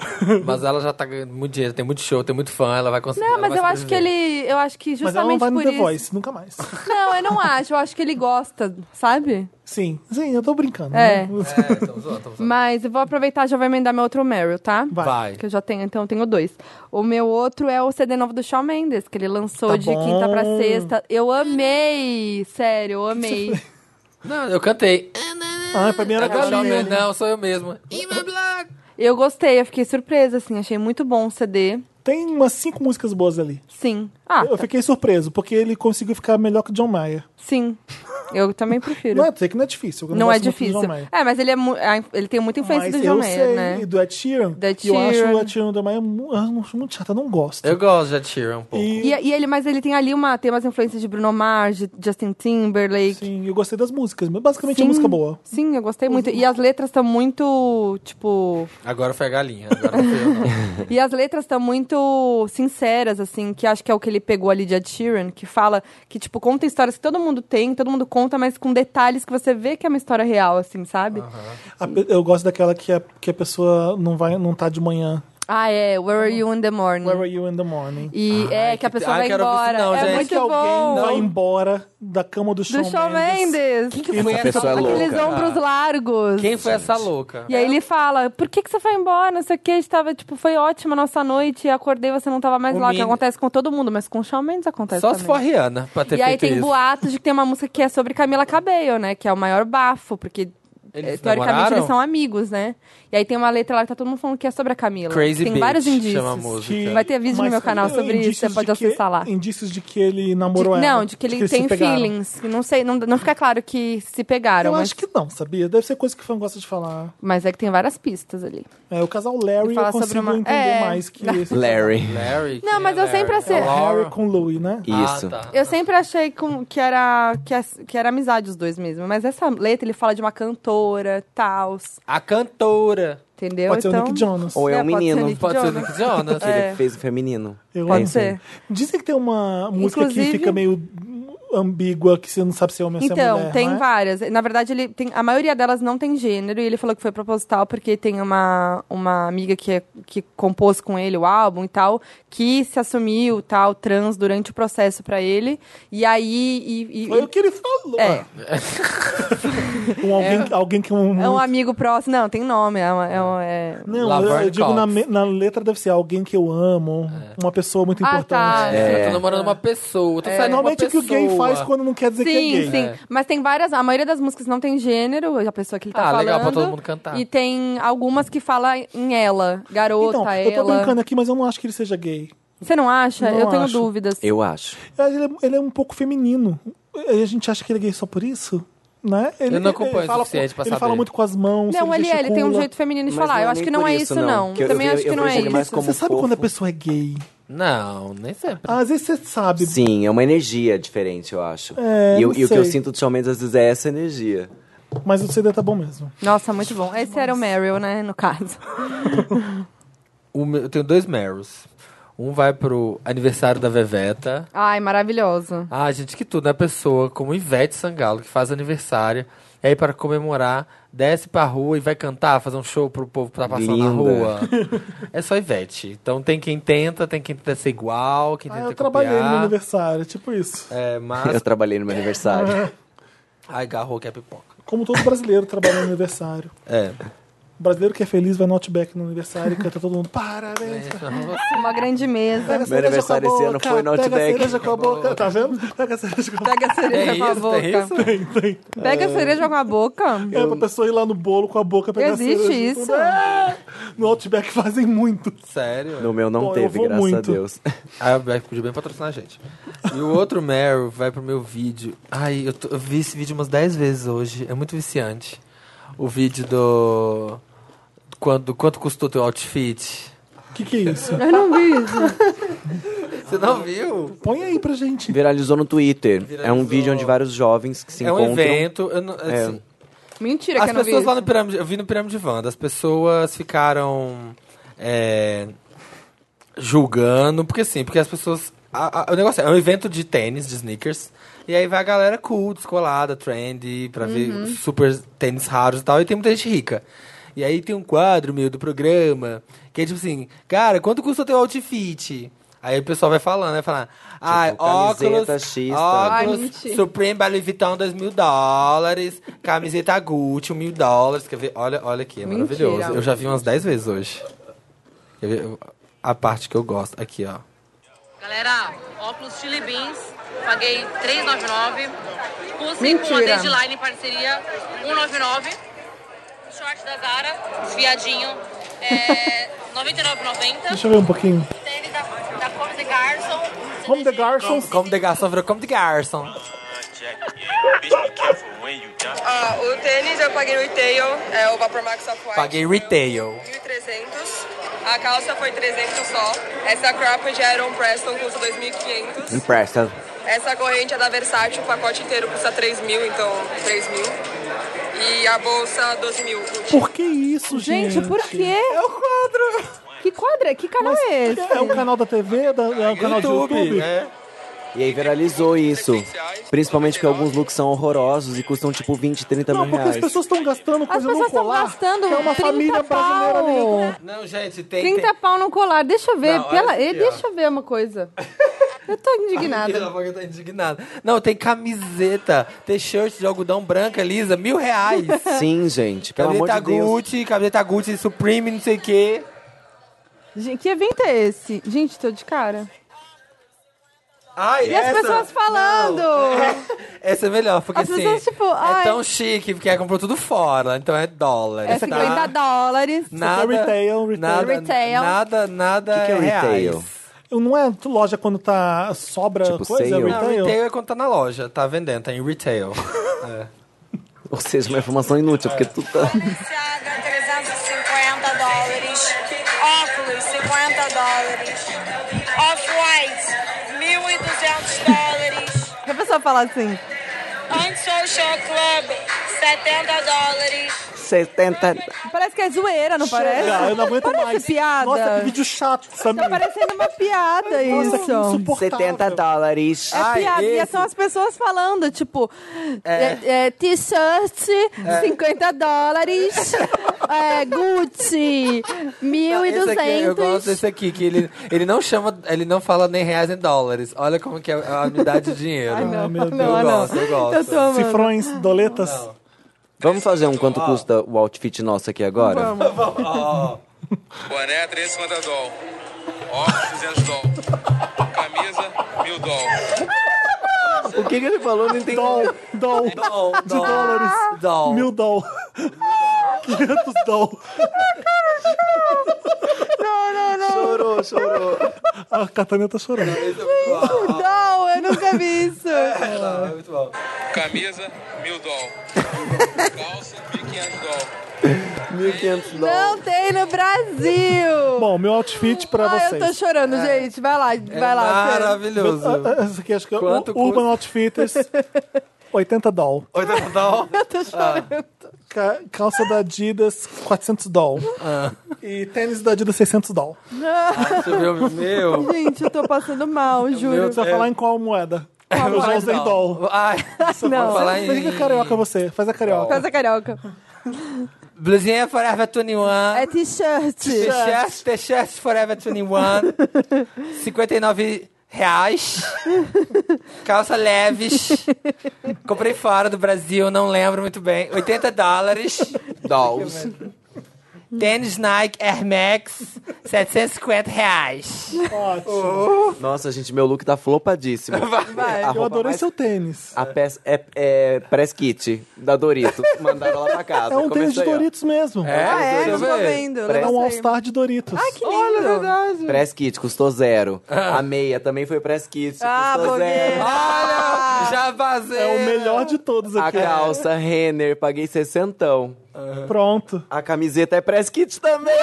C: Mas ela já tá ganhando muito dinheiro, tem muito show, tem muito fã, ela vai conseguir.
D: Não,
C: ela
D: mas
C: vai
D: eu acho que
C: sobreviver.
D: ele... Eu acho que
A: Mas ela não
D: justamente
A: vai no
D: por
A: The
D: isso...
A: Voice, nunca mais.
D: Não, eu não acho. Eu acho que ele gosta, sabe?
A: Sim, sim, eu tô brincando.
D: É.
A: né?
C: É, tamo zoando, tamo zoando.
D: Mas eu vou aproveitar e já vou emendar meu outro Meryl, tá?
C: Vai.
D: Que eu já tenho, então eu tenho dois. O meu outro é o CD novo do Shawn Mendes, que ele lançou
A: Tá
D: de
A: bom.
D: quinta pra sexta. Eu amei! Sério, eu amei.
C: Não, eu cantei.
A: Ah, pra mim era
C: Agora
A: Galinha.
C: não, não, sou eu mesma.
D: eu gostei, eu fiquei surpresa, assim, achei muito bom o CD.
A: Tem umas cinco músicas boas ali.
D: Sim. Ah,
A: Eu fiquei surpreso, porque ele conseguiu ficar melhor que o John Mayer.
D: sim. Eu também prefiro.
A: Não é, sei que não é difícil. eu
D: Não é
A: gosto muito do
D: difícil.
A: John Mayer.
D: É, mas ele, é mu- a- ele tem muita influência
A: Mas
D: do
A: eu
D: John Mayer,
A: sei,
D: né?
A: e do Ed Sheeran,
D: Do Ed
A: e eu acho
D: Sheeran.
A: o Ed Sheeran do Maia mu- eu acho muito chato, eu não gosto.
C: Eu gosto de Tira um pouco.
A: E,
D: E, e ele, mas ele tem ali uma, tem umas influências de Bruno Mars, de Justin Timberlake.
A: sim, eu gostei das músicas, mas basicamente é
D: Sim.
A: música boa.
D: Sim, eu gostei muito. E as letras estão muito, tipo.
C: Agora foi a galinha, agora não fui eu, não.
D: e as letras estão muito sinceras, assim, que acho que é o que ele pegou ali de Ed Sheeran, que fala que, tipo, conta histórias que todo mundo tem, todo mundo conta, mas com detalhes que você vê que é uma história real, assim, sabe?
A: A pe- eu gosto daquela que a, que a pessoa não vai, não tá de manhã.
D: Ah, é. Where are you in the morning?
A: Where are you in the morning?
D: E é que a
C: que-
D: pessoa
C: ai,
D: vai
C: quero ouvir isso
D: embora.
C: não,
D: é
C: gente.
A: Mas
D: muito
A: que alguém
D: bom.
A: vai embora da cama do Shawn
D: Do Shawn Mendes.
C: Quem foi
B: Essa pessoa é
C: louca?
D: Eles vão pros largos.
C: Quem foi essa louca?
D: E aí ele fala, por que, que você foi embora? Não sei o que, estava, tipo, foi ótima a nossa noite, acordei, você não tava mais
C: O
D: lá. Que
C: menino-
D: acontece com todo mundo, mas com o Shawn Mendes acontece
C: Só
D: também.
C: se for a Rihanna pra ter
D: E aí
C: feito
D: tem
C: isso.
D: boatos de que tem uma música que é sobre Camila Cabello, né? Que é o maior bafo, porque
C: Eles
D: eh, teoricamente
C: namoraram?
D: eles são amigos, né? E aí tem uma letra lá que tá todo mundo falando que é sobre a Camila.
C: Crazy
D: tem
C: Bitch,
D: vários indícios.
C: chama a música.
A: Que-
D: Vai ter vídeo no
A: mas é
D: meu canal sobre
A: indícios
D: isso, você
A: de
D: pode
A: que-
D: acessar lá.
A: Indícios de que ele
D: De-
A: namorou ela.
D: não, de que ele
A: de eles se
D: tem
A: pegaram.
D: feelings. Não sei, não, não fica claro que se pegaram,
A: Eu
D: mas,
A: acho que não, sabia? Deve ser coisa que fã gosta de falar.
D: mas é que tem várias pistas ali.
A: É, o casal Larry
D: E
A: eu
D: falar sobre
A: consigo
D: uma-
A: entender
D: é.
A: mais que esse.
B: Larry.
C: Larry,
D: Não,
C: quem
D: mas
C: é
D: eu sempre
C: Larry?
D: ace-
A: É o
C: É o
A: Harry
C: Laura?
A: com Louie, né?
B: Isso.
C: Ah, tá.
D: Eu sempre achei com- que, era, que, as- que era amizade os dois mesmo. Mas essa letra, ele fala de uma cantora, tal,
C: A cantora.
D: entendeu?
A: Pode ser
D: então,
A: o Nick Jonas.
B: Ou é um
D: pode ser
B: menino.
D: Nick
C: Pode ser o
D: Jonas.
C: Nick Jonas.
B: Que
D: É.
B: ele fez o feminino.
A: Eu
D: Pode
A: não sei.
D: ser.
A: Dizem que tem uma música que
D: Inclusive-
A: fica meio ambígua, que você não sabe se é homem ou se é mulher.
D: Então, tem
A: não é?
D: várias. Na verdade, ele tem, a maioria delas não tem gênero. E ele falou que foi proposital porque tem uma, uma amiga que, é- que compôs com ele o álbum e tal, que se assumiu tal, trans durante o processo pra ele. E aí. e- e-
A: Foi o que ele falou.
D: É.
A: Um alguém, alguém que um.
D: é um amigo próximo. Não, tem nome. É uma, é uma- é-
A: Não, eu,
C: Laverne
A: eu digo
C: Cox.
A: na, me- na letra deve ser alguém que eu amo, uma pessoa muito
D: Ah,
A: importante.
D: tá.
C: É. Eu tô namorando uma pessoa. Tô
A: É
C: saindo com uma
A: normalmente o que o gay
C: pessoa.
A: faz quando não quer dizer que é gay.
D: Sim, sim. Mas tem várias. A maioria das músicas não tem gênero, a pessoa que ele tá
C: Ah,
D: falando.
C: legal, pra todo mundo cantar.
D: E tem algumas que fala em ela, garota,
A: Então,
D: ela.
A: eu tô brincando aqui, mas eu não acho que ele seja gay.
D: Você não acha?
A: Não
D: eu tenho
A: acho.
D: dúvidas.
B: Eu acho.
A: Ele é, ele é um pouco feminino. E A gente acha que ele é gay só por isso? Né? Ele,
C: Eu não acompanho
A: ele
C: o
A: fala
C: suficiente
A: com-
C: pra
A: ele
C: saber.
A: fala muito com as mãos.
D: Não, ele é, ele tem um
A: gesticula.
D: jeito feminino de
B: Mas
D: falar.
B: não é
D: Eu acho
B: nem
D: que não
B: por
D: é
B: isso,
D: isso,
B: não.
D: não.
B: Que eu-
D: Também
B: eu-
D: acho
B: eu
D: que não é
B: vejo ele mais
D: isso.
A: Você
B: como
A: sabe quando a
B: fofo.
A: pessoa é gay?
C: Não, nem sempre.
A: Às vezes você sabe.
B: Sim, é uma energia diferente, eu acho.
A: É,
B: e eu-
A: não
B: e o que eu
A: sei.
B: sinto do Shawn Mendes às vezes é essa energia.
A: Mas o CD tá bom mesmo.
D: Nossa, muito bom. Esse era o Meryl, né, no caso.
C: O meu- eu tenho dois Meryls. Um vai pro aniversário da Veveta.
D: Ai, maravilhoso.
C: Ah, gente, que tudo. A pessoa como Ivete Sangalo, que faz aniversário, e aí para comemorar, desce pra rua e vai cantar, fazer um show pro povo que tá passando
B: Linda.
C: na rua. é só Ivete. Então tem quem tenta, tem quem tenta ser igual, quem
A: Ah,
C: tenta
A: eu trabalhei no meu
C: copiar.
A: aniversário, tipo isso.
C: É,
B: Eu
C: mas...
B: trabalhei no meu aniversário.
C: Ai, garrou que é pipoca.
A: Como todo brasileiro trabalha no aniversário.
C: É.
A: O brasileiro que é feliz vai no Outback no aniversário e canta todo mundo parabéns.
D: Uma grande mesa.
A: Pega a cereja com a
B: É. aniversário esse ano
A: boca,
B: foi no
A: pega a
B: Outback.
A: cereja com a boca, tá vendo? Pega a cereja com a boca.
B: É
D: Pega a
C: É
D: cereja com a boca.
A: Tem, tem.
D: Pega a cereja com a boca.
A: É pra pessoa ir lá no bolo com a boca pegar
D: Existe
A: a cereja. e
D: isso?
A: tudo. É! No Outback fazem muito.
C: Sério?
B: No meu não
A: Bom, eu
B: teve,
A: vou
B: graças a
A: muito.
B: Deus.
C: Ah, o Black podia bem patrocinar a gente. E o outro Meryl vai pro meu vídeo. Ai, eu, tô- eu vi esse vídeo umas 10 vezes hoje. É muito viciante. O vídeo do. Quando, quanto custou teu outfit?
A: O que, que é isso?
D: Eu não vi isso.
C: Você
B: Ah.
C: não viu?
A: Põe aí pra gente.
B: Viralizou no Twitter. É um
C: Viralizou.
B: vídeo onde vários jovens que se
C: é um
B: encontram. É.
C: evento. eu não- assim,
D: Mentira que
C: As
D: eu não vi
C: pessoas lá
D: isso.
C: no Pirâmide, eu vi no Pirâmide Wanda, as pessoas ficaram é, julgando, porque sim, porque as pessoas. a- a- o negócio é, é um evento de tênis, de sneakers, e aí vai a galera cool, descolada, trendy, pra ver
D: Uhum.
C: os super tênis raros e tal, e tem muita gente rica. E aí tem um quadro meio do programa, que é tipo assim, cara, quanto custa teu outfit? Aí o pessoal vai falando, vai falar, ai,
B: Tipo, camiseta
C: óculos,
B: X, tá?
C: óculos,
D: Ai, mentira.
C: Supreme Ballet Vuitton, 2 mil dólares. Camiseta Gucci, 1 mil dólares. Quer ver? Olha, olha aqui, é
D: Mentira.
C: maravilhoso. Eu já vi umas 10 vezes hoje. Quer ver? Eu- A parte que eu gosto. Aqui, ó.
I: Galera, óculos Chili Beans, paguei 3,99. Cussem com
D: Mentira.
I: a Deadline em parceria, 1,99. Short da Zara, desviadinho, é, 99,90.
A: Deixa eu ver um pouquinho.
I: Tênis da, da Comme de Garçon.
A: Como The Garçons.
C: Como de garçom virou como de garçom.
J: Ah, o tênis eu paguei retail, é o Vapor Max Off-White.
C: Paguei retail.
J: 1.300. A calça foi 300 só. Essa cropped é Aaron Preston, custa 2.500.
B: Impressa.
J: Essa corrente é da Versace, o pacote inteiro custa 3.000, então 3.000. E a bolsa 12.000.
A: Por que isso, gente?
D: Gente, por quê? É o quadro. Que quadro? é? Que canal é esse?
A: É um canal da TV, da- é um canal do YouTube.
C: né?
B: E aí viralizou isso. Principalmente porque alguns looks são horrorosos e custam tipo 20, 30
A: Não,
B: mil
A: porque as
B: reais.
A: pessoas estão gastando
D: As
A: coisa
D: pessoas
A: no
D: estão
A: colar.
D: gastando
A: que é uma
D: 30
A: família brasileira ali.
D: pau.
C: Não, gente, tem.
D: 30 pau no colar. Deixa eu ver.
C: Não, olha
D: pela...
C: esse
D: eh,
C: aqui, ó.
D: Deixa eu ver uma coisa. Eu tô
C: tem...
D: indignada.
C: Ela vai tá indignada. Não, tem camiseta, tem shirt de algodão branca, lisa, mil reais.
B: Sim, gente. Pelo amor
C: Camiseta
B: de Deus.
C: Gucci, camiseta Gucci, Supreme, não sei o quê.
D: Gente, que evento é esse? Gente, tô de cara.
C: Ai,
D: E as pessoas falando!
C: Essa é melhor, porque
D: As
C: assim.
D: pessoas, tipo,
C: é
D: ai.
C: tão chique, porque ela comprou tudo fora, então é dólar.
D: É 50 dólares.
C: Nada,
A: Isso aqui é retail, retail.
C: nada,
D: Retail.
C: nada, nada
B: O que que é
C: é
B: retail?
C: reais.
A: Não é loja quando tá sobra
B: Tipo,
A: coisa,
B: sale?
C: Não,
A: retail?
C: retail é quando tá na loja, tá vendendo, tá em retail.
B: Ou seja, uma informação inútil,
A: É.
B: porque tudo tá.
I: Balenciaga, 350 dólares. Óculos, 50 dólares. Off-White, 1.200 dólares.
D: Que a pessoa fala assim.
I: Antisocial Club, 70 dólares.
B: 70.
D: Parece que é zoeira, não
A: Cara,
D: parece?
A: eu não aguento
D: é parece
A: mais.
D: piada.
A: Nossa, que vídeo chato, Samir.
D: Tá parecendo uma piada
A: Nossa, que
D: isso.
A: insuportável.
B: 70 dólares.
D: É
C: Ai,
D: piada. E
C: esse-
D: são as pessoas falando, tipo, é, é, t-shirt, 50 dólares, é, Gucci,
C: Esse aqui, eu gosto
D: 1.200.
C: desse aqui, que ele, ele não chama, ele não fala nem reais nem dólares. Olha como que é a unidade de dinheiro.
D: Ai, não,
A: meu
D: não,
A: Deus.
C: Eu
D: não.
C: gosto, eu gosto.
D: Eu tô amando.
A: Cifrões, doletas.
B: Vamos fazer um quanto custa o outfit nosso aqui agora?
J: Boné 350 dólares. Óculos 200 dólares. Camisa 1.000 dólares.
B: O que, que ele falou? Não entendi.
A: Doll, doll,
C: Dol,
A: de dólares.
C: dol.
A: Mil doll. 500 doll.
B: Chorou, chorou.
A: A Catania tá chorando.
D: Não, eu nunca vi isso.
C: É muito bom.
J: Camisa 1.000 dólares. Calça 1.500 dólares.
B: 1.500 dólares.
D: Não tem no Brasil.
A: Bom, meu outfit pra
D: Ai, Ah, eu tô
A: vocês.
D: chorando, gente. Vai lá, vai lá. Fê.
C: É. Maravilhoso.
A: Ah, ah, Esse aqui acho que é o
C: Quanto
A: Urban
C: custa?
A: Outfitters. 80 doll.
C: Oi, tá bom?
D: Eu tô chorando.
A: Ca- calça da Adidas, 400 doll. E tênis da Adidas, 600 doll.
C: Você viu o meu?
D: Gente, eu tô passando mal, juro.
A: Você vai falar em qual moeda? Eu já usei doll.
C: Ai,
D: Não.
C: não. falar
A: Mas que
C: em...
A: é carioca você? Faz a carioca.
D: Faz a carioca.
C: Blusinha Forever 21.
D: É t-shirt.
C: T-shirt, T-shirt Forever 21. 59 reais. Calça leves. Comprei fora do Brasil, não lembro muito bem. 80 dólares.
B: Dolls.
C: Tênis Nike Air Max, 750 reais.
B: Nossa, gente, meu look tá flopadíssimo.
A: Vai.
B: A
A: é
C: Ah,
A: Eu
B: roupa
A: adorei
B: mais-
A: seu tênis.
B: A peça é, é press kit da Doritos. Mandaram lá pra casa.
A: É um tênis de
B: Começou aí, ó.
A: Doritos mesmo. É,
D: Ah, é,
B: Deixa eu
D: não tô
B: ver.
D: vendo.
A: é um
D: Levanta aí.
A: All-Star de Doritos.
D: Ai, que lindo.
B: Press kit, Hum. custou zero. A meia também foi press kit,
D: Ah,
B: custou zero.
D: blogueira. Ah.
C: Olha, já vazei.
A: É o melhor de todos
B: A
A: aqui.
B: calça Renner, paguei sessentão.
A: Pronto.
B: A camiseta é press kit também.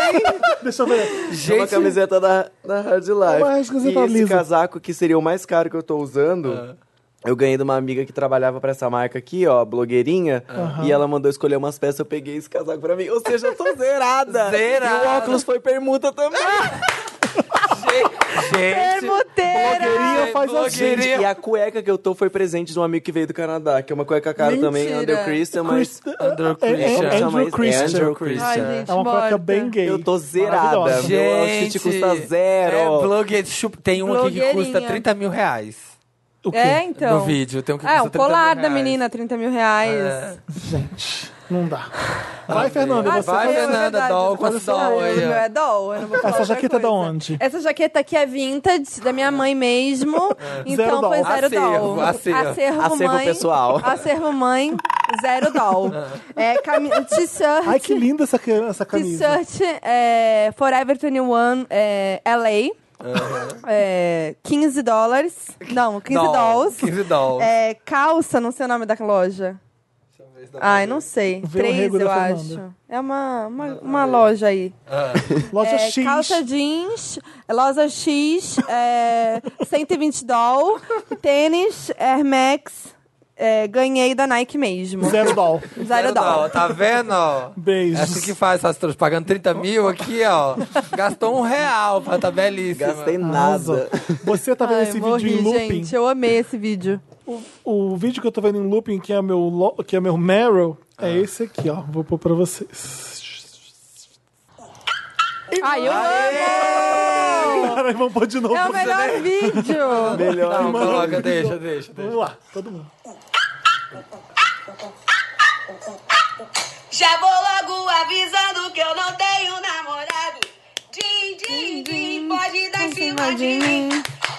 A: Deixa eu ver.
B: Gente. Uma camiseta da, da Hard Life.
A: Ué, acho que você
B: e
A: tá
B: esse
A: lisa.
B: casaco, que seria o mais caro que eu tô usando... Eu ganhei de uma amiga que trabalhava pra essa marca aqui, ó, blogueirinha. E ela mandou escolher umas peças, eu peguei esse casaco pra mim. Ou seja, eu tô zerada. Ah,
C: Zerada.
B: E o óculos foi permuta também.
D: É
C: Gente,
D: Permuteira.
A: Blogueirinha faz a
C: blogueirinha. assim,
A: gente.
B: E a cueca que eu tô foi presente de um amigo que veio do Canadá, que é uma cueca cara também,
D: Mentira.
B: Under Christian, mas...
A: Chris-
C: Andrew
A: é- é-
B: Como
C: Christian.
B: chama
A: Andrew
B: isso? É
A: Christian.
B: Andrew Christian.
D: Ai, gente,
A: É uma
D: morta.
A: cueca bem gay.
B: Eu tô
D: é,
B: zerada.
A: Maravilhosa.
B: Meu outfit custa tipo, tá zero.
C: É blogueira. chup- Tem um aqui que custa
D: Blogueirinha.
C: 30 mil reais.
A: O quê?
D: É, então.
C: No vídeo, tem um que
D: É,
C: custa
D: um
C: 30 mil
D: colar da
C: reais. É.
D: menina, 30 mil reais.
A: Gente, não dá. Vai, Fernanda,
D: Ah,
A: você
C: Vai,
D: sou eu, é
C: Fernanda,
D: verdade.
C: doll,
D: Mas
C: quanto
D: sou
C: doll
D: eu,
C: aí, ó.
D: meu, É doll, eu não vou
A: Essa
D: falar outra
A: jaqueta é da
D: coisa.
A: onde?
D: Essa jaqueta aqui é vintage, da minha mãe mesmo.
A: É.
D: então
A: doll.
D: foi zero
C: Acervo,
D: doll.
C: acervo.
B: Acervo
D: mãe.
B: pessoal.
D: Acervo mãe, zero doll. é, cami- t-shirt.
A: Ai, que linda essa, ca- essa camisa.
D: T-shirt é, Forever 21 é, LA. É, 15 dólares. Não, 15
C: Doll,
D: dólares.
C: 15 dolls.
D: É, calça, não sei o nome da loja. Ai, não sei.
A: Vê o
D: Três,
A: rego da
D: eu
A: Fernanda. Ah, é.
D: acho. É uma, uma, uma loja aí.
A: Loja
D: É,
A: X.
D: calça jeans, loja X, é, 120 doll, tênis, Air Max. é, ganhei da Nike mesmo.
A: Zero doll.
D: Zero doll.
C: Tá vendo, ó?
A: Beijos.
C: Essa que faz essas trouxas, pagando 30 mil aqui, ó. Gastou um real, pra tá belíssima.
B: Gastei
A: Arrasou.
B: nada.
A: Você tá vendo
D: Ai,
A: esse
D: morri,
A: vídeo em looping?
D: gente. Eu amei esse vídeo.
A: O vídeo que eu tô vendo em looping, que é meu, lo- que é meu Meryl, é
C: Ah.
A: esse aqui, ó. Vou pôr pra vocês.
D: Ai, eu
A: Cara, vamos pôr de novo.
D: amo! É o melhor vídeo!
B: Melhor.
C: Não, coloca, deixa, deixa, deixa.
A: Vamos lá, todo mundo.
I: Já vou logo avisando que eu não tenho namorado. Din, din, din, pode dar em cima de mim.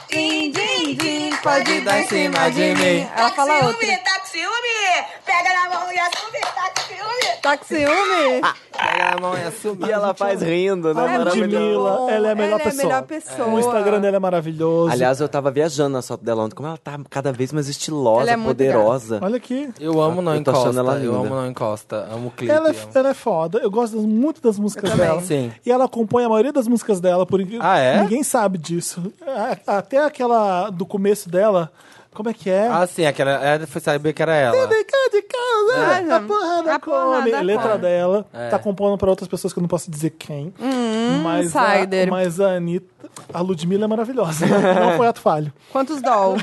I: Din, din, din, pode dar em cima de mim.
D: Ela fala
I: Tá com
D: outra.
I: ciúme, tá com ciúme. Pega na mão e assume, tá com ciúme.
D: Tá com ciúme?
I: Ah,
C: Pega a mão e assume.
B: E ela faz rindo, né?
D: é
A: A
B: Maravilhoso.
A: Ludmilla,
D: bom.
A: ela é a melhor
D: Ela é a
A: pessoa.
D: melhor pessoa.
A: O Instagram dela é maravilhoso.
B: Aliás, eu tava viajando na foto dela ontem. Como ela tá cada vez mais estilosa,
D: Ela é muito
B: poderosa.
A: Olha aqui.
C: Eu amo não
B: Eu tô achando
C: encosta.
B: ela
C: eu
B: linda.
C: amo não encosta. Amo o clipe.
A: Ela é,
C: amo.
A: ela é foda. Eu gosto das- muito das músicas dela.
C: Sim.
A: E ela compõe a maioria das músicas dela, por incrível-
C: Ah, é?
A: Ninguém sabe disso. A- Até aquela do começo dela. Como é que é?
C: Ah, sim, aquela. Ela foi saber que era ela.
A: Vem cá de casa, a porra da
D: Ah, A porra
A: come.
D: da
A: Letra
D: come.
A: dela. Tá compondo pra outras pessoas que eu não posso dizer quem. mas, a,
D: Hum, insider.
A: mas a Anitta. A Ludmilla é maravilhosa. Não foi ato falho.
D: Quantos doll?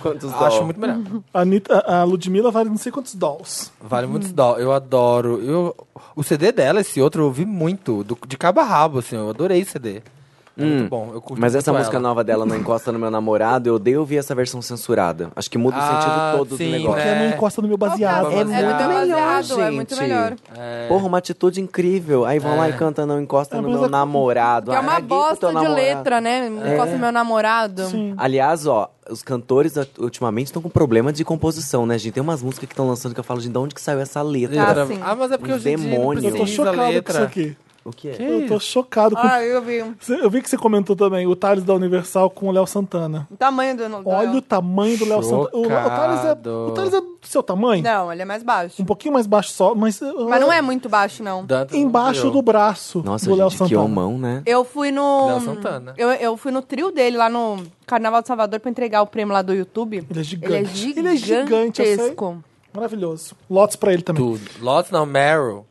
B: Quantos
C: Acho
B: dó?
C: muito melhor.
A: A, Anitta, a Ludmilla vale não sei quantos dolls.
C: Vale muitos dó. Eu adoro. Eu, o CD dela, esse outro, eu ouvi muito. do- de cabo a rabo, assim. Eu adorei esse CD. É muito bom. Eu curto
B: Hum. Mas essa
C: muito
B: música
C: ela.
B: nova dela, Não é Encosta no Meu Namorado, eu odeio ouvir essa versão censurada. Acho que muda o sentido
C: Ah,
B: todo
C: sim,
B: do negócio.
A: Que é,
C: né?
A: não encosta no meu baseado.
C: É
D: É muito
C: Baseado,
D: melhor, é
B: gente.
D: muito melhor.
C: É.
B: Porra, uma atitude incrível. Aí vão lá e canta Não Encosta no Meu Namorado.
D: É Que é
B: Ah,
D: uma
B: gay com teu
D: bosta de
B: namorado.
D: letra, né? Não
A: É.
D: gosto do meu namorado.
B: Aliás, ó, os cantores a- ultimamente estão com problema de composição, né, gente? Tem umas músicas que estão lançando que eu falo, gente, de onde que saiu essa letra?
C: Letra-
D: Ah, sim.
C: Ah, mas é porque
B: Um
C: hoje em dia não
B: demônio.
A: Eu tô
B: Sim.
C: precisa
A: chocado com isso
C: letra.
A: aqui.
B: O que é?
A: Eu tô chocado com.
D: Ah, eu vi.
A: Cê- Eu vi que você comentou também o Thales da Universal com o Léo Santana.
D: O tamanho do doll.
A: Olha o tamanho do Léo Santana. O, o Thales é,
C: Chocado.
A: o Thales é do seu tamanho?
D: Não, ele é mais baixo.
A: Um pouquinho mais baixo só, mas.
D: Mas não é muito baixo, não.
C: Dantas não
A: Embaixo
C: viu.
A: do braço
B: Então, Nossa,
A: do Léo
B: gente, que
A: Santana.
B: homão, né?
D: Eu fui no.
C: Léo Santana.
D: Eu, eu fui no trio dele lá no Carnaval de Salvador pra entregar o prêmio lá do YouTube.
A: Ele é gigante.
D: Ele é gigantesco.
A: Ele é gigante, eu sei. Maravilhoso. Lotes pra ele também.
C: Tudo. Lotus não, Meryl.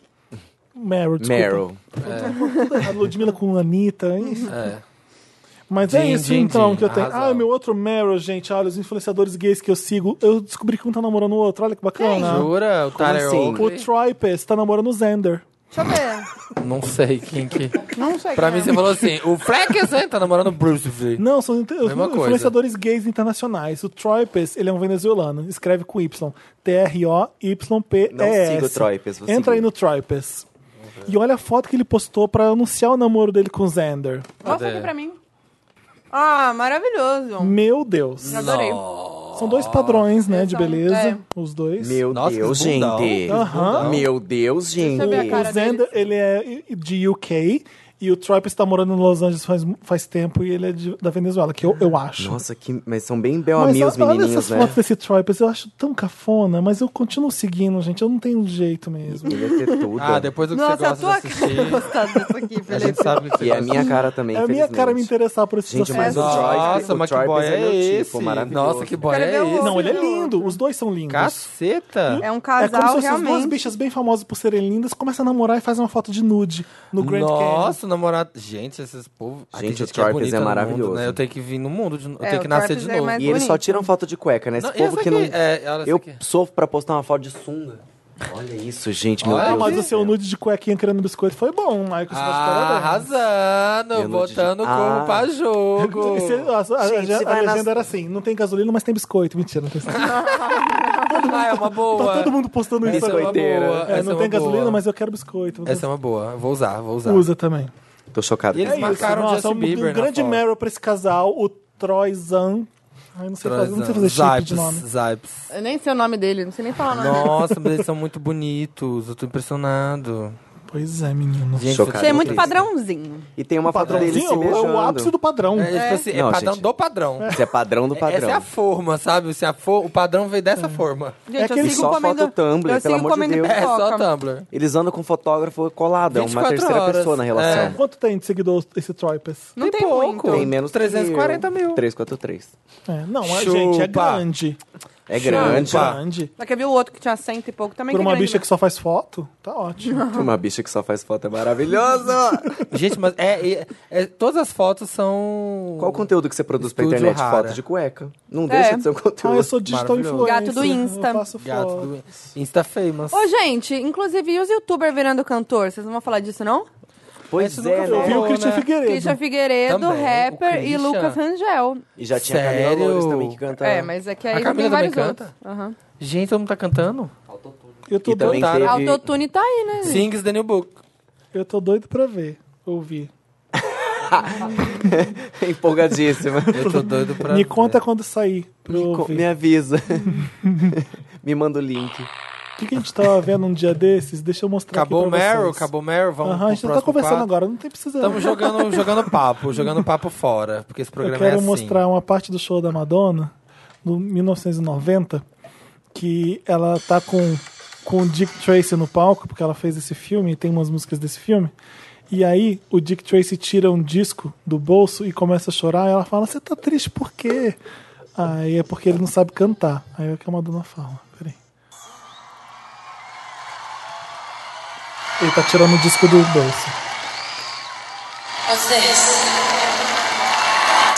A: Meryl, desculpa.
B: Meryl.
A: A Ludmilla com a Anitta. hein?
D: É.
A: Mas é
C: Din,
A: isso
C: din,
A: então
C: din.
A: que eu tenho.
C: Arrasou.
A: Ah, meu outro Meryl, gente. Olha, os influenciadores gays que eu sigo. Eu descobri que um tá namorando o outro. Olha que
D: É,
A: bacana.
C: Jura? O Tyler
B: assim?
A: O
C: Oakley?
A: Tripes tá namorando o Xander.
D: Deixa eu ver.
C: Não sei quem que...
D: Não sei.
C: Pra
D: quem
C: mim,
D: é.
C: você falou assim, o Frankenstein tá namorando o Bruce Lee.
A: Não, são inte- os
C: Mesma coisa.
A: influenciadores gays internacionais. O Troipes, ele é um venezuelano. Escreve com Y. T-R-O-Y-P-E-S.
B: Não sigo o Troipes, vou
A: Entra aí
B: seguir.
A: no Troipes. E olha a foto que ele postou pra anunciar o namoro dele com o Xander.
D: Mostra
C: é.
D: aqui pra mim. Ah, maravilhoso.
A: Meu Deus.
D: Adorei.
A: São dois padrões, né, de
D: São,
A: beleza.
D: é.
A: Os dois.
B: Meu
C: Nossa, que
B: Deus,
C: bundão.
B: gente. Uhum.
A: Aham.
B: Meu Deus, gente.
D: eu ver a
A: O
D: cara
A: Xander, ele é de UK e o Troy está morando em Los Angeles faz, faz tempo e ele é de- da Venezuela, que eu, eu acho.
B: Nossa, que... mas são bem bel
A: Mas
B: amigos os
A: olha
B: menininhos,
A: essas
B: né?
A: fotos desse Troy, pois eu acho tão cafona, mas eu continuo seguindo, gente. Eu não tenho jeito mesmo.
B: Ele é tetudo.
C: Ah, depois do que
D: Nossa, a
C: você gosta
D: tua
C: de
D: cara
C: assistir,
D: gostar disso aqui,
C: a
D: Felipe.
C: gente sabe que você
B: E é a
C: gosta.
B: minha cara também,
A: É a minha cara me
B: infelizmente.
A: interessar por esses
B: Gente, mas o
A: assuntos.
B: Troy,
C: Nossa,
B: o
C: Hum, mas
B: Troy
C: que boy
B: Biz é,
C: é
B: meu
C: esse?
B: tipo, maravilhoso.
C: Nossa, que boy
D: Quero
C: é
D: ver o
C: esse?
D: outro.
A: Não, ele é lindo. Os dois são lindos.
C: Caceta!
D: É um
A: é como se
D: casal
A: fossem as duas
D: realmente.
A: bichas bem famosas por serem lindas, começam a namorar e fazem uma foto de nude no Grand Canyon.
C: Nossa, o namorado. Gente, esses povos. Ah, tem
B: Gente, o
C: que
B: Troy Biz
C: bonita
B: é
C: no mundo,
B: maravilhoso.
C: né? Eu tenho que vir no mundo, de... eu
D: É,
C: tenho
D: o
C: que
D: Troy
C: nascer
D: Biz
C: de
D: é
C: novo.
D: mais-
B: E eles só
D: Bonito.
B: tiram foto de cueca, né? Esse
C: Não, e
B: povo
C: essa
B: que não.
C: aqui? É, olha essa
B: eu
C: aqui.
B: sofro pra postar uma foto de sunga. Olha isso, gente, meu
C: Olha,
A: Ah,
B: Deus.
A: mas
B: do
A: o seu
B: céu.
A: nude de cuequinha querendo biscoito foi bom, Michael. você tá de
C: Ah,
A: parabéns.
C: arrasando,
B: Eu não
C: botando o
B: digi-
C: corpo
B: Ah.
C: pra jogo.
A: Se- a, a-
B: Gente,
A: a-
B: se
A: a
B: vai nas-
A: legenda era assim: não tem gasolina, mas tem biscoito. Mentira, não tem biscoito.
C: ah, é uma boa.
A: Tá todo mundo postando isso
C: Essa é uma
A: agora.
B: biscoiteira.
C: boa.
A: É,
C: essa é
A: não
C: uma
A: tem gasolina,
C: boa.
A: mas eu quero biscoito.
C: Essa é uma boa. Vou usar, vou usar.
A: Usa também.
B: Tô chocado.
C: E eles
B: com esse
C: marcaram o
A: Nossa,
C: Justin
A: um,
C: Bieber
A: um grande
C: na foto.
A: Meryl pra esse casal, o Troy Zan. Ai, não sei, fazer, não sei fazer um chip de nome.
C: Zipes, Zipes.
D: Eu nem sei o nome dele, não sei nem falar o nome dele.
C: Nossa, mas eles são muito bonitos. Eu tô impressionado.
A: Pois é, menino.
C: Gente,
B: Chocado.
D: Isso é muito
B: Isso.
D: padrãozinho.
B: E tem uma foto dele
A: Padrãozinho,
B: se
A: é
B: beijando.
A: o ápice do padrão.
C: É, tipo assim, é
B: Não,
C: padrão
B: gente.
C: do padrão.
B: Isso é padrão do
C: Essa
B: padrão.
C: é a forma, sabe? Assim, a for... O padrão veio
A: Hum.
C: dessa forma.
D: Gente, eu
A: aquele
D: sigo
B: só
D: comendo...
B: foto Tumblr, pelo
D: eu sigo
B: amor de
D: comendo
B: Deus.
C: É, só
D: pipoca.
C: Tumblr.
B: Eles andam com fotógrafo colado, é uma
C: 24
B: terceira
C: horas. É.
B: pessoa na relação.
A: Quanto tem de seguidor esse Troipes?
D: Não tem, muito.
B: Tem menos que
C: 340 mil.
B: 343.
A: É, não, a
C: Chupa.
A: gente, é grande.
B: É grande.
A: Grande.
D: Daqui viu o outro que tinha 100 e pouco também.
A: Por
D: que é
A: uma
D: grande,
A: bicha
D: né?
A: que só faz foto, tá ótimo.
B: Uma bicha que só faz foto é maravilhosa.
C: Gente, mas é, é- é- todas as fotos são.
B: Qual o conteúdo que você produz pra
C: Estúdio
B: internet?
C: Rara.
B: Foto de cueca. Não
D: É.
B: deixa de ser um
A: Ah,
B: conteúdo.
A: eu sou digital
C: Maravilhoso.
A: influencer.
D: Gato do Insta.
A: Eu faço
C: Gato
A: foto.
C: do Insta Famous.
D: Ô, gente, inclusive, e os youtubers virando cantor? Vocês não vão falar disso, não?
B: Pois
C: Isso
B: é,
C: nunca
A: Eu vi
B: né?
A: o Christian
C: Né?
A: Figueiredo.
D: Christian Figueiredo,
C: Também, o
D: rapper e
C: Christian.
D: Lucas Rangel.
B: E já tinha a Camila
C: Sério?
B: Loures também que canta.
D: É, mas é que aí
C: A
D: já tem
C: Camila
D: vários
C: também
D: outros. Aham.
C: Gente, todo mundo tá cantando?
A: Eu tô,
B: E também
A: doido,
C: Doitada.
B: teve...
D: Autotune tá aí, né, gente?
C: Sings the New Book.
A: eu tô doido pra ver, ouvir.
B: Empolgadíssima.
C: Eu tô doido pra.
A: Me
C: ver.
A: conta quando sair. Pra eu
B: Co-
A: ouvir.
B: Me avisa. Me manda o link.
A: O que, que a gente tava vendo um dia desses? Deixa eu mostrar
C: Acabou o
A: aqui é pra
C: Meryl,
A: vocês.
C: acabou o Meryl, vamos
A: Aham, a gente
C: pro
A: não tá
C: próximo
A: conversando
C: quadro.
A: agora, não tem precisando.
C: Estamos jogando, jogando papo, jogando papo fora, porque esse
A: Eu
C: programa é
A: quero
C: assim.
A: mostrar uma parte do show da Madonna, no 1990, que ela tá com, com o Dick Tracy no palco, porque ela fez esse filme, tem umas músicas desse filme. E aí o Dick Tracy tira um disco do bolso e começa a chorar, e ela fala, você tá triste por quê? Aí é porque ele não sabe cantar. Aí é o que a Madonna fala. Peraí. Ele tá tirando o disco do bolso.
I: What's this?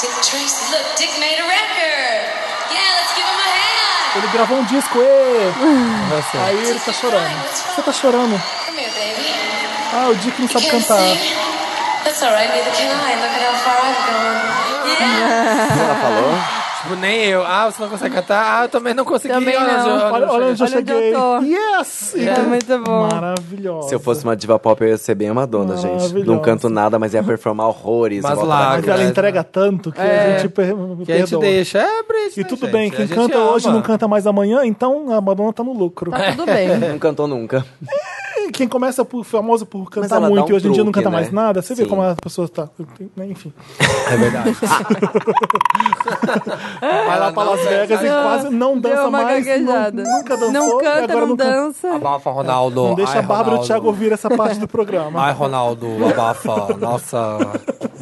I: Dick Tracy. Look, Dick made a record. Yeah, let's give him a hand.
A: Ele gravou um disco, ê!
C: Olha só.
A: Aí ele tá chorando. Você tá chorando?
I: Come here, baby.
A: Ah, o Dick não
I: You
A: sabe
I: can't
A: cantar.
I: sing? That's all right, neither can I. Look at how far I've gone. Yeah.
B: Ela falou?
C: Tipo, nem eu. Ah, você não consegue cantar? Ah, eu também não consegui.
D: Também
C: olha,
D: não.
C: onde eu-
A: Olha, olha onde eu
D: Olha onde eu
A: cheguei.
D: tô.
A: Yes! E
D: É muito bom.
A: Maravilhosa.
B: Se eu fosse uma diva pop, eu ia ser bem a Madonna, gente.
A: Maravilhosa.
B: Não canto nada, mas ia performar horrores.
C: Mas
B: volta
C: lá,
B: pra
A: Mas ela
C: né?
A: entrega tanto que a
C: É,
A: gente per...
C: Que a gente
A: perdoa.
C: deixa. É, Britney,
A: E tudo
C: gente,
A: bem,
C: a
A: quem
C: gente
A: canta
C: ama.
A: hoje não canta mais amanhã, então a Madonna tá no lucro.
D: Tá tudo bem.
B: Não cantou nunca.
A: E Quem começa por, famosa por cantar
B: ela dá
A: muito e
B: um
A: hoje em dia não
B: truque,
A: canta mais
B: né?
A: nada, você vê
B: Sim.
A: como a pessoa tá. Enfim.
B: É verdade.
A: Vai lá pra
C: não
A: Las Vegas e
D: dança.
A: assim, quase não
D: Deu
A: dança
D: uma
A: mais.
D: gaguejada.
A: nu- Nunca dançou.
D: Não
A: e
D: canta,
A: agora
D: não
A: canta.
D: dança.
C: Abafa, Ronaldo.
A: Não deixa
C: Ai,
A: a Bárbara e o
C: Ronaldo.
A: Thiago ouvir essa parte do programa.
C: Ai, Ronaldo, abafa. Nossa,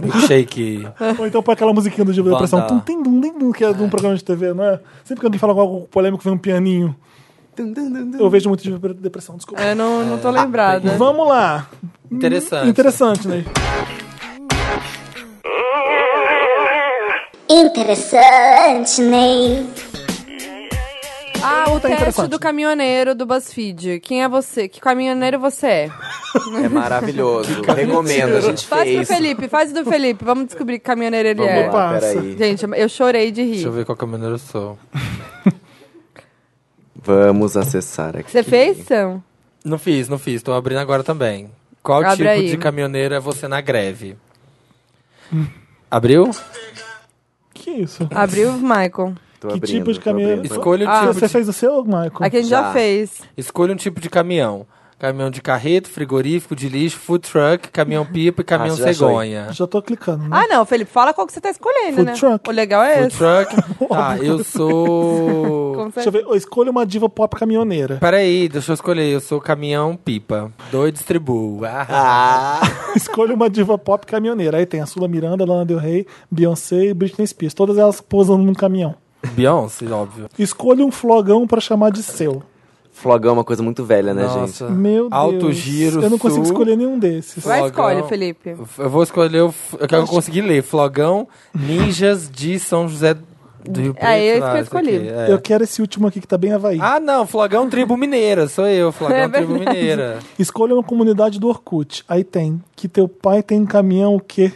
C: milkshake.
A: Ou então põe aquela musiquinha do Diva da
C: Banda.
A: Depressão. Tum, tim, dum, tim, dum, que é de um programa de TV, não é? Sempre que alguém fala algo polêmico, vem um pianinho. Eu vejo muito Diva da Depressão, desculpa.
D: Eu não, não tô lembrada.
A: Vamos lá.
C: É. Interessante.
A: Interessante, né?
E: Interessante, Ney.
D: Ah, o
A: Tá
D: teste
A: interessante.
D: do caminhoneiro do BuzzFeed. Quem é você? Que caminhoneiro você é?
B: É maravilhoso. Recomendo, a gente
D: Faz do
B: fez.
D: Felipe, faz do Felipe. Vamos descobrir que caminhoneiro ele é.
B: Vamos lá,
A: Passa.
B: peraí.
D: Gente, eu chorei de
C: Deixa eu
D: rir.
C: ver qual caminhoneiro eu sou.
B: Vamos acessar aqui.
D: Você fez, Sam?
C: Não fiz, não fiz. Tô abrindo agora também. Qual
D: Abre
C: tipo
D: aí.
C: de caminhoneiro é você na greve? Abriu?
A: Que isso?
D: Abriu, Michael.
B: Tô
A: que
B: abrindo,
A: tipo de
B: tô
A: caminho?
B: abrindo.
C: Escolha um
D: Ah,
C: tipo
A: Você
C: de...
A: fez o seu, Michael?
D: Aqui a gente já,
B: Já.
D: fez.
C: Escolha um tipo de caminhão. Caminhão de carreto, frigorífico, de lixo, food truck, caminhão pipa e caminhão
B: você já achou aí?
C: cegonha.
A: Já tô clicando, né?
D: Ah, não, Felipe, fala qual que você tá escolhendo,
A: Food
D: né?
A: truck.
D: O legal
C: Food
D: é esse.
C: truck. Tá, eu sou.
D: Como você-
A: Deixa eu ver. Eu escolho uma diva pop caminhoneira.
C: Peraí, deixa eu escolher. Eu sou caminhão pipa. Dois distribuo. Ah,
B: Ah,
A: Escolho uma diva pop caminhoneira. Aí tem a Sula Miranda, Lana Del Rey, Beyoncé e Britney Spears. Todas elas posando num caminhão.
C: Beyoncé, óbvio. né,
A: Escolho um flogão pra chamar de seu.
B: flogão é uma coisa muito velha, né, gente?
C: Nossa.
A: Meu Deus.
C: Alto giro.
A: Eu não consigo
C: sul.
A: escolher nenhum desses.
D: Vai,
C: Flogão.
D: escolhe, Felipe.
C: Eu vou escolher o. f- Eu quero conseguir ler. Flogão Ninjas de São José do Rio Preto.
D: É, esse que eu
C: ah,
D: escolhi.
C: aqui, é.
A: Eu quero esse último aqui que tá bem Havaí.
C: Ah, não, Flogão Tribo Mineira. Sou eu, Flogão
D: É
C: Tribo
D: verdade.
C: Mineira.
A: Escolha uma comunidade do Orkut. Aí tem. Que teu pai tem um caminhão o quê?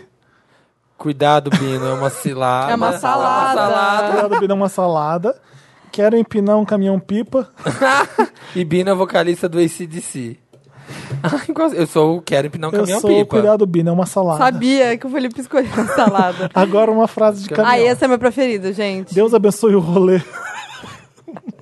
C: Cuidado, Bino, é uma cilada.
D: É uma salada.
A: Quero virar é uma salada. Quero empinar um caminhão pipa.
C: E Bino é vocalista do ACDC. Ai, quase- eu sou o Quero Empinar um
A: Eu
C: Caminhão
A: sou o
C: Pipa.
A: cuidado Bino, é uma salada.
D: Sabia que o Felipe escolheu a salada.
A: Agora uma frase de caminhão.
D: ah, esse é meu preferido, gente.
A: Deus abençoe o rolê.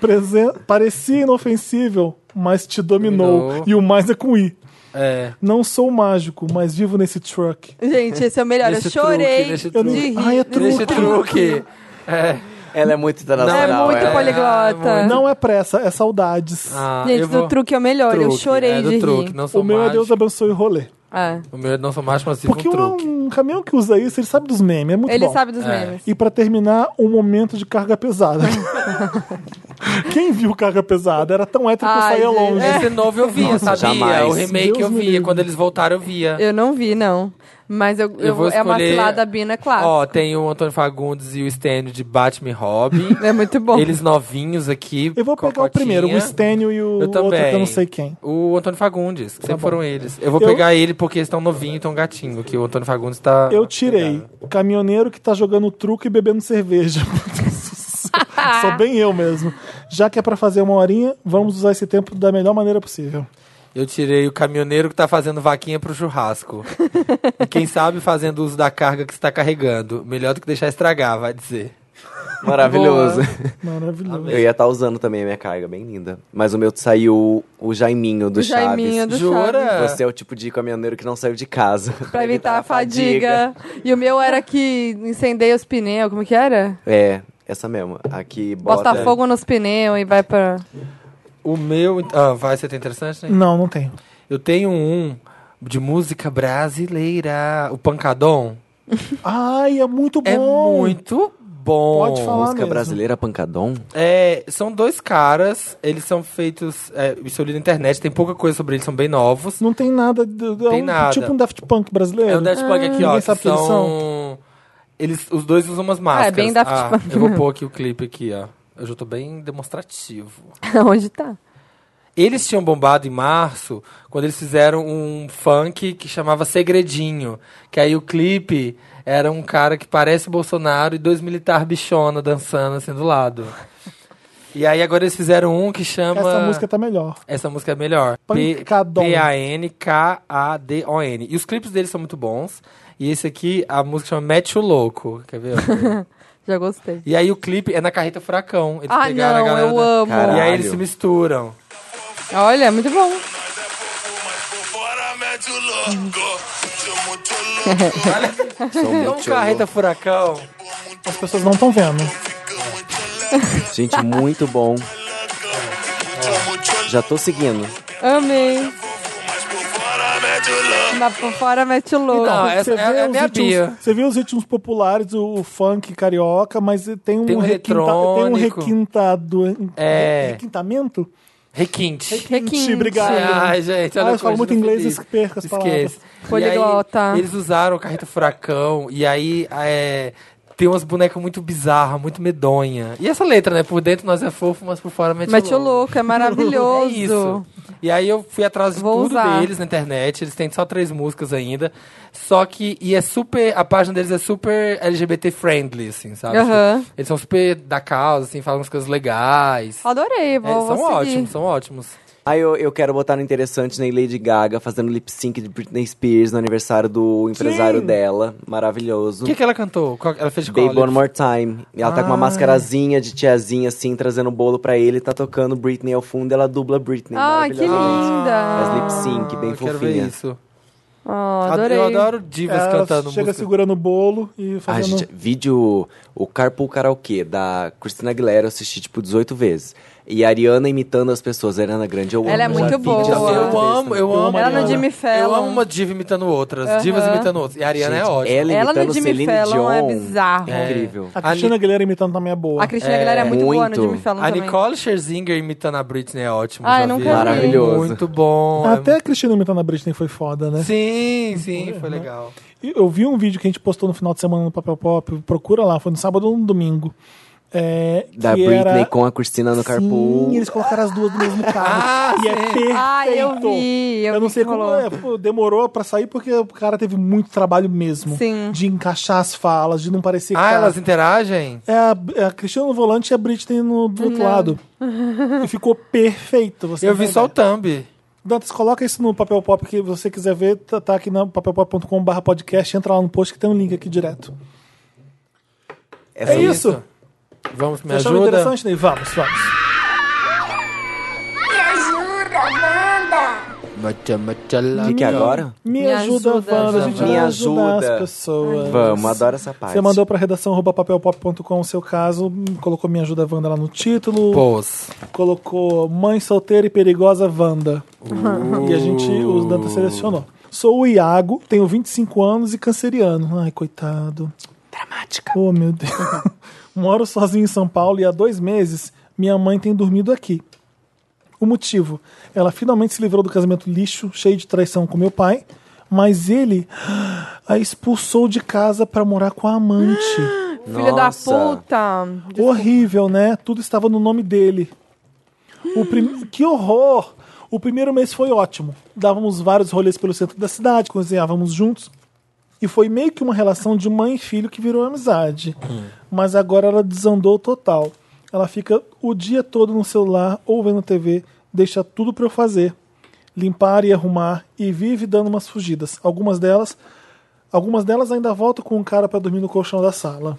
A: Presen- Parecia inofensível, mas te dominou.
C: Dominou.
A: E o mais é com I.
C: É.
A: Não sou mágico, mas vivo nesse truck.
D: Gente, esse é o melhor.
C: Nesse
D: eu chorei
C: truque, nesse
D: de
A: truque.
D: rir.
A: Ai, é
C: Deixa truque. É.
B: Ela é muito
D: É
B: internacional.
D: muito
B: ela
D: poliglota.
C: É.
A: Não é pressa, é saudades.
C: Ah,
D: Gente,
C: eu
D: do
C: vou-
D: truque é o melhor. eu
C: truque,
D: chorei
C: é, do
D: de
C: truque,
D: rir.
C: Não sou
A: O meu é Deus
C: mágico.
A: abençoe o rolê.
D: É.
C: O meu é não sou mágico, mas sim um
A: Porque um,
C: truque.
A: um caminhão que usa isso, ele sabe dos memes, é muito
D: Ele
A: bom.
D: sabe dos
C: É.
D: memes.
A: E pra terminar, um momento de carga pesada. Quem viu carga pesada era tão hétero que eu
D: Ai,
A: saía
D: gente. É.
A: longe.
C: Esse novo eu via,
B: Nossa,
C: sabia?
B: jamais.
C: O remake
A: Deus
C: eu
A: me
C: via.
A: livre.
C: Quando eles voltaram, eu via.
D: Eu não vi, não. Mas eu, eu-
C: vou
D: é uma
C: escolher-
D: cilada Bina, é claro.
C: Ó, tem o Antônio Fagundes e o Stênio de Batman e Robin.
D: É muito bom.
C: Eles novinhos aqui.
A: Eu vou pegar o
C: cocotinha.
A: primeiro, o Stênio e o
C: Eu
A: outro que eu
C: também. Tá,
A: não sei quem. Tá
C: O Antônio Fagundes, que sempre
A: bom.
C: foram eles. Eu vou
A: Eu-
C: pegar ele porque eles estão novinhos, tão gatinho, que o Antônio Fagundes tá.
A: Eu tirei
C: pegado.
A: caminhoneiro que tá jogando truco e bebendo cerveja. Sou bem eu mesmo. Já que é pra fazer uma horinha, vamos usar esse tempo da melhor maneira possível.
C: Eu tirei o caminhoneiro que tá fazendo vaquinha pro churrasco. e quem sabe fazendo uso da carga que está carregando. Melhor do que deixar estragar, vai dizer.
B: é Maravilhoso.
A: Maravilhoso.
B: Eu ia estar usando também a minha carga, bem linda. Mas o meu saiu o Jaiminho do
D: O Jaiminho
B: Chaves.
D: do Chaves.
C: Jura?
B: Você é o tipo de caminhoneiro que não saiu de casa. tá
D: Pra
C: tá
D: evitar a fadiga. E o meu era que incendeia os pneus. Como que era?
B: É, essa mesmo. Aqui bota...
D: Bota fogo nos pneus e vai pra...
C: O meu. Ah, vai ser interessante, né?
A: Não, não tenho.
C: Eu tenho um de música brasileira. O Pancadão.
A: Ai, é muito bom.
C: É muito bom.
A: Pode falar.
B: Música
A: mesmo.
B: brasileira pancadão?
C: É, são dois caras, eles são feitos. É, isso eu li na internet, tem pouca coisa sobre eles, são bem novos.
A: Não tem nada. do- do- é
C: Tem
A: um-
C: nada.
A: Tipo um Daft Punk brasileiro.
C: É o Daft
D: Ah.
C: Punk aqui, ó.
A: Ninguém
C: que
A: sabe quem eles
C: são. Eles, os dois usam umas máscaras.
D: é bem Daft
C: Ah,
D: Punk
C: Eu vou pôr aqui o clipe aqui, ó. Eu já tô bem demonstrativo.
D: Onde tá?
C: Eles tinham bombado em março quando eles fizeram um funk que chamava Segredinho. Que aí o clipe era um cara que parece o Bolsonaro e dois militares bichona dançando assim do lado. E aí agora eles fizeram um que chama.
A: Essa música tá melhor.
C: Essa música é melhor. P-
A: Pancadão.
C: P-A-N-K-A-D-O-N. E os clipes deles são muito bons. E esse aqui, a música chama Mete o Louco. Quer ver?
D: Já gostei.
C: e aí o clipe é na carreta Furacão. Eles
D: Ah,
C: pegaram a
D: não,
C: galera
D: eu
C: da-
D: amo.
C: E aí
B: Caralho.
C: eles se misturam.
D: Olha, é muito bom.
B: Sou
C: Então,
B: muito
C: carreta Furacão.
A: As pessoas não estão vendo.
B: louco. Gente, muito bom. Já tô seguindo.
D: Amei. Na por fora mete o louco.
C: Então, essa é, é a
A: os
C: minha Bia.
A: ritmos, você vê os ritmos populares, o, o funk carioca, mas tem um,
C: Tem um
A: tem um
C: eletrônico.
A: requintado.
C: É.
A: Requintamento?
C: Requinte.
A: Requinte, obrigado.
C: Ai, gente,
A: Ah,
C: olha
A: eu
C: a
A: falo
C: coisa
A: muito
C: do
A: inglês,
C: Felipe.
A: eu perco as
C: Esquece.
D: palavras.
C: E aí,
D: Poliglota.
C: eles usaram o carreta furacão e aí é, tem umas bonecas muito bizarras, muito medonha. E essa letra, né? Por dentro nós é fofo, mas por fora mete,
D: Mete o louco, é maravilhoso.
C: É isso. E aí eu fui atrás de
D: Vou
C: tudo
D: usar.
C: deles na internet. Eles têm só três músicas ainda. Só que. E é super. A página deles é super LGBT friendly, assim, sabe?
D: Aham.
C: Tipo, eles são super da causa, assim, falam umas coisas legais.
D: Adorei, vou,
C: É, são
D: vou seguir.
C: ótimos, são ótimos.
B: Aí eu, eu quero botar no interessante nem Lady Gaga fazendo lip sync de Britney Spears no aniversário do empresário dela. Maravilhoso.
C: O que, que ela cantou? Qual- Ela fez qual?
B: Baby One More Time. E ela tá com uma
C: Ah.
B: mascarazinha de tiazinha, assim, trazendo bolo pra ele. Tá tocando Britney ao fundo, ela dubla Britney.
C: né,
D: Ai, Ah, que
B: maravilhosamente. Faz
D: linda.
B: lip sync, bem
C: eu
B: fofinha.
C: quero ver isso.
D: Ah,
C: Eu
D: adorei.
C: adoro divas
A: Ela
C: cantando
A: É, chega
C: música.
A: segurando o bolo e
B: Ah,
A: fazendo...
B: gente, vídeo. O Carpool Karaokê da Christina Aguilera eu assisti tipo 18 vezes. E a Ariana imitando as pessoas. A Ariana Grande, eu
D: Ela é
B: amo. já
D: muito
B: vi já
D: boa.
B: vi
D: Eu
B: várias
C: Eu
B: vezes
C: amo,
B: também.
C: eu
A: Eu
C: amo.
A: amo
D: Ela é no
A: Ariana.
D: Jimmy
C: Eu
D: Fallon.
C: amo uma diva imitando outras,
D: Aham.
C: divas imitando outras. E a Ariana é
B: Gente,
C: ótima.
B: Ela,
D: Ela no
B: imitando
D: Jimmy
B: Celine
D: Fallon é
B: Dion.
D: bizarro.
B: É incrível.
A: A Cristina Aguilera imitando também é boa.
D: A Cristina Aguilera é muito, boa no
B: muito.
D: Jimmy Fallon
C: A
D: também.
C: Nicole Scherzinger imitando a Britney é ótimo.
D: Ah,
C: já
D: eu
C: vi.
D: nunca vi.
B: Maravilhoso.
C: Muito bom.
A: Até a Cristina imitando a Britney foi foda, né?
C: Sim, sim,
D: né?
C: foi legal.
A: E Eu vi um vídeo que a gente postou no final de semana no Papel Pop. Procura lá, foi no sábado ou no domingo. É,
B: Da
A: que
B: Britney
A: era-
B: com a Christina no Carpool.
A: Sim, eles colocaram as duas no mesmo carro.
C: Ah,
A: e é perfeito.
D: Ah, eu vi, eu
A: Eu, não
D: vi
A: sei
D: que
A: como
D: rolou.
A: é, pô, demorou pra sair porque o cara teve muito trabalho mesmo.
D: Sim.
A: De encaixar as falas, de não parecer
C: Ah,
A: cara.
C: elas interagem?
A: É a, é a Cristina no volante e a Britney no, do outro lado. E ficou perfeito. Você
C: Eu
A: não
D: é
C: vi
A: tem
C: só o
A: ideia.
C: thumb.
A: Dantas, coloca isso no Papel Pop que você quiser ver, tá, tá aqui no papelpop.com.br podcast, entra lá no post que tem um link aqui direto.
B: Essa
A: é isso.
C: Vamos, me
A: Você achou
C: ajuda.
A: interessante, Ney? Vamos, vamos.
E: Me ajuda, Wanda!
B: O que, que é agora?
A: Me,
D: Me
A: ajuda,
D: ajuda,
A: Wanda. A gente
B: Wanda.
A: vai
B: Me
A: ajudar
B: ajuda.
A: as pessoas.
B: Vamos, adoro essa parte.
A: Você mandou pra redação arroba papelpop.com o seu caso, hum, colocou Me Ajuda Wanda lá no título,
C: Pôs.
A: colocou Mãe Solteira e Perigosa Wanda. E a gente, o Dantas selecionou. Sou o Iago, tenho 25 anos e canceriano. Ai, coitado. Dramática. Oh, meu Deus. Moro sozinho em São Paulo e há dois meses minha mãe tem dormido aqui. O motivo? Ela finalmente se livrou do casamento lixo, cheio de traição com meu pai, mas ele ah, a expulsou de casa para morar com a amante.
D: Filha da
B: Nossa.
D: puta.
A: Horrível, né? Tudo estava no nome dele. O prim... Que horror! O primeiro mês foi ótimo. Dávamos vários rolês pelo centro da cidade, cozinhávamos juntos. E foi meio que uma relação de mãe e filho que virou amizade. Mas agora ela desandou total. Ela fica o dia todo no celular ou vendo TV, deixa tudo pra eu fazer. Limpar e arrumar e vive dando umas fugidas. Algumas delas, algumas delas ainda volta com um cara pra dormir no colchão da sala.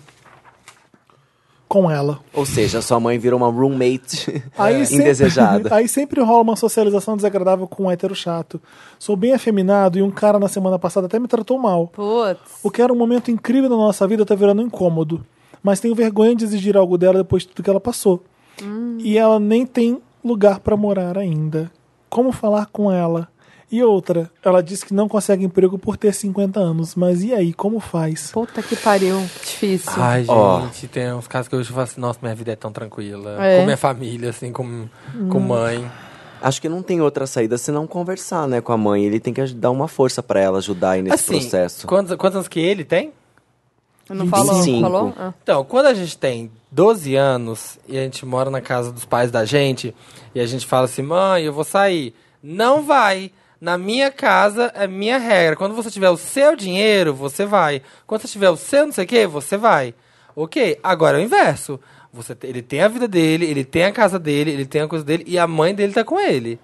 A: Com ela.
B: Ou seja, sua mãe virou uma roommate
A: Aí sempre-
B: É, indesejada.
A: aí sempre rola uma socialização desagradável com um hétero chato. Sou bem afeminado e um cara na semana passada até me tratou mal.
D: Putz.
A: O que era um momento incrível na nossa vida tá virando incômodo. Mas tenho vergonha de exigir algo dela depois de tudo que ela passou. E ela nem tem lugar pra morar ainda. Como falar com ela? E outra, ela disse que não consegue emprego por ter 50 anos. Mas e aí, como faz?
D: Puta que pariu. Difícil.
C: Ai,
B: Ó.
C: gente, tem uns casos que eu falo assim, nossa, minha vida é tão tranquila.
D: É. Hum.
C: Com minha família, assim, com, com mãe.
B: Acho que não tem outra saída senão conversar, né, com a mãe. Ele tem que aj- dar uma força pra ela ajudar aí nesse
C: assim,
B: processo.
C: Quantos, quantos anos que ele tem?
D: não falou?
B: 25.
D: Falou? Ah.
C: Então, quando a gente tem 12 anos e a gente mora na casa dos pais da gente, e a gente fala assim, mãe, eu vou sair. Não vai. Na minha casa é minha regra. Quando você tiver o seu dinheiro, você vai. Quando você tiver o seu não sei o quê, você vai. Ok, agora é o inverso. Você, te- ele tem a vida dele, ele tem a casa dele, ele tem a coisa dele, e a mãe dele tá com ele.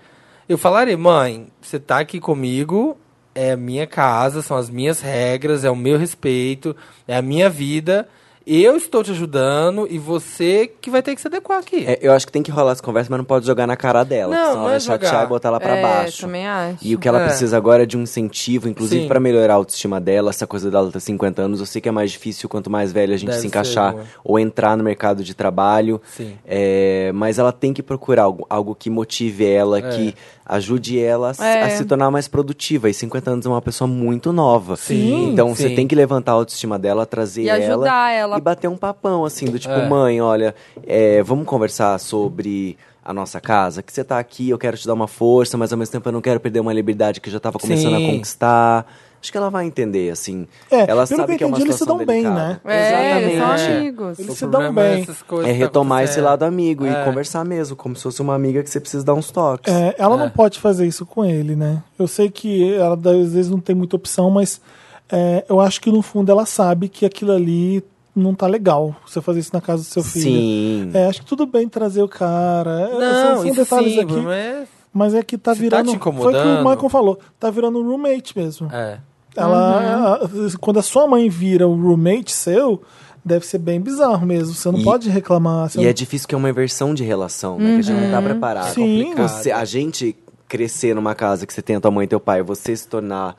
C: Eu falarei, mãe, você tá aqui comigo, é a minha casa, são as minhas regras, é o meu respeito, é a minha vida. Eu estou te ajudando e você que vai ter que se adequar aqui.
B: É, eu acho que tem que rolar essa conversa, mas não pode jogar na cara dela. porque
C: Não, não
B: senão ela vai
C: é jogar.
B: chatear e botar ela pra
D: É,
B: baixo.
D: também acho.
B: E o que ela
C: É.
B: precisa agora é de um incentivo, inclusive
C: Sim.
B: pra melhorar a autoestima dela, essa coisa dela ter 50 anos. Eu sei que é mais difícil quanto mais velha a gente
C: Deve
B: se encaixar
C: ser, amor.
B: ou entrar no mercado de trabalho.
C: Sim.
B: É, mas ela tem que procurar algo, algo que motive
C: É.
B: ela, que ajude ela a se-
D: É.
B: a se tornar mais produtiva. E 50 anos é uma pessoa muito nova.
C: Sim,
B: Então você
C: sim.
B: tem que levantar a autoestima dela, trazer
D: E ajudar ela.
B: e bater um papão, assim, do tipo,
C: É.
B: mãe, olha, é, vamos conversar sobre a nossa casa, que você tá aqui, eu quero te dar uma força, mas ao mesmo tempo eu não quero perder uma liberdade que eu já tava começando
C: Sim.
B: a conquistar. Acho que ela vai entender, assim.
A: É,
B: ela
A: pelo
B: sabe
A: que
B: que,
A: eu
B: é uma
A: entendi, eles se
B: situação
A: dão bem, né?
B: delicada.
D: É, eles são
C: Exatamente.
D: amigos.
A: Eles
C: O
A: se dão
C: problema
A: bem.
C: essas coisas
B: É
C: que tá
B: retomar esse
C: acontecem.
B: lado amigo
C: É.
B: e conversar mesmo, como se fosse uma amiga que você precisa dar uns toques.
A: É, ela não
C: É.
A: pode fazer isso com ele, né? Eu sei que ela às vezes não tem muita opção, mas é, eu acho que no fundo ela sabe que aquilo ali não tá legal. Você fazer isso na casa do seu filho.
B: Sim.
A: É, acho que tudo bem trazer o cara. É,
C: Não,
A: são, são
C: isso
A: detalhes
C: sim,
A: aqui.
C: mas...
A: Mas é que tá
C: Se tá
A: virando.
C: te
A: foi o que o
C: incomodando-
A: Michael falou. Tá virando roommate mesmo.
C: É.
A: Ela, ela- quando a sua mãe vira o roommate seu, deve ser bem bizarro mesmo. Você não
B: E-
A: pode reclamar. você
B: E
A: não-
B: é difícil que é uma inversão de relação, né? Que a gente não tá preparado.
A: Uhum. Sim. complicado.
B: Você, a gente crescer numa casa que você tem a tua mãe e teu pai, você se tornar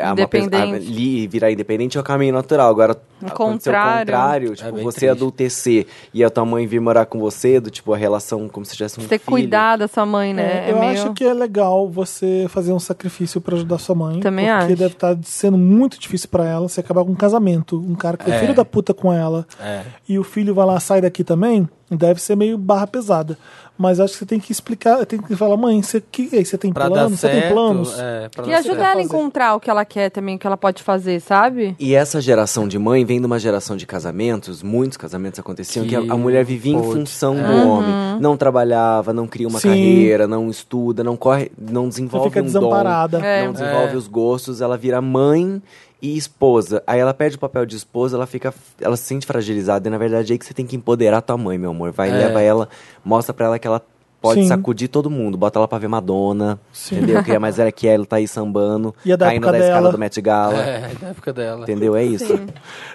B: a uma pe-
D: Independente.
B: a- ali e virar independente é o caminho natural. Agora,
D: O
B: aconteceu o
D: contrário.
B: contrário,
C: É
B: tipo,
C: bem
B: você
C: triste.
B: adultecer e a tua mãe vir morar com você, do tipo, a relação como se tivesse um
D: Ter
B: filho.
D: cuidado da sua mãe, né?
A: É,
D: É,
A: eu
D: meio...
A: acho que é legal você fazer um sacrifício pra ajudar sua mãe.
D: Também
A: porque
D: acho.
A: deve estar sendo muito difícil pra ela se acabar com um casamento. Um cara que é,
C: É.
A: filho da puta com ela.
C: É.
A: E o filho vai lá, sai daqui também. Deve ser meio barra pesada. Mas acho que você tem que explicar, tem que falar, mãe, você, que, aí, você tem
C: Pra
A: plano?
C: dar
A: Você
C: certo.
A: tem planos?
C: é, pra
D: E
C: dar
D: ajudar
C: certo.
D: ela a encontrar o que ela quer também, o que ela pode fazer, sabe?
B: E essa geração de mãe vem de uma geração de casamentos, muitos casamentos aconteciam, que,
C: Que
B: a, a mulher vivia
G: pode.
B: em função do homem. Não trabalhava, não cria uma
A: Sim.
B: carreira, não estuda, não corre, não
A: Você
B: desenvolve
A: fica
B: um dom.
A: desamparada.
D: É.
B: não desenvolve
C: É.
B: os gostos, ela vira mãe e esposa. Aí ela perde o papel de esposa, ela fica, ela se sente fragilizada e na verdade é aí que você tem que empoderar tua mãe, meu amor. Vai,
C: É.
B: leva ela, mostra pra ela que ela pode
A: Sim.
B: sacudir todo mundo, bota ela pra ver Madonna,
A: Sim.
B: entendeu? Que é mais velha que ela, tá aí sambando,
A: E é da
B: caindo
A: época
B: da escala
A: dela.
B: do Met Gala,
C: É, na época dela.
B: entendeu? É isso.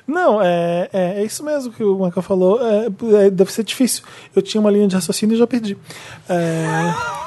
A: Não, é, é, é isso mesmo que o Michael falou. É, é, deve ser difícil. Eu tinha uma linha de raciocínio e já perdi. É...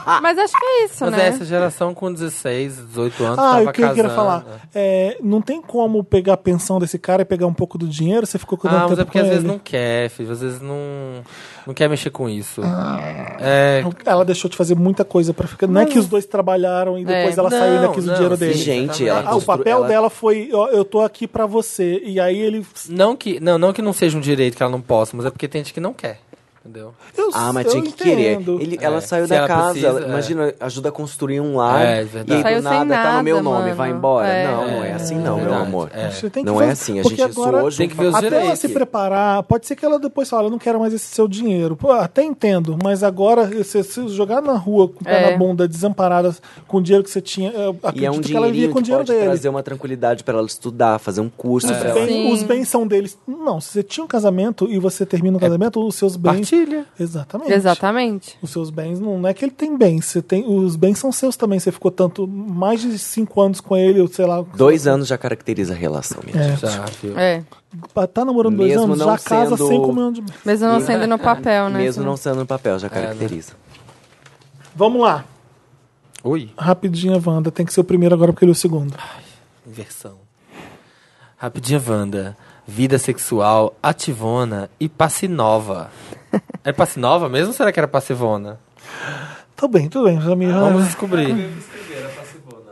B: Ah.
D: Mas acho que é isso,
C: Mas
D: né?
C: é essa geração com 16, 18 anos
A: Ah,
C: tava
A: o que eu queria
C: casando.
A: falar? É, não tem como pegar a pensão desse cara e pegar um pouco do dinheiro? Você ficou cuidando um
C: Ah, mas
A: tempo
C: é porque
A: com
C: às vezes
A: ele?
C: não quer, filho. Às vezes não, não quer mexer com isso.
A: Ah.
C: É,
A: Ela deixou de fazer muita coisa pra ficar. Não, é que os dois trabalharam e depois
D: É.
A: ela saiu e ainda
C: Não,
A: quis o
C: não,
A: dinheiro
C: sim,
A: dele.
B: E, gente, ela é
C: Exatamente.
A: Ah, o
B: constru-
A: papel
B: ela-
A: dela foi: ó, eu tô aqui pra você. E aí ele.
C: não, que, não, não que não seja um direito que ela não possa, mas é porque tem gente que não quer. Entendeu?
A: Eu,
B: Ah, mas
A: eu
B: tinha que querer.
A: entendo.
B: Ele- ela
C: É,
B: saiu
C: se
B: da
C: ela
B: casa,
C: precisa,
B: ela-
C: é.
B: imagina, ajuda a construir um lar.
C: É,
B: e aí,
C: verdade.
B: do
D: Saiu sem
B: nada, tá no
D: nada,
B: meu nome,
D: mano.
B: vai embora.
D: É.
B: não, não é assim não, meu
C: verdade,
B: amor.
C: é.
A: Você tem que
B: Não
A: fazer-
B: é assim, a
A: porque
B: gente isso
A: agora-
B: hoje.
C: Tem que ver os
B: fala-
A: Até ela
C: direitos.
A: se preparar, pode ser que ela depois fale, "Ah, eu não quero mais esse seu dinheiro. Pô, até entendo, mas agora, se, se jogar na rua com o pé
D: É.
A: na bunda, desamparada, com o dinheiro que você tinha, eu
B: E
A: acredito
B: é um
A: que ela vivia
B: dinheirinho
A: com o
B: que
A: dinheiro
B: pode
A: dele.
B: trazer uma tranquilidade pra ela estudar, fazer um curso
D: É.
B: pra
A: Os,
B: ela.
A: bem-
D: Sim.
A: os bens são deles. Não, se você tinha um casamento e você termina o casamento, os seus bens.
C: Partilha.
A: Exatamente.
D: Exatamente.
A: Os seus bens, não, não é que ele tem bens, você tem, os bens são seus também. Você ficou tanto, mais de cinco anos com ele, ou sei lá.
B: Dois anos já caracteriza a relação, minha
A: É.
C: Já, filho.
D: É.
A: Tá namorando dois
B: Mesmo
A: anos,
B: não
A: já casa
B: sendo-
A: sem comer onde.
D: Mesmo não sendo no papel, né?
B: é, Mesmo não sendo no papel,
C: É,
B: já
C: né?
B: caracteriza.
A: Vamos lá.
C: Ui,
A: Rapidinha, Wanda. Tem que ser o primeiro agora porque ele é o segundo.
C: inversão. Rapidinha, Wanda. Vida sexual, ativona e passinova. É passinova mesmo ou será que era passivona?
A: Tá bem, tudo bem. Já me
C: Vamos descobrir.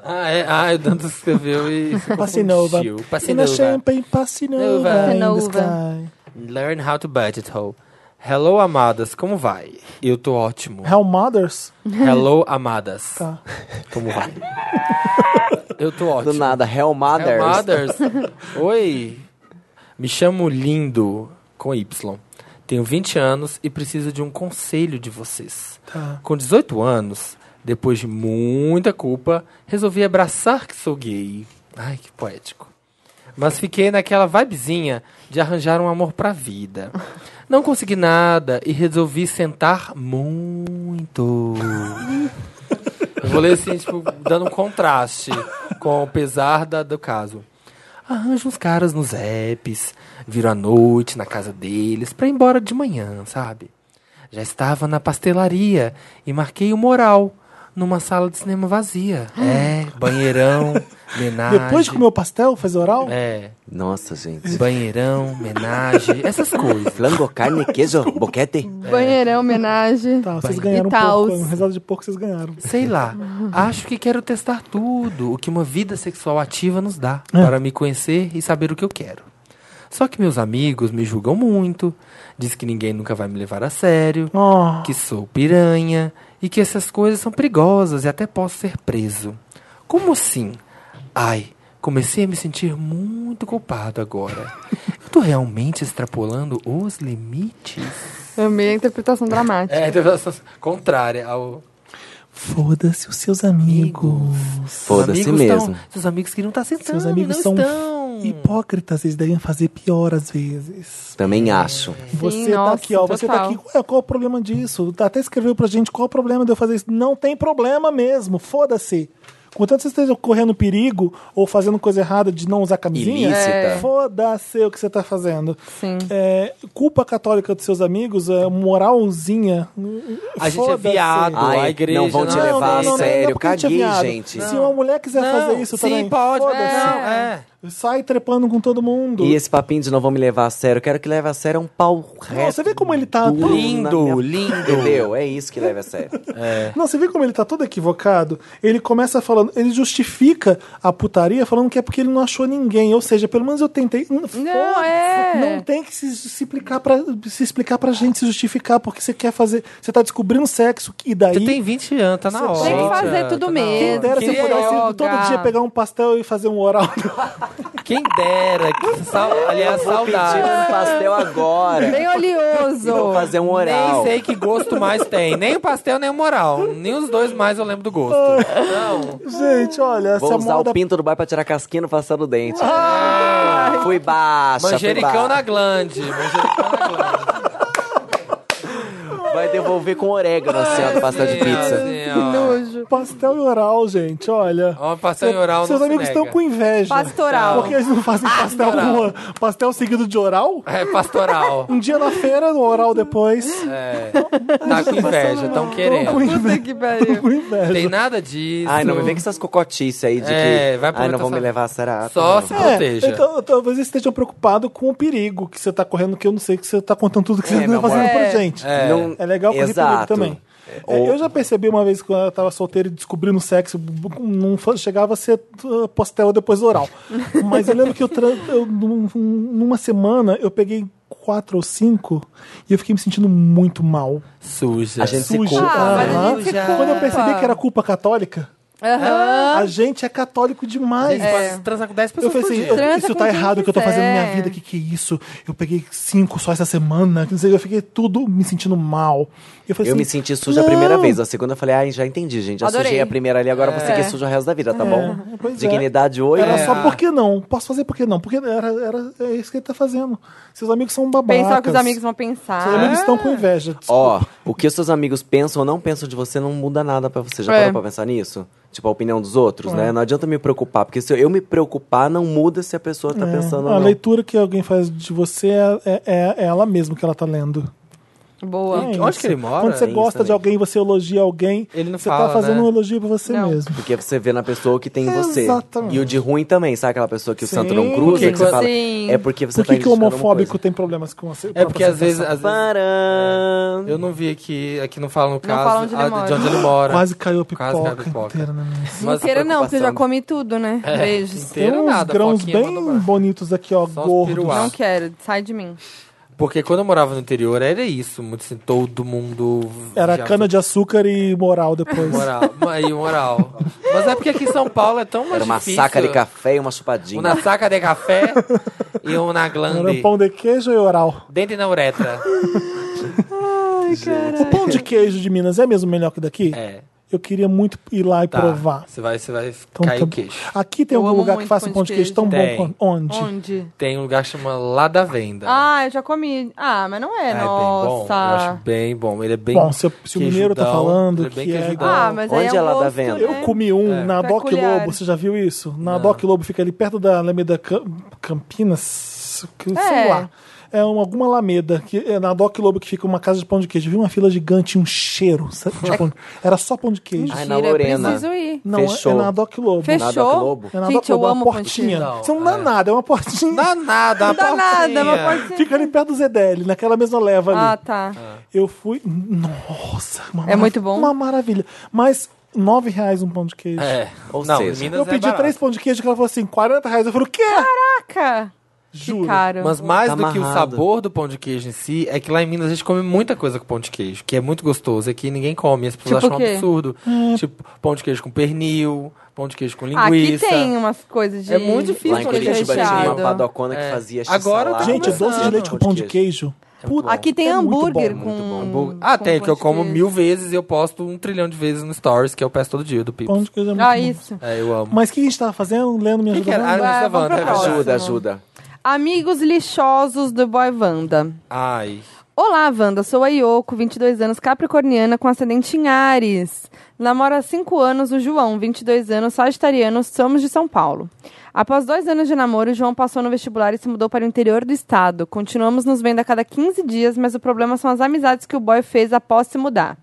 C: Ah, é, ah, o Dantas escreveu e se
A: Passinova.
C: confundiu.
A: In a
C: Passinova.
A: champagne, Passinova.
D: Passinova.
A: in the sky.
C: Learn how to budget, ho. Hello, amadas, como vai? Eu tô ótimo.
A: Hell Mothers?
C: Hello, amadas.
A: Tá.
C: Como vai? Eu tô
B: Do
C: ótimo.
B: nada, Hell Mothers.
C: Hello, É mothers. Oi. Me chamo Lindo, com Y. Tenho 20 anos e preciso de um conselho de vocês.
A: Tá.
C: Com 18 anos, depois de muita culpa, resolvi abraçar que sou gay. Ai, que poético. Mas fiquei naquela vibezinha de arranjar um amor pra vida. Não consegui nada e resolvi sentar muito. Eu vou ler assim, tipo, dando um contraste com o pesar da- do caso. Arranja uns caras nos apps, viro à noite na casa deles pra ir embora de manhã, sabe? Já estava na pastelaria e marquei o moral numa sala de cinema vazia. É, banheirão, menagem.
A: Depois de comer o pastel, fez oral?
C: É,
B: Nossa, gente.
C: banheirão, menagem, essas coisas.
B: Flango, carne, queijo, boquete.
D: Banheirão, homenagem.
A: Tá, vocês
C: Banho.
A: ganharam um
D: E tals.
A: pouco. Um resultado de porco vocês ganharam.
C: Sei lá, acho que quero testar tudo o que uma vida sexual ativa nos dá para me conhecer e saber o que eu quero. Só que meus amigos me julgam muito, diz que ninguém nunca vai me levar a sério,
A: Oh.
C: que sou piranha e que essas coisas são perigosas e até posso ser preso. Como assim? Ai, comecei a me sentir muito culpado agora. Eu tô realmente extrapolando os limites?
A: né?
D: Amei a interpretação dramática.
C: É, contrária ao
A: Foda-se os seus amigos.
B: Foda-se
C: Amigos tão-
B: mesmo.
C: seus amigos que não tá sentando,
A: Seus amigos
C: não
A: são
C: estão.
A: Hipócritas, eles devem fazer pior às vezes.
B: Também acho.
A: Você tá
D: nossa,
A: aqui, ó. Você tá
D: total.
A: aqui. Ué, qual o problema disso? Tá, Até escreveu pra gente qual o problema de eu fazer isso. Não tem problema mesmo. Foda-se. Contanto que você esteja correndo perigo ou fazendo coisa errada de não usar camisinha,
B: Ilícita. É.
A: foda-se o que você tá fazendo.
D: Sim.
A: É, culpa católica dos seus amigos, é, moralzinha.
C: A gente é
A: foda-se.
C: viado.
B: Ai,
C: a igreja
B: não vão
A: Não,
B: te
C: não-
B: levar a
A: não, não, não,
B: sério.
A: não, porque a gente é
B: Caguei,
A: viado. é
B: gente.
A: Se uma mulher quiser
C: Não,
A: fazer isso
C: sim,
A: também,
C: pode.
A: foda-se.
C: Não, é.
A: Sai trepando com todo mundo.
B: E esse papinho de não vão me levar a sério, eu quero que leve a sério é um pau reto.
A: Não, você vê como ele tá
B: duro na
C: Lindo,
B: minha-
C: lindo.
B: Entendeu? É isso que leva a sério.
A: Não, você vê como ele tá todo equivocado? Ele começa falando, ele justifica a putaria falando que é porque ele não achou ninguém. Ou seja, pelo menos eu tentei. Não,
D: é.
A: não tem que se, se explicar pra, se explicar pra gente, se justificar, porque você quer fazer. Você tá descobrindo sexo e daí.
C: Você tem 20 anos, tá na hora.
D: Tem que fazer
C: tá
D: tudo
C: na
A: Quem
D: mesmo.
A: dera se eu
D: Que
A: pudesse
D: yoga.
A: todo dia pegar um pastel e fazer um oral.
C: hora. Quem dera. Que sal... Aliás,
B: Vou pedir um
C: saudade.
B: pastel agora.
D: Bem oleoso.
B: É. Vou fazer um oral.
C: Nem
A: é
C: sei que gosto mais tem. Nem o pastel, nem o moral. Nem os dois mais eu lembro do gosto. Não.
A: gente, olha,
B: Vou
A: essa
B: usar
A: moda.
B: o pinto do bar pra tirar casquinha no passar do dente.
A: Ah!
B: fui baixa,
C: Manjericão
B: fui
C: na
B: baixa.
C: glande. Manjericão na glande.
B: Vai devolver com orégano, assim, ó, no pastel de
C: Sim,
B: pizza.
C: assim, ó.
A: Pastel e oral, gente, olha.
C: Ó, pastel e oral
A: Seus
C: não se
A: amigos
C: nega.
A: estão com inveja.
D: Pastoral. Ah,
A: Porque eles não fazem pastel com pastel seguido de oral?
C: É pastoral.
A: Um dia na feira, no oral depois.
C: É. Tá com inveja, tão querendo.
D: Puta que pariu.
A: Com inveja.
C: É. Tem nada disso.
B: Ai, não me vem com essas cocotices aí de
C: É,
B: que.
C: vai pra
B: Ai, não
C: outra
B: vão me
C: sala.
B: levar a sério. Ah,
C: Só
B: tá
C: se
B: bom.
C: proteja.
A: então, talvez eles estejam preocupados com o perigo que você tá correndo, que eu não sei que você tá contando tudo que você
B: meu
A: tá fazendo
D: amor.
A: pra
D: É.
A: gente. É,
B: Não-
A: legal correr perigo
B: Exato.
A: também. É,
B: Ou-
A: Eu já percebi uma vez quando eu tava solteiro e descobrindo sexo, b- b- não fa- chegava a ser uh, postel depois do oral. Mas eu lembro que eu, tra- eu, num- numa semana eu peguei quatro ou cinco e eu fiquei me sentindo muito mal.
C: Suja.
B: A gente se
A: Sujo.
B: culpa.
D: Ah, mas a
A: Aham.
D: gente se
A: Quando eu
D: culpa.
A: percebi que era culpa católica,
D: Aham.
A: a gente é católico demais.
C: Gente pode transar com 10
A: É. Eu
C: pessoas
A: falei
C: por
A: assim,
C: dia.
A: eu-
D: Transa
A: isso
D: com
A: tá
D: quem
A: errado, o que eu tô fazendo na minha
D: quiser.
A: vida, que que é isso? Eu peguei cinco só essa semana, que não sei, eu fiquei tudo me sentindo mal. Eu, falei
B: Eu
A: assim,
B: me senti suja a
A: não.
B: primeira vez. A segunda eu falei, ai, já entendi, gente. Já
D: Adorei.
B: sujei a primeira ali, agora você que é suja o resto da vida, tá bom?
A: pois é.
B: Dignidade né? hoje.
A: Era só por que não? Posso fazer por que não? Porque era, era é isso que ele tá fazendo. Seus amigos são babacas.
D: Pensar o que os amigos vão
A: Seus
D: pensar.
A: amigos estão
C: Ah.
A: com inveja.
B: Ó, o que os seus amigos pensam ou não pensam de você não muda nada pra você. Já
D: É.
B: parou pra pensar nisso? Tipo, a opinião dos outros,
A: É.
B: né? Não adianta me preocupar, porque se eu me preocupar, não muda se a pessoa tá
A: É,
B: pensando
A: a
B: ou não.
A: leitura que alguém faz de você é, é- é ela mesma que ela tá lendo.
D: Boa.
A: É
C: onde que
A: isso.
C: ele mora?
A: Quando você
B: É isso
A: gosta de
B: também.
A: alguém, você elogia alguém,
C: Ele não
A: você
C: fala,
A: tá fazendo
C: né?
A: um elogio pra você
D: Não.
A: mesmo.
B: Porque você vê na pessoa o que tem em você.
A: Exatamente.
B: E o de ruim também, sabe aquela pessoa que o
A: Sim.
B: santo não cruza? Que você
D: Sim.
B: fala, é porque você
A: Por
B: tá
A: que, que o
B: indicando uma
A: homofóbico tá-
B: coisa.
A: tem problemas com você?
C: É porque às vezes, às vezes-
B: Tcharam!
A: É.
C: Eu não vi aqui, aqui não fala no caso
D: fala onde ele
C: a-
D: mora.
C: de onde ele mora.
A: Quase caiu a
C: Quase caiu a
A: pipoca,
C: pipoca.
A: inteira né? na minha.
D: Não
C: Mas a
D: queira não, porque eu já
B: preocupação-
D: comi tudo, né?
C: É,
D: Beijos.
A: Tem
C: inteira
A: uns
C: nada,
A: grãos
C: Foquinha
A: bem
C: mandou pra-
A: bonitos aqui, ó,
C: Só os
A: gordos.
C: piruá.
D: Não quero, sai de mim.
C: Porque quando eu morava no interior era isso, muito assim, todo mundo.
A: Era
C: já-
A: cana de açúcar e moral depois.
C: Moral. Aí, moral. Mas é porque aqui em São Paulo é tão mais
B: Era uma
C: difícil.
B: saca de café e uma
C: Um
B: chupadinha.
C: na saca de café e um na
A: Era
C: glande.
A: pão de queijo e oral.
C: Dentro e na uretra.
A: O pão de queijo de Minas é mesmo melhor que daqui?
C: É.
A: Eu queria muito ir lá e
C: Tá.
A: provar.
C: Você vai, você vai
A: Então,
C: cair
A: tá-
C: o queixo.
A: Aqui tem
D: Eu
A: algum
D: amo
A: lugar que
D: muito
A: faça pão de queijo, tão
C: Tem.
A: bom quanto. Onde?
D: Onde?
C: Tem um lugar que chama Lá da Venda.
D: Ah, eu já comi. Ah, mas não é,
C: É bem bom. Eu acho
D: nossa.
C: bem bom. Ele é bem.
A: Bom, se, o- se o mineiro tá
C: queijudão,
A: falando
C: ele é bem
A: que é...
C: queijudão.
D: Ah, mas
B: Onde
D: aí é um
B: ela dá
D: gosto,
B: venda?
D: né?
A: Eu comi um
C: É.
A: na Doc
D: Peculiar.
A: Lobo, você já viu isso? Na Doc Lobo fica ali perto da Alameda Cam- Campinas, que, sei
D: É.
A: lá. É uma, alguma Alameda, que, é na Doc Lobo que fica uma casa de pão de queijo. Eu vi uma fila gigante e um cheiro. sabe, de pão de- era só pão de queijo.
B: Ai,
D: Mentira,
B: na Lorena.
D: preciso ir.
A: Não, é-
B: fechou.
A: é na Doc Lobo.
D: Fechou?
B: Globo.
A: É na Doc
D: Gente,
A: Lobo,
D: eu
A: é
D: amo
A: uma
D: pão de queijo.
A: portinha.
C: Não,
A: Isso não dá
C: é.
A: nada, é uma portinha.
C: Dá nada, uma
D: Não dá nada, uma
C: portinha.
D: portinha.
A: Fica ali perto do ZDL, naquela mesma leva ali.
D: Ah, tá.
A: Eu fui. Nossa, uma
D: É
A: marav-
D: muito bom?
A: Uma maravilha. Mas nove reais um pão de queijo.
C: É.
B: Ou
C: não,
B: seja,
C: em Minas
A: Eu
C: é
A: pedi
C: barato.
A: três pão de queijo que ela falou assim, 40 reais. Eu falei, o quê?
D: Caraca, que
A: Juro.
D: caro.
C: Mas mais
B: Tá
C: do que o
B: amarrado.
C: sabor do pão de queijo em si, é que lá em Minas a gente come muita coisa com pão de queijo, que é muito gostoso, é que ninguém come, as pessoas
D: Tipo
C: acham
D: o
C: um
D: quê? Ah.
C: absurdo. Tipo, pão de queijo com pernil, pão de queijo com
D: Aqui
C: linguiça.
D: tem um umas coisas de...
C: É muito difícil
B: Lá em
C: quando a gente
B: Curitiba
C: vai
B: tinha uma
C: recheado.
B: padocona que
C: É.
B: fazia x-salada.
C: Agora tá
A: Gente,
D: é
C: começando.
A: doce de leite com pão de queijo.
C: muito bom.
D: Aqui tem
A: É muito
D: hambúrguer
A: bom,
D: com.
C: Hambúrguer. Ah,
D: com
C: tem, que
D: pão
C: eu
D: de
C: como
D: queijo.
C: mil vezes e eu posto um trilhão de vezes no Stories, que eu peço todo dia do Pips.
A: Pão de queijo é muito
D: Ah,
A: bom.
D: isso.
C: É, eu amo.
A: Mas o que a gente tava fazendo? Lendo me ajuda.
C: Que que era?
A: Wanda?
C: Ah,
D: Vai,
C: Wanda,
D: vamos pra
C: Wanda.
D: próxima.
B: Ajuda, ajuda.
D: Amigos lixosos do Boy Wanda.
C: Ai.
D: Olá, Wanda. Sou a Yoko, 22 anos, capricorniana com ascendente em Ares. Namoro há 5 anos o João, 22 anos, sagitariano, somos de São Paulo. Após dois anos de namoro, o João passou no vestibular e se mudou para o interior do estado. Continuamos nos vendo a cada 15 dias, mas o problema são as amizades que o boy fez após se mudar.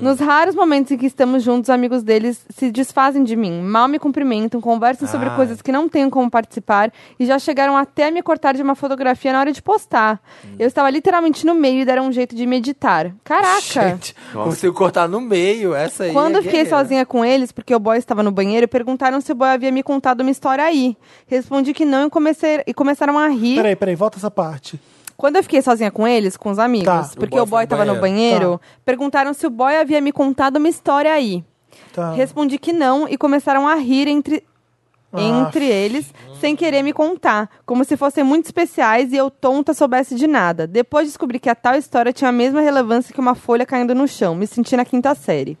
D: Nos raros momentos em que estamos juntos, amigos deles se desfazem de mim, mal me cumprimentam, conversam sobre
C: Ai.
D: coisas que não tenho como participar e já chegaram até a me cortar de uma fotografia na hora de postar. Eu estava literalmente no meio e deram um jeito de meditar. Caraca!
C: Gente, consigo cortar no meio, essa aí.
D: Quando
C: é
D: eu fiquei
C: guerreira.
D: sozinha com eles, porque o boy estava no banheiro, perguntaram se o boy havia me contado uma história aí. Respondi que não e, comecei, e começaram a rir.
A: Peraí, peraí, volta essa parte.
D: Quando eu fiquei sozinha com eles, com os amigos,
A: Tá.
D: porque
C: O boy
D: o boy
C: foi no
D: estava no banheiro,
C: Tá.
D: perguntaram se o boy havia me contado uma história aí.
A: Tá.
D: Respondi que não e começaram a rir entre,
A: Ah,
D: entre eles, sem querer me contar, como se fossem muito especiais e eu tonta soubesse de nada. Depois descobri que a tal história tinha a mesma relevância que uma folha caindo no chão. Me senti na quinta série.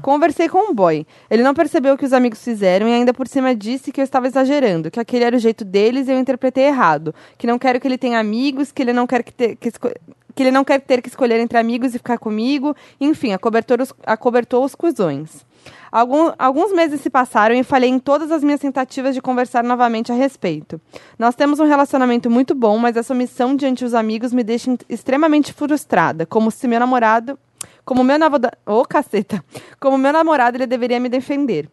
D: Conversei com o boy. Ele não percebeu o que os amigos fizeram e ainda por cima disse que eu estava exagerando, que aquele era o jeito deles e eu interpretei errado. Que não quero que ele tenha amigos, que ele não quer que, te, que esco- que ele não quer ter que escolher entre amigos e ficar comigo. Enfim, acobertou os, acobertou os cuzões. Algum- alguns meses se passaram e falhei em todas as minhas tentativas de conversar novamente a respeito. Nós temos um relacionamento muito bom, mas essa omissão diante dos amigos me deixa in- extremamente frustrada, como se meu namorado. Como meu namorado. Ô, caceta! Como meu namorado, ele deveria me defender.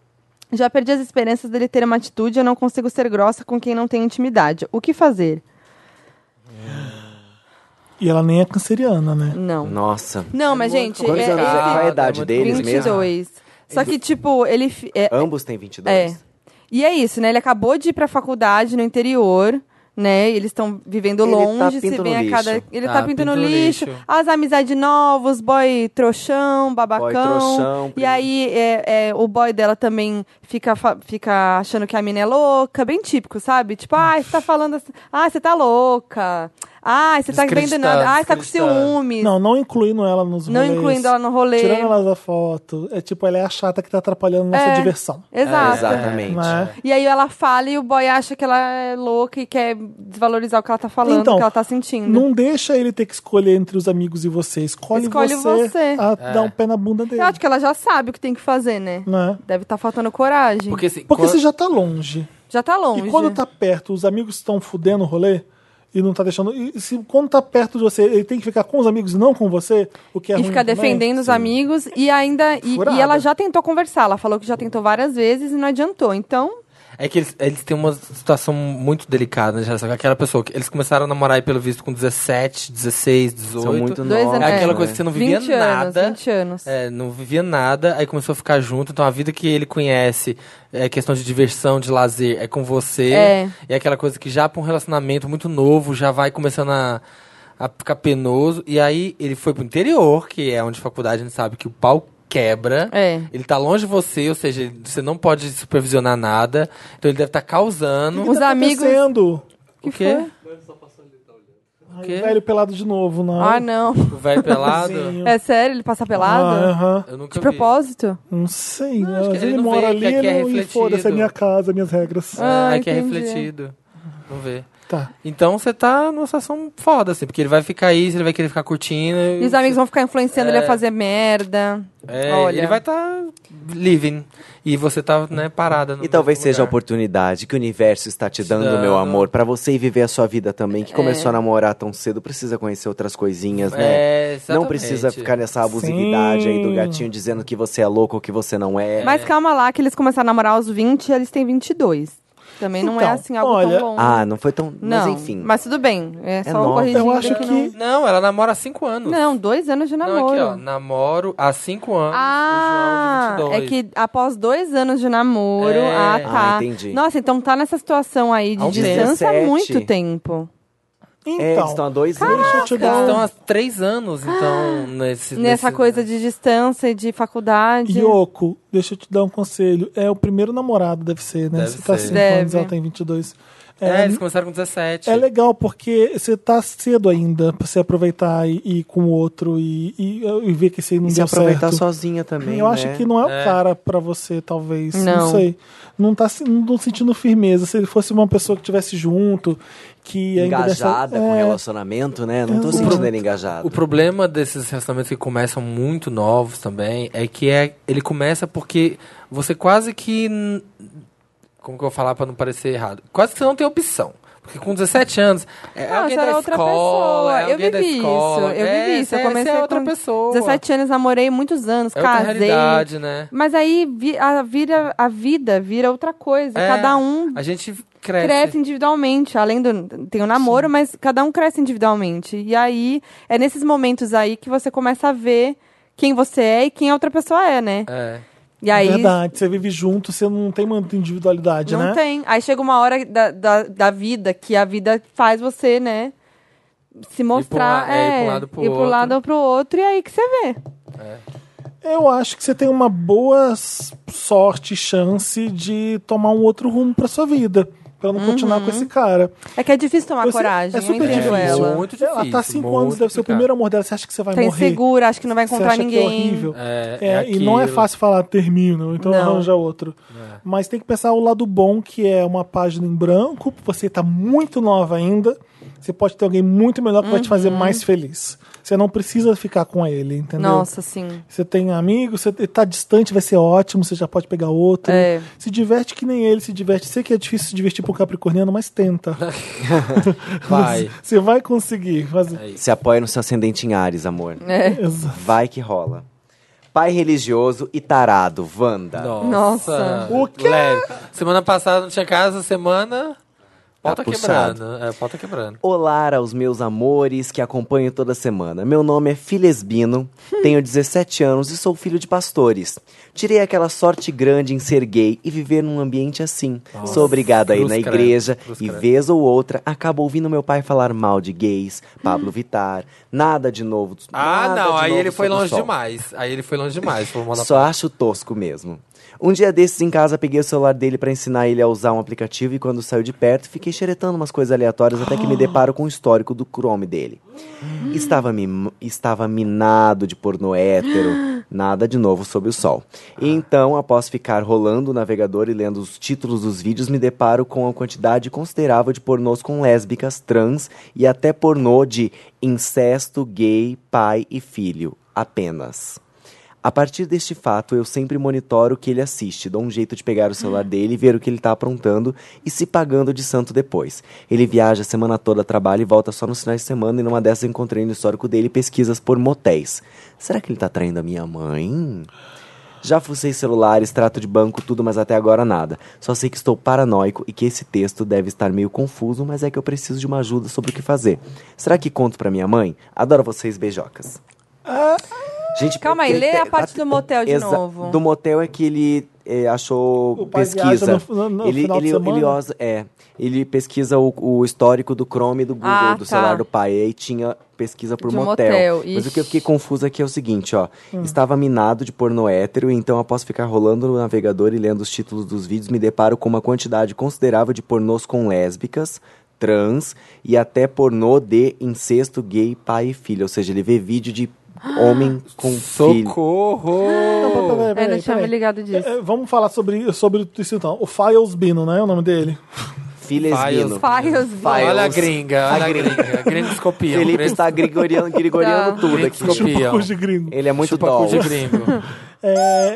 D: Já perdi as esperanças dele ter uma atitude, eu não consigo ser grossa com quem não tem intimidade. O que fazer?
A: E ela nem é canceriana, né?
D: Não.
B: Nossa.
D: Não, mas, gente,
B: Quantos
D: é,
B: anos é? Qual é a idade
C: é muito-
B: deles mesmo?
D: 22. Só que, tipo, ele. fi- é-
B: Ambos têm 22?
D: É. E é isso, né? Ele acabou de ir pra faculdade no interior, né? E Eles estão vivendo
B: Ele tá
D: longe,
B: pinto
D: se
B: no
D: vem a
B: lixo.
D: cada. Ele tá,
C: Tá,
D: pintando
C: pinto
D: pinto no
C: no
D: lixo,
C: lixo.
D: as amizades novas, boy trouxão, babacão.
B: trouxão,
D: e aí é, é, o boy dela também fica, fa- fica achando que a mina é louca, bem típico, sabe? Tipo, ai, você tá falando assim. Ah, você tá louca. Ah, você tá vendo
C: Descreditando,
D: nada. Ah, você tá com
C: descreditando.
D: ciúmes.
A: Não, não incluindo ela nos
D: Não
A: rolês.
D: incluindo ela no rolê.
A: Tirando ela da foto. É tipo, ela é a chata que tá atrapalhando nossa
D: É.
A: diversão.
D: Exato.
B: Exatamente.
A: Né?
D: E aí ela fala e o boy acha que ela é louca e quer desvalorizar o que ela tá falando,
A: Então,
D: o que ela tá sentindo.
A: Não deixa ele ter que escolher entre os amigos e você. Escolhe,
D: Escolhe
A: você,
D: você. É.
A: a dar um pé na bunda dele.
D: Eu acho que ela já sabe o que tem que fazer, né?
A: Né?
D: Deve estar faltando coragem.
C: Porque, assim,
A: Porque
C: quando-
A: você já tá longe.
D: Já tá longe.
A: E quando tá perto, os amigos estão fudendo o rolê e não tá deixando. E se quando tá perto de você, ele tem que ficar com os amigos e não com você, o que é
D: e
A: ruim
D: fica
A: também?
D: defendendo os amigos e ainda. E,
A: Furada.
D: e ela já tentou conversar. Ela falou que já tentou várias vezes e não adiantou. Então,
C: É que eles, eles têm uma situação muito delicada na geração. que é Aquela pessoa que eles começaram a namorar aí, pelo visto, com 17, 16, 18.
B: São muito
D: Dois
B: novos.
D: anos-
C: É aquela
D: É.
C: coisa que você não vivia
D: 20 anos,
C: nada.
D: 20 anos.
C: É, não vivia nada, aí começou a ficar junto. Então a vida que ele conhece é questão de diversão, de lazer, é com você.
D: É.
C: E é aquela coisa que já pra um relacionamento muito novo, já vai começando a, a ficar penoso. E aí ele foi pro interior, que é onde faculdade a gente sabe que o pau quebra.
D: É.
C: Ele tá longe de você, ou seja, ele- você não pode supervisionar nada. Então ele deve estar causando.
D: Os amigos-
A: Tá Acontecendo.
C: O quê?
A: Ai,
C: O quê?
A: velho pelado de novo, não.
D: ah, não.
C: O velho pelado.
A: Sim.
D: É sério? Ele passa
A: Ah,
D: pelado?
A: aham.
C: Eu nunca
D: De
C: vi.
D: propósito?
A: Não sei.
C: acho que
A: às vezes
C: ele
A: ele
C: não vê,
A: mora ali
C: que aqui é
A: ele não- e
C: refletido.
A: foda-se, é minha casa, minhas regras.
D: Ah,
C: é, que é
D: entendi.
C: refletido. Vamos ver.
A: Tá.
C: Então você tá numa situação foda, assim, porque ele vai ficar aí, ele vai querer ficar curtindo.
D: E os amigos vão ficar influenciando
A: É.
D: ele a fazer merda.
C: É,
D: Olha.
C: Ele vai estar living. E você tá, né, parada. no
B: E talvez
C: mesmo
B: seja a
C: lugar.
B: oportunidade que o universo está te dando,
C: dando.
B: meu amor, pra você ir viver a sua vida também,
D: É.
B: que começou a namorar tão cedo, precisa conhecer outras coisinhas,
C: É,
B: né?
C: exatamente.
B: Não precisa ficar nessa abusividade aí do
A: Sim.
B: gatinho dizendo que você é louco ou que você não é.
D: Mas calma lá, que eles começaram a namorar aos 20 e eles têm 22. Também não é
A: Então,
D: assim algo
A: olha-
D: tão longe.
B: Ah, não foi tão.
D: não,
B: Mas enfim.
D: Mas tudo bem, é só um
B: nova.
D: corrigindo.
A: Eu acho que-
C: Não, ela namora há cinco anos.
D: Não, não, dois anos de
C: Não,
D: namoro.
C: aqui, ó. Namoro há cinco anos.
D: Ah,
C: o João de 22.
D: é que após dois anos de namoro,
C: É.
D: ah tá.
B: Ah, entendi.
D: Nossa, então tá nessa situação
C: Há
D: aí de
C: um
D: distância há
B: 17.
D: muito tempo.
B: É, eles estão há
A: Então,
B: dois
C: assim.
B: anos.
A: deixa eu te
C: Eles
A: dar
C: estão
A: um...
D: assim.
C: há três anos, então, nesse.
D: Ah, Nessa
C: nesse-
D: coisa de distância e de faculdade.
A: Yoko, deixa eu te dar um conselho. É o primeiro namorado, deve ser, né?
C: Deve
A: Você tá
C: ser.
A: 5 anos,
D: Deve.
A: ela tem 22.
C: É, eles começaram com 17.
A: É legal porque você tá cedo ainda pra você aproveitar e e ir com o outro e, e, e ver que você não
B: E se
A: deu
B: aproveitar
A: certo.
B: sozinha também,
A: Eu acho
B: né?
A: que não é o
B: É.
A: cara pra você, talvez. Não.
B: Não.
A: sei. Não tá se- não tô sentindo firmeza. Se ele fosse uma pessoa que tivesse junto, que ainda desse-
B: Engajada com
A: É.
B: relacionamento, né? Não tô
A: O
B: sentindo
A: pro-
B: ele engajado.
C: O problema desses relacionamentos que começam muito novos também é que é, ele começa porque você quase que. n- Como que eu vou falar pra não parecer errado? Quase que você não tem opção. Porque com 17 anos, é
D: Nossa,
C: alguém
D: Ah, era
C: da
D: outra
C: escola,
D: pessoa.
C: é
D: eu
C: alguém da
D: vivi isso.
C: escola.
D: Eu
C: é,
D: vivi isso.
C: cê-
D: Eu
C: cê
D: comecei
C: é outra
D: com
C: pessoa.
D: 17 anos, namorei muitos anos,
C: É outra
D: casei.
C: realidade, né?
D: Mas aí vi- a, vira, a vida vira outra coisa.
C: É,
D: cada um
C: A gente cresce.
A: É,
D: cresce. individualmente. Além do. Tem o namoro, mas cada um cresce individualmente. E aí, é nesses momentos aí que você começa a ver quem você é e quem a outra pessoa é, né?
C: É.
D: E aí.
A: É verdade, você vive junto, você não tem muita individualidade,
D: Não
A: né?
D: tem. Aí chega uma hora da, da, da vida que a vida faz você, né? Se mostrar.
C: la- é, ir pra um lado ou pro
D: ir pro
C: outro.
D: lado ou pro outro, e aí que você vê.
A: Eu acho que você tem uma boa s- sorte, chance de tomar um outro rumo pra sua vida. Pra não continuar
B: Uhum.
A: com esse cara.
D: É que é difícil tomar
A: Eu sei-
D: coragem,
A: é
D: eu
A: super
D: entendo
A: difícil.
D: ela.
C: Muito
A: Ela tá
C: difícil,
A: cinco
C: muito
A: anos, deve ser o
C: complicado.
A: primeiro amor dela. Você acha que você vai
D: Tá
A: morrer?
D: insegura, acha que não vai
A: Você
D: encontrar
A: acha
D: ninguém.
A: Que é horrível.
C: É,
A: É,
C: é
A: e não é
C: aquilo. É.
A: fácil falar termino, então
D: Não.
A: arranja outro. Mas tem que pensar o lado bom, que é uma página em branco, você tá muito nova ainda. Você pode ter alguém muito melhor que vai te
D: Uhum.
A: fazer mais feliz. Você não precisa ficar com ele, entendeu?
D: Nossa, sim.
A: Você tem amigo, você tá distante, vai ser ótimo, você já pode pegar outro.
D: É.
A: Se diverte que nem ele se diverte. Sei que é difícil se divertir pro capricorniano, mas tenta.
C: Vai.
A: Você vai conseguir. Mas...
B: Se apoia no seu ascendente em Ares, amor.
D: É.
A: Exato.
B: Vai que rola. Pai religioso e tarado, Wanda.
C: Nossa.
A: O quê?
C: Leve. Semana passada não tinha casa, semana.
A: Tá
C: Pauta
B: puxado.
C: quebrando. É, pauta quebrando.
B: Olá aos meus amores que acompanho toda semana. Meu nome é Filesbino,
C: Hum.
B: tenho 17 anos e sou filho de pastores. Tirei aquela sorte grande em ser gay e viver num ambiente assim. sou obrigado a ir
C: Cruz
B: na
C: credo,
B: igreja
C: cruz
B: e,
C: credo.
B: vez ou outra, acabo ouvindo meu pai falar mal de gays, Pablo Vittar, nada de novo.
C: Hum. Ah,
B: nada
C: não,
B: de
C: aí
B: novo
C: ele foi
B: sob o
C: longe
B: sol.
C: demais. Aí ele foi longe demais. Foi mandar
B: Só acho tosco mesmo. Um dia desses em casa, peguei o celular dele pra ensinar ele a usar um aplicativo e quando saiu de perto, fiquei xeretando umas coisas aleatórias até que me deparo com o histórico do Chrome dele. Estava, mim- estava minado de pornô hétero, nada de novo sob o sol. E então, após ficar rolando o navegador e lendo os títulos dos vídeos, me deparo com uma quantidade considerável de pornôs com lésbicas, trans e até pornô de incesto, gay, pai e filho, apenas. A partir deste fato, eu sempre monitoro o que ele assiste, dou um jeito de pegar o celular dele e ver o que ele tá aprontando e se pagando de santo depois. Ele viaja a semana toda, trabalha e volta só nos finais de semana e numa dessas eu encontrei no histórico dele pesquisas por motéis. Será que ele tá traindo a minha mãe? Já fucei celular, extrato de banco, tudo, mas até agora nada. Só sei que estou paranoico e que esse texto deve estar meio confuso, mas é que eu preciso de uma ajuda sobre o que fazer. Será que conto pra minha mãe? Adoro vocês, beijocas. Gente,
D: Calma aí,
B: ele
D: lê
B: te-
D: a parte do motel de
B: Exa-
D: novo.
B: Do motel é que ele eh, achou
A: O pai
B: pesquisa.
A: viaja no- no- no
B: ele,
A: final de
B: ele,
A: semana?
B: ele osa- é, ele pesquisa o, o histórico do Chrome e do Google,
D: Ah,
B: do
D: tá.
B: celular do pai. E aí tinha pesquisa por
D: De um
B: motel.
D: motel,
B: Mas o que eu
D: ixi. Hum.
B: fiquei confuso aqui é o seguinte, ó. Estava minado de pornô hétero, então após ficar rolando no navegador e lendo os títulos dos vídeos, me deparo com uma quantidade considerável de pornôs com lésbicas, trans e até pornô de incesto, gay, pai e filho. Ou seja, ele vê vídeo de homem com filho.
C: Socorro!
A: Peraí,
D: Eu não
A: peraí,
D: tinha me
A: peraí.
D: ligado disso.
A: É, Vamos falar sobre, sobre isso então. O Files Bino, né? É o nome dele.
B: Filesbino.
D: Files,
C: Olha a gringa, olha a gringa. Gringos copiam.
B: Felipe
C: gringos-
B: está grigoriano, grigoriano
D: Tá.
B: tudo
C: Gringos
B: aqui.
C: copiam.
A: Hoje gringo.
B: Ele é muito
C: Chupa cu
B: doll.
C: de gringo.
A: É,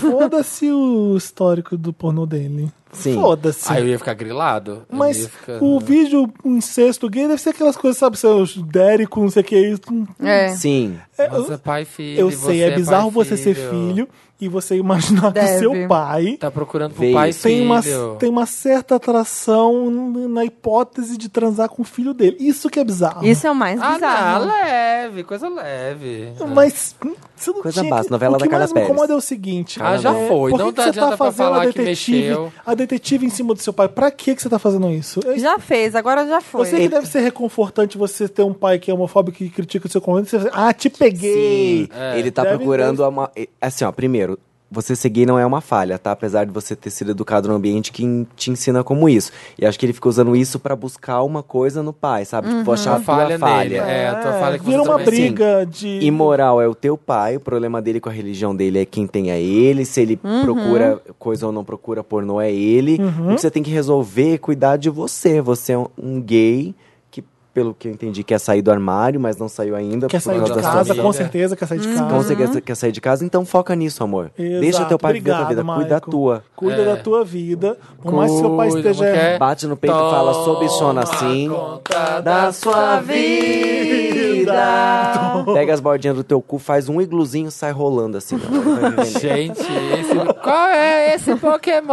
A: Foda-se o histórico do pornô dele.
B: Sim.
A: Foda-se.
C: Aí eu ia ficar grilado. eu
A: Mas
C: ia ficar-
A: o vídeo incesto gay deve ser aquelas coisas, sabe? Seus Dérico, não sei o que. Isso.
D: É.
B: Sim.
A: É,
C: Mas é
A: eu
C: pai e filho.
A: eu sei,
C: você
A: é
C: pai
A: bizarro
C: e
A: você ser filho e você imaginar que
D: Deve.
A: seu pai
C: Tá procurando pro
B: Veio.
C: pai e
A: tem
C: filho.
A: uma, tem uma certa atração n- na hipótese de transar com o filho dele. Isso que é bizarro.
D: Isso é o mais
C: Ah,
D: bizarro.
C: não, leve, coisa leve.
A: Mas você não
B: é Coisa
A: tinha
B: básica,
A: que-
B: novela
A: o que
B: da Carla
A: mais me
B: Perez.
A: incomoda é o seguinte.
C: Ah, já
A: é,
C: foi.
A: Por que,
C: Não
A: que você
C: adianta
A: tá
C: pra
A: fazendo
C: falar
A: a
C: que
A: detetive,
C: mexeu.
A: a detetive em cima do seu pai? Pra que que você tá fazendo isso? É
D: Já fez, agora já foi.
A: Eu sei que deve ser reconfortante você ter um pai que é homofóbico
B: É
A: e critica o seu comando. Você fala, ah, te peguei.
B: Ele tá
A: Deve-
B: procurando uma. Assim, ó, primeiro, você ser gay não é uma falha, tá? Apesar de você ter sido educado num ambiente que en- te ensina como isso. E acho que ele fica usando isso pra buscar uma coisa no pai, sabe? Tipo, achar a
C: Tua
B: tua
C: falha
B: falha.
C: nele, é, a tua falha que você
A: Vira uma
C: também- é
A: briga de.
B: Imoral é o teu pai, o problema dele com a religião dele é quem tem é ele, se ele procura coisa ou não procura pornô é ele. O que você tem que resolver é cuidar de você. Você é um, um gay que, pelo que eu entendi, quer sair do armário, mas não saiu ainda
A: Quer
B: por
A: sair
B: causa
A: de
B: da sua
A: casa,
B: vida.
A: com certeza quer sair de casa.
B: Então você quer, quer sair de casa, então foca nisso, amor. Deixa
A: Exato.
B: teu pai viver a tua
A: Obrigado,
B: vida, cuida a
A: Maico.
B: tua.
A: Cuida
C: É.
A: da tua vida. Por mais que seu pai
C: Cuida,
A: esteja.
C: mulher.
B: Bate no peito e fala, sou bichona
C: Toma
B: assim.
C: conta
B: Da sua vida. Pega as bordinhas do teu cu, faz um igluzinho e sai rolando assim. ó. Vai vivendo.
C: Gente, esse... qual é esse Pokémon?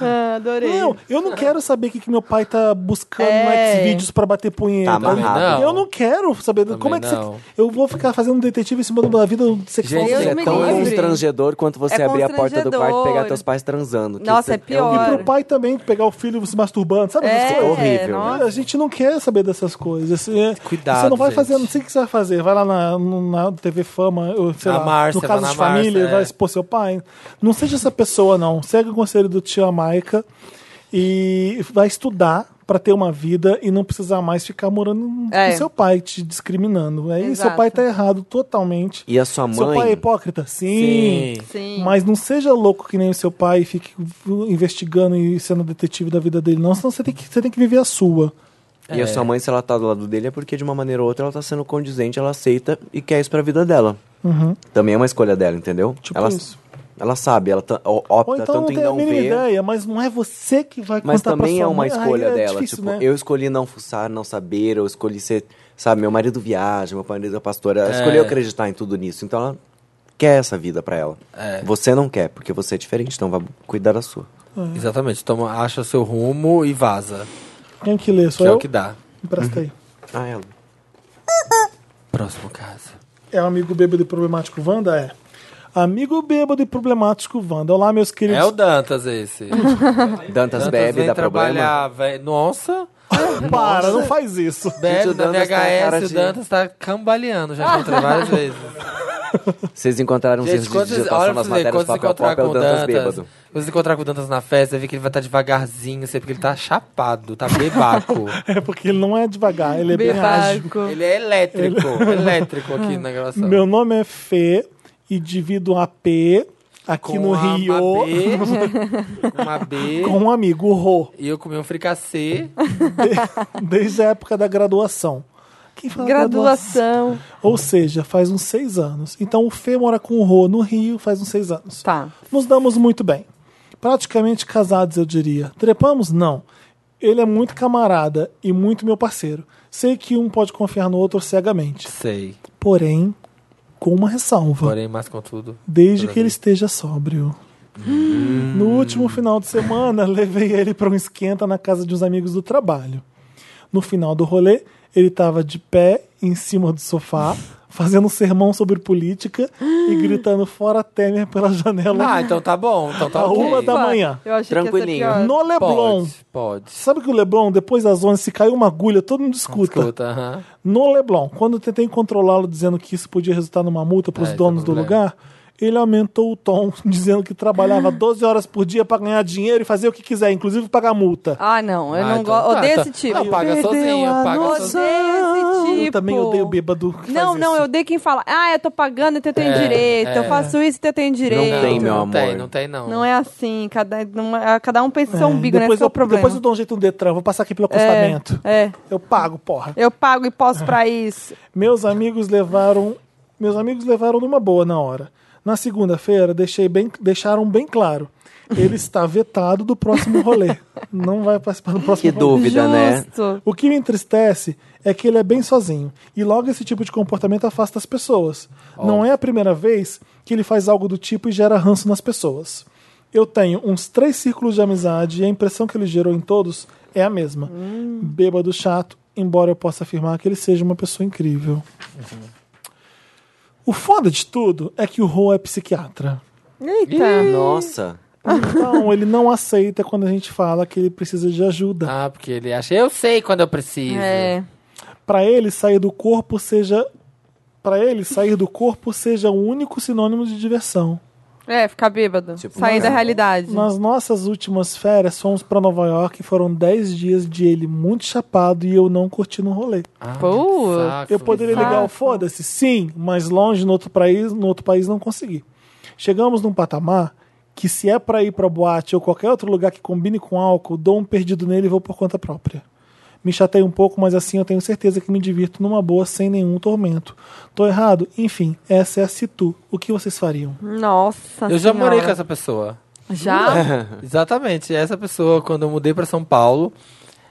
D: Ah, adorei.
A: Não, eu não quero saber o que, que meu pai tá buscando
D: É.
A: no Xvideos pra bater punheta.
B: Tá amarrado.
C: Também não.
A: Eu não quero saber
C: Também
A: como é que
C: não.
A: você. Eu vou ficar fazendo detetive em cima da vida sexual.
C: Gente,
A: do
B: Isso
A: meu
B: é
D: me
B: tão
D: livre.
B: constrangedor quanto você
D: É
B: abrir a porta do quarto e pegar
D: constrangedor.
B: teus pais transando. que
D: Nossa, é
B: isso
D: pior.
B: horrível.
A: E pro pai também, pegar o filho se masturbando, sabe? essas
D: É,
A: coisas?
B: horrível.
D: nossa.
A: A gente não quer saber dessas coisas. Assim, é,
C: Cuidado,
A: Você não vai
C: gente.
A: fazer, não sei o que você vai fazer. Vai lá na, no- na TV Fama, ou, sei
C: Na
A: lá,
C: Márcia,
A: no caso
C: vai
A: de
C: na Márcia,
A: família,
C: é.
A: vai expor seu pai. Não seja essa pessoa, não. Segue o conselho do tio Maica e vai estudar pra ter uma vida e não precisar mais ficar morando
D: É.
A: com seu pai te discriminando. É isso,
D: Exato.
A: seu pai tá errado totalmente.
B: E a sua mãe.
A: Seu pai é hipócrita? Sim.
D: Sim.
A: Mas não seja louco que nem o seu pai e fique investigando e sendo detetive da vida dele, não. Senão você tem que, você tem que viver a sua. É.
B: E a sua mãe, se ela tá do lado dele, é porque de uma maneira ou outra ela tá sendo condizente, ela aceita e quer isso pra vida dela. Também é uma escolha dela, entendeu?
A: Uhum. Tipo
B: ela,
A: isso.
B: ela sabe, ela tá- ó-
A: Ou
B: opta
A: então não
B: tanto em
A: tem a
B: não
A: mínima
B: ver.
A: ideia, mas não é você que vai
B: Mas
A: contar pra
B: também
A: sua
B: é uma
A: mãe. Aí
B: escolha
A: é
B: dela.
A: difícil,
B: tipo,
A: né?
B: eu escolhi não fuçar, não saber, eu escolhi ser. Sabe, meu marido viaja, meu marido é pastor. Ela escolheu acreditar em tudo nisso. Então ela quer essa vida pra ela. Você não quer, porque você é diferente, então vai cuidar da sua.
C: Exatamente, toma, acha seu rumo e vaza.
A: Quem que lê?
C: Que
A: Sou
C: é
A: eu?
C: o que dá.
A: Empresta aí.
B: Ah, ela.
C: Próximo caso.
A: É o amigo bêbado e problemático Wanda? É. Amigo bêbado e problemático Wanda. Olá, meus queridos.
C: É o Dantas esse.
B: Dantas,
C: Dantas
B: bebe,
C: vem
B: dá problema.
C: trabalhar, velho. Nossa,
B: É
A: Para, não faz isso.
C: bebe
B: o
C: na
B: Dantas tá com cara
C: VHS, o
B: de-
C: Dantas tá cambaleando, já encontrei várias vezes.
B: Vocês encontraram os
C: Gente,
B: erros de
C: quando vocês,
B: digitação nas
C: olha pra você ver,
B: matérias
C: quando
B: do
C: você
B: papel
C: encontrar
B: pop, é
C: com
B: o
C: o
B: Dantas
C: Dantas,
B: bêbado.
C: quando você encontrar com o Dantas na festa, você vê que ele vai estar devagarzinho, você vê que ele tá chapado, tá bebaco.
A: É porque ele não é devagar, ele é bem ágil.
D: Bebaco.
C: ele é elétrico, elétrico aqui na gravação.
A: Meu nome é Fê e divido um AP aqui
C: Com
A: no
C: uma
A: Rio
C: B, com uma B,
A: com um amigo, o Rô,
C: e eu comi um fricassê.
A: desde a época da graduação. Quem fala
D: Graduação.
A: Ou seja, faz uns seis anos. Então o Fê mora com o Rô no Rio faz uns seis anos.
D: Tá.
A: Nos damos muito bem. Praticamente casados, eu diria. Trepamos? Não. Ele é muito camarada e muito meu parceiro. Sei que um pode confiar no outro cegamente.
C: Sei,
A: Porém, com uma ressalva.
C: porém, mas contudo...
A: Desde que ele esteja sóbrio. No último final de semana, levei ele para um esquenta na casa de uns amigos do trabalho. No final do rolê, ele estava de pé em cima do sofá, fazendo um sermão sobre política e gritando fora Temer pela janela
C: Ah, então tá bom, então tá
A: à
C: ok.
A: uma da manhã.
D: Eu achei que
B: Tranquilinho.
D: ia ser pior.
A: No Leblon.
C: Pode, pode.
A: Sabe que o Leblon, depois das 11, se caiu uma agulha, todo mundo escuta.
C: Escuta, aham.
A: No Leblon, quando eu tentei controlá-lo dizendo que isso podia resultar numa multa para os
C: É, esse é o
A: donos do
C: problema.
A: lugar, ele aumentou o tom, dizendo que trabalhava 12 horas por dia para ganhar dinheiro e fazer o que quiser, inclusive pagar multa.
D: Ah, não. Eu
C: Ah,
D: não
C: então
D: gosto.
C: tá,
D: Odeio
C: tá.
D: esse tipo.
C: Não, paga
A: Perdeu
C: sozinho,
A: a
C: paga
A: noção.
C: sozinho.
D: Odeio esse tipo.
A: Ah, Eu também odeio bêbado. que
D: Não,
A: faz
D: não,
A: isso.
D: eu odeio quem fala, ah, eu tô pagando, então eu tenho
C: É,
D: direito, eu
C: é.
D: faço isso, então eu tenho direito.
B: Não tem, meu
C: não Tem,
B: amor.
C: não tem, não.
D: Não é assim, cada, uma- cada um pensa em
A: É,
D: seu umbigo, né?
A: depois,
D: Esse é
A: eu,
D: o problema.
A: depois eu dou um jeito no Detran, vou passar aqui pelo acostamento.
D: É,
A: Eu pago, porra.
D: eu pago e posso pra isso.
A: Meus amigos levaram. Meus amigos levaram numa boa na hora. Na segunda-feira, deixei bem, deixaram bem claro. Ele está vetado do próximo rolê. Não vai participar do próximo
B: Que
A: rolê.
B: dúvida, né?
D: Justo.
A: O que me entristece é que ele é bem sozinho. E logo esse tipo de comportamento afasta as pessoas. Não é a primeira vez que ele faz algo do tipo e gera ranço nas pessoas. Eu tenho uns três círculos de amizade e a impressão que ele gerou em todos é a mesma. Bêbado chato, embora eu possa afirmar que ele seja uma pessoa incrível. O foda de tudo é que o Ro é psiquiatra.
D: Eita.
B: Nossa.
A: Então ele não aceita quando a gente fala que ele precisa de ajuda.
C: Ah, porque ele acha, eu sei quando eu preciso.
D: É.
A: Pra ele sair do um corpo seja para ele sair do corpo seja o único sinônimo de diversão.
D: É, ficar bêbado. sair da
A: Nossa.
D: realidade.
A: Nas nossas últimas férias, fomos pra Nova York e foram 10 dias de ele muito chapado e eu não curtindo o rolê.
C: Ah,
D: Pô.
A: Eu poderia
D: Saco.
A: ligar o foda-se, sim, mas longe no outro país, no outro país não consegui. Chegamos num patamar que se é pra ir pra boate ou qualquer outro lugar que combine com álcool, dou um perdido nele e vou por conta própria. Me chatei um pouco, mas assim eu tenho certeza que me divirto numa boa sem nenhum tormento. Tô errado? Enfim, essa é a situ. O que vocês fariam?
D: Nossa
C: Eu já morei com
D: Senhora.
C: essa pessoa.
D: Já?
C: Exatamente. Essa pessoa, quando eu mudei pra São Paulo,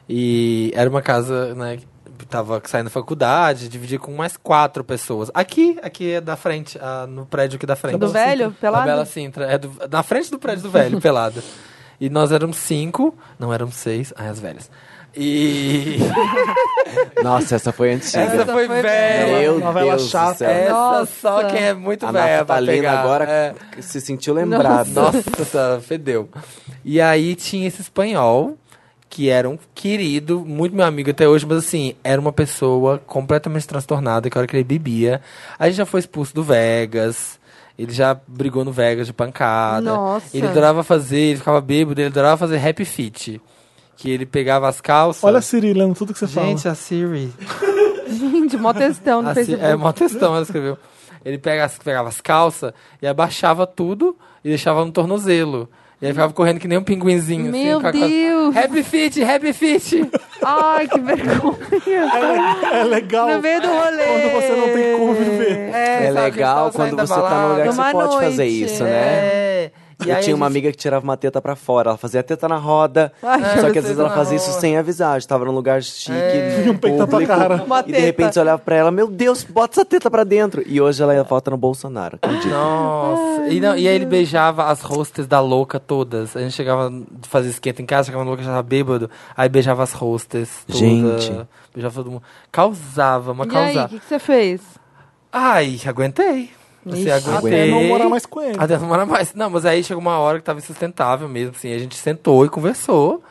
C: e era uma casa, né, que tava saindo da faculdade, dividia com mais quatro pessoas. Aqui, aqui é da frente, ah, no prédio aqui da frente.
D: Do velho?
C: Da Bela
D: Pelado?
C: Sintra. É do- na frente do prédio do velho, pelado. E nós éramos cinco, não éramos seis, ai, as velhas. E.
B: Nossa, essa foi antiga.
C: Essa é foi velha.
B: Meu
A: Novela
B: Deus do
A: chata.
B: céu.
C: Essa
D: Nossa.
C: só quem é muito
B: A
C: velha pra
B: Natalina
C: pegar.
B: agora
C: É.
B: se sentiu lembrada.
C: Nossa, fedeu. E aí tinha esse espanhol, que era um querido, muito meu amigo até hoje, mas assim, era uma pessoa completamente transtornada, que a hora que ele bebia. A gente já foi expulso do Vegas. Ele já brigou no Vegas de pancada.
D: Nossa.
C: Ele adorava fazer, ele ficava bêbado, ele adorava fazer happy fit. Que ele pegava as calças.
A: Olha a Siri lendo tudo que você
C: Gente,
A: fala.
C: a Siri.
D: Gente, mó textão no
C: Assim,
D: Facebook.
C: é uma textão, ela escreveu. Ele pega as- pegava as calças e abaixava tudo e deixava no tornozelo. E aí ficava correndo que nem um pinguinzinho.
D: Meu
C: assim, com a- com a-
D: Deus!
C: Happy Fit, Happy Fit!
D: Ai, que vergonha.
A: É legal.
D: No meio do rolê.
A: Quando você não tem como viver.
B: É
C: sabe,
B: legal
C: a gente tava saindo
B: quando
C: da
B: você tá
C: balada.
B: num lugar que você
D: numa
B: pode fazer
D: noite,
B: isso, né?
C: É. E
B: eu
C: aí
B: tinha uma
C: a gente-
B: amiga que tirava uma teta pra fora, ela fazia teta na roda.
D: Ai,
B: só que
D: teta
B: às vezes ela
C: na
B: fazia isso
C: roda.
B: sem avisar. A gente tava num lugar chique, né,
A: E um peito na tua cara.
D: É. Uma
B: e de
D: teta.
B: repente você olhava pra ela, meu Deus, bota essa teta pra dentro. E hoje ela vota no Bolsonaro. Entendi.
C: Nossa. E, não, e aí ele beijava as hostes da louca todas. A gente chegava, fazia esquenta em casa, chegava na louca, já tava bêbado. Aí beijava as hostes. toda.
B: Gente.
C: Beijava todo mundo. Causava, uma
D: E aí,
C: causava.
D: o que, que você fez?
C: Ai, aguentei. Você
D: Ixi.
C: aguentei.
A: Até não morar mais com ele. né?
C: Até não morar Ah, mais. Não, mas aí chegou uma hora que tava insustentável mesmo, assim. A gente sentou e conversou.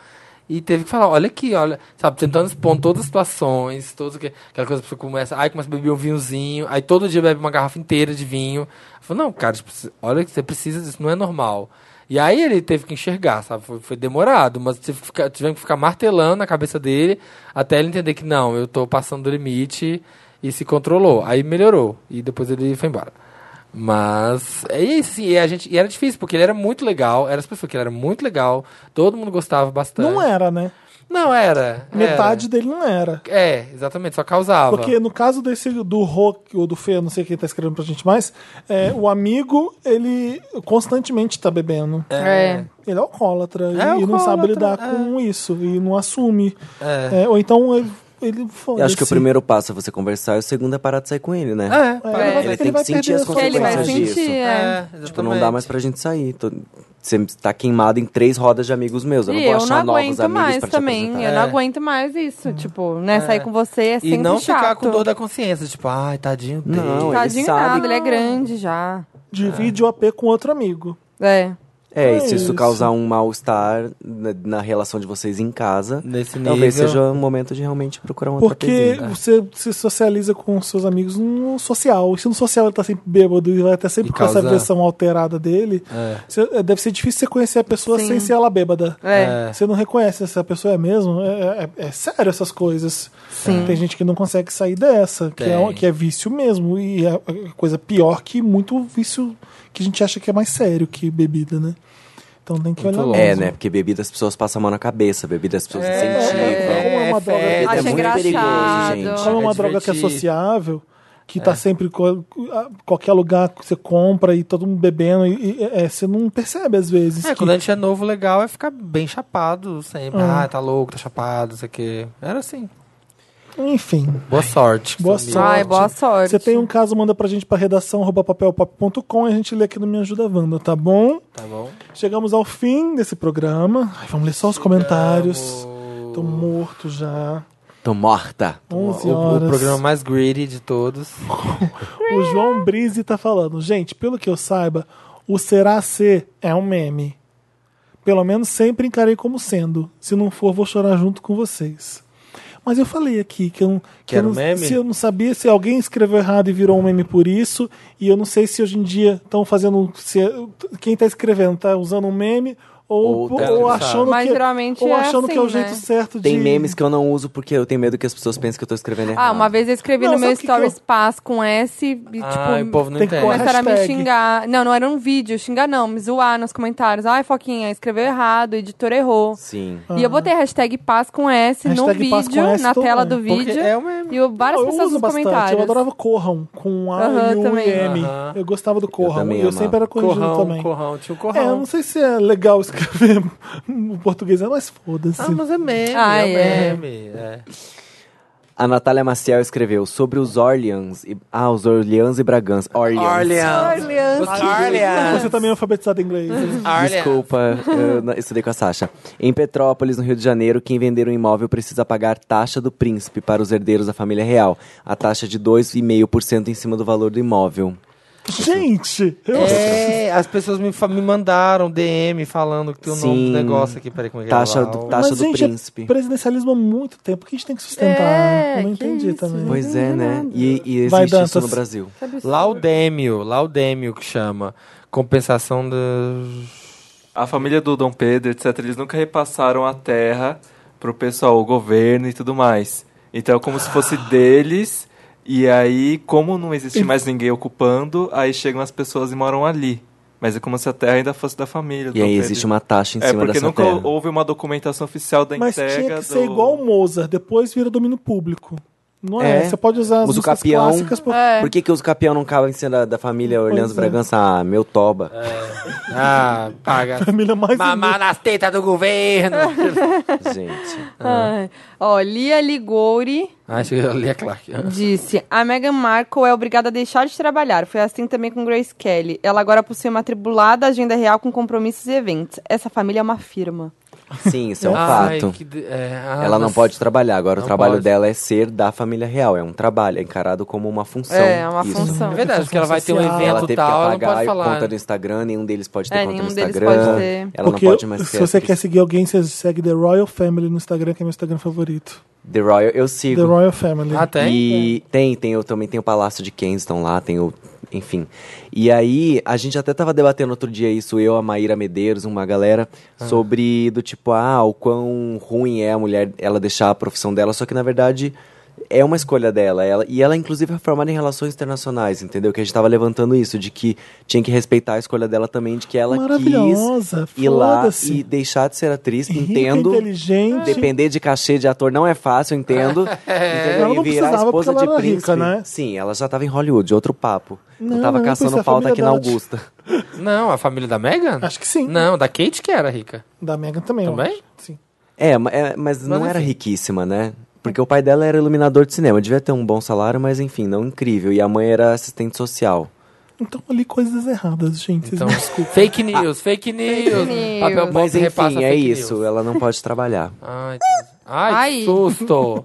C: E teve que falar, olha aqui, olha, sabe, tentando expor todas as situações, todas que, aquela coisa que você começa, aí começa a beber um vinhozinho, aí todo dia bebe uma garrafa inteira de vinho. Falou, não, cara, tipo, você- olha que você precisa disso, não é normal. E aí ele teve que enxergar, sabe? Foi, foi demorado, mas tive que ficar- tivemos que ficar martelando na cabeça dele até ele entender que não, eu tô passando do limite e se controlou. Aí melhorou. E depois ele foi embora. Mas é isso, e a gente e era difícil, porque ele era muito legal, era as pessoas que ele era muito legal, todo mundo gostava bastante.
A: Não era, né?
C: Não era.
A: Metade dele não era.
C: era. É, exatamente, só causava.
A: Porque no caso desse do Rock ou do Fê, eu não sei quem tá escrevendo pra gente mais, é, o amigo, ele constantemente tá bebendo.
D: É.
A: Ele é alcoólatra e não
C: alcoólatra,
A: sabe lidar
C: é.
A: com isso e não assume.
C: É.
A: É, ou então ele, ele foda
B: Eu acho que o primeiro passo é você conversar e o segundo é parar de sair com ele, né?
C: É,
A: É,
C: parece-
B: Ele, tem que sentir as
A: consequências.
D: Ele vai
B: consequências disso.
D: sentir, é.
C: é,
B: Tipo, não dá mais pra gente sair. Tô- Você tá queimado em três rodas de amigos meus. Eu não
D: E
B: vou
D: eu não
B: achar novos
D: aguento
B: amigos
D: mais
B: pra te
D: também.
B: apresentar.
D: Eu não
C: É.
D: aguento mais isso. Tipo, né? Sair com você é sempre
C: E não
D: chato.
C: ficar com dor da consciência, tipo, ai, tadinho dele.
B: Não, ele
D: Tadinho
B: sabe.
D: nada, ele é grande já.
A: Divide o AP com outro amigo.
D: É.
B: É,
A: É
B: e se
A: isso.
B: isso causar um mal-estar na, na relação de vocês em casa,
C: Nesse
B: talvez
C: nível.
B: seja o momento de realmente procurar um uma
A: Porque
C: é.
B: terapia.
A: você se socializa com seus amigos no social. E se no social ele tá sempre bêbado e vai até sempre
C: E
A: com essa
C: causa-
A: versão alterada dele,
C: É.
A: você- deve ser difícil você conhecer a pessoa
D: Sim.
A: sem ser ela bêbada.
D: É.
A: Você não reconhece se a pessoa é mesmo. É, é- é sério essas coisas. Tem gente que não consegue sair dessa, que é,
C: Tem.
A: um- que é vício mesmo. E é é coisa pior que muito vício que a gente acha que é mais sério que bebida, né? Então tem que
C: Muito
A: olhar
C: louco.
B: É,
A: mesmo.
B: né? Porque bebida as pessoas passam a mão na cabeça, bebida as pessoas
C: É,
B: incentivam.
A: Como é uma droga que-
B: É
D: Acho
B: muito
D: engraçado.
B: perigoso, gente.
A: Como é uma
C: É
A: droga que é
C: divertido.
A: sociável, que tá sempre co- a- qualquer lugar que você compra e todo mundo bebendo, e, e- é, você não percebe às vezes.
C: É,
A: que-
C: quando a gente é novo, o legal é ficar bem chapado sempre.
A: Ah.
C: Ah, tá louco, tá chapado, não sei o quê. Era assim.
A: Enfim,
C: Boa sorte.
A: boa
C: seus
A: sorte.
D: Ai, boa sorte.
A: Você tem um caso, manda pra gente pra redação arroba papelpop.com e a gente lê aqui no Me Ajuda Wanda, tá bom?
C: amigos, Tá bom?
A: Chegamos ao fim desse programa. Ai, vamos ler só os comentários. Tô morto já.
B: Tô morta.
A: 11
C: O- o,
A: horas.
C: programa mais greedy de todos.
A: O João Brise tá falando, gente, pelo que eu saiba, o será ser é um meme. Pelo menos sempre encarei como sendo. Se não for, vou chorar junto com vocês. Mas eu falei aqui que eu, não- que
C: era
A: eu não,
C: um meme?
A: se eu não sabia se alguém escreveu errado e virou um meme por isso, e eu não sei se hoje em dia estão fazendo se quem está escrevendo tá usando um meme ou,
B: Ou tá
A: ou
B: usando.
A: achando
D: Mas
A: que
D: geralmente
A: ou
D: é
A: achando que é o
D: assim,
A: jeito
D: né?
A: certo
B: Tem
A: de
B: memes que eu não uso porque eu tenho medo que as pessoas pensem que eu tô escrevendo errado.
D: Ah, uma vez eu escrevi
A: Não,
D: no meu
A: sabe o que que eu-
D: Stories Paz com S e, tipo,
C: Ai, Ah, o povo não
A: tem que
C: entende.
A: correr.
D: começaram a me
A: Hashtag.
D: xingar. Não, não era um vídeo, xingar não, me zoar nos comentários. Ai, Foquinha, escreveu errado, o editor errou.
B: Sim.
D: E eu botei hashtag paz com S
A: Ah.
D: no
A: Hashtag paz com
D: vídeo,
A: S,
D: na
A: todo
D: tela
A: mundo.
D: do
C: Porque
D: vídeo.
C: é o meme.
D: E eu- várias
A: eu
D: pessoas
A: uso
D: nos
A: bastante.
D: comentários.
A: Eu adorava Corram com A
D: Aham,
A: e U e
D: também.
A: M.
C: Aham.
A: Eu gostava do Corram.
B: também
A: e eu
B: amava.
A: sempre era corrigido
C: Corrão,
A: também.
C: corrão, tinha o
A: É, eu não
C: corrão.
A: sei se é legal escrever o português, é, mas foda-se.
C: Ah, mas é meme,
D: Ai,
C: é
D: é.
C: meme. é.
B: A Natália Maciel escreveu sobre os Orleans. E... Ah, os Orleans e Bragança. Orleans.
A: Você também é alfabetizado em inglês.
B: Desculpa, eu não- estudei com a Sasha. Em Petrópolis, no Rio de Janeiro, quem vender um imóvel precisa pagar taxa do príncipe para os herdeiros da família real. A taxa de 2,5% em cima do valor do imóvel.
A: Gente, eu
C: É, as pessoas me, fa- me mandaram DM falando que tem o nome
B: Sim.
C: do negócio aqui. Peraí, como é que
B: Taxa
C: é?
B: do-
C: Lá,
B: taxa
A: mas,
B: do
A: gente,
B: príncipe.
A: é presidencialismo há muito tempo. O que a gente tem que sustentar? né?
D: É,
A: eu não
D: que
A: entendi
D: isso.
A: também.
B: Pois é, né? E, e existe
A: Vai,
B: isso
A: Dantas.
B: no Brasil.
C: é Laudêmio, Laudêmio que chama. Compensação das...
K: A família do Dom Pedro, etc., eles nunca repassaram a terra pro pessoal, o governo e tudo mais. Então é como se fosse
C: Ah.
K: deles, e aí, como não existe mais ninguém ocupando, aí chegam as pessoas e moram ali. Mas é como se a terra ainda fosse da família. do
B: E
K: Dom
B: aí
K: Pedro.
B: existe uma taxa em
K: É,
B: cima
K: porque
B: dessa
K: nunca
B: terra.
K: houve uma documentação oficial
C: é,
K: da
A: Mas
K: entrega
A: tinha que
K: do...
A: ser igual o Mozart, depois vira domínio público. Não é?
B: É.
A: Você pode usar as
B: Usa o
A: músicas
B: capião.
A: clássicas por...
D: É.
B: Por que, que os capião não cabem em cima da, da família Orleans
A: é.
B: Bragança? Ah, meu toba.
C: Ah, paga.
A: família mais
C: Mamar nas tetas do governo.
K: É.
B: Gente.
D: Ai. Ó, Lia Ligouri
C: Acho que eu li a Clark.
D: disse: A Meghan Markle é obrigada a deixar de trabalhar. Foi assim também com Grace Kelly. Ela agora possui uma tribulada agenda real com compromissos e eventos. Essa família é uma firma.
B: Sim, isso é um
C: Ai,
B: fato.
C: que de- é, ah,
B: Ela não
C: mas-
B: pode trabalhar. Agora
C: Não
B: o trabalho
C: pode.
B: dela é ser da família real. É um trabalho, é encarado como uma função.
D: É, é uma
B: isso.
D: função.
C: É verdade, porque ela vai ter um
A: Ela
B: Ela
C: evento
B: teve
C: tal,
B: que
C: ela não
B: apagar
C: pode
B: a
C: falar.
B: conta do Instagram, nenhum deles pode ter
D: É,
B: conta no
D: nenhum deles
B: Instagram.
D: pode ter.
B: Ela
A: Porque
B: não pode mais
A: se
B: ser
A: você
B: atriz.
A: quer seguir alguém, você segue The Royal Family no Instagram, que é meu Instagram favorito.
B: The Royal, eu sigo.
A: The Royal Family.
B: tá.
C: Ah, tem?
B: E tem, tem, eu também tenho o Palácio de Kensington lá, tem o. Enfim. E aí, a gente até tava debatendo outro dia isso, eu, a Maíra Medeiros, uma galera,
A: Ah.
B: sobre do tipo, ah, o quão ruim é a mulher ela deixar a profissão dela, só que na verdade. É uma escolha dela, ela, e ela inclusive é formada em relações internacionais, entendeu? Que a gente tava levantando isso, de que tinha que respeitar a escolha dela também, de que ela quis
A: Maravilhosa,
B: ir lá
A: foda-se.
B: e deixar de ser atriz,
A: Rica,
B: entendo.
A: inteligente.
B: Depender de cachê de ator não é fácil, eu entendo. Entendeu?
A: Ela não
B: e virar
A: precisava porque
B: esposa
A: ela
B: de
A: era
B: príncipe.
A: rica, né?
B: Sim, ela já tava em Hollywood, outro papo. Não,
A: Não,
B: tava
A: não
B: caçando
A: precisa, a
B: pauta
A: família
B: aqui na
A: dela-
B: Augusta.
C: Não, a família da Megan?
A: Acho que sim.
C: Não, da Kate que era rica.
A: Da Megan também. eu
C: Também?
A: acho. Sim.
B: É, ma- é, mas, não
A: assim
C: enfim.
B: era riquíssima, né? Porque o pai dela era iluminador de cinema, devia ter um bom salário, mas enfim, não incrível. E a mãe era assistente social.
A: Então eu li coisas erradas, gente.
C: Então,
A: Vocês
C: fake news, fake news.
D: news.
C: Papel
B: Mas
C: pop repassa
B: enfim, é
C: fake
B: isso,
C: news.
B: ela não pode trabalhar.
C: Ai, Ai, que
D: Ai.
C: susto.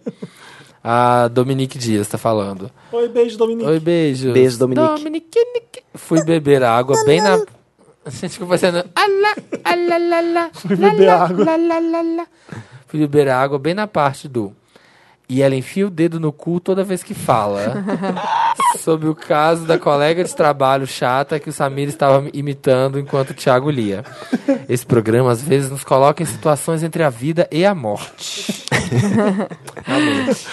C: A Dominique Dias tá falando.
A: me- Oi, beijo, Dominique.
C: Oi, beijos.
B: Beijo, Dominique.
C: Dominique. Nique. Fui beber água bem na... Gente, ficou parecendo... Alá, alá, lá, lá,
A: Fui beber
C: lá, lá,
A: água.
C: lá, lá, lá, lá. Fui beber água bem na parte do... E ela enfia o dedo no cu toda vez que fala. Sobre o caso da colega de trabalho chata que o Samir estava imitando enquanto o Thiago lia. Esse programa, às vezes, nos coloca em situações entre a vida e a morte. Realmente.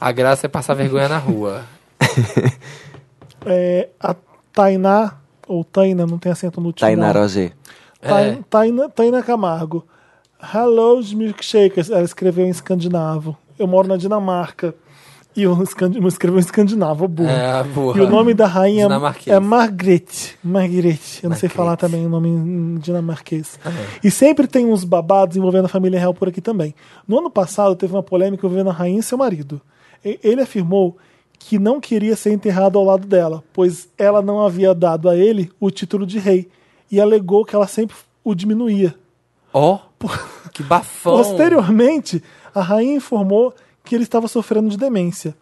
C: A graça é passar vergonha na rua.
A: É, a Tainá, ou Taina, não tem acento no último
B: Tainá
A: nome.
B: Tá Roger.
A: Tain-
C: É.
A: Taina, Taina Camargo. Hello, os milkshakers. Ela escreveu em escandinavo. Eu moro na Dinamarca. E eu escandi- eu escrevi em escandinavo, burro.
C: É, burra.
A: E o nome da rainha
C: Dinamarquesa.
A: é Margrethe. Margrethe. Eu não sei falar também o nome em dinamarquês. E sempre tem uns babados envolvendo a família real por aqui também. No ano passado teve uma polêmica envolvendo a rainha e seu marido. E- Ele afirmou que não queria ser enterrado ao lado dela, pois ela não havia dado a ele o título de rei. E alegou que ela sempre o diminuía.
C: Ó, que bafão.
A: Posteriormente, a rainha informou que ele estava sofrendo de demência.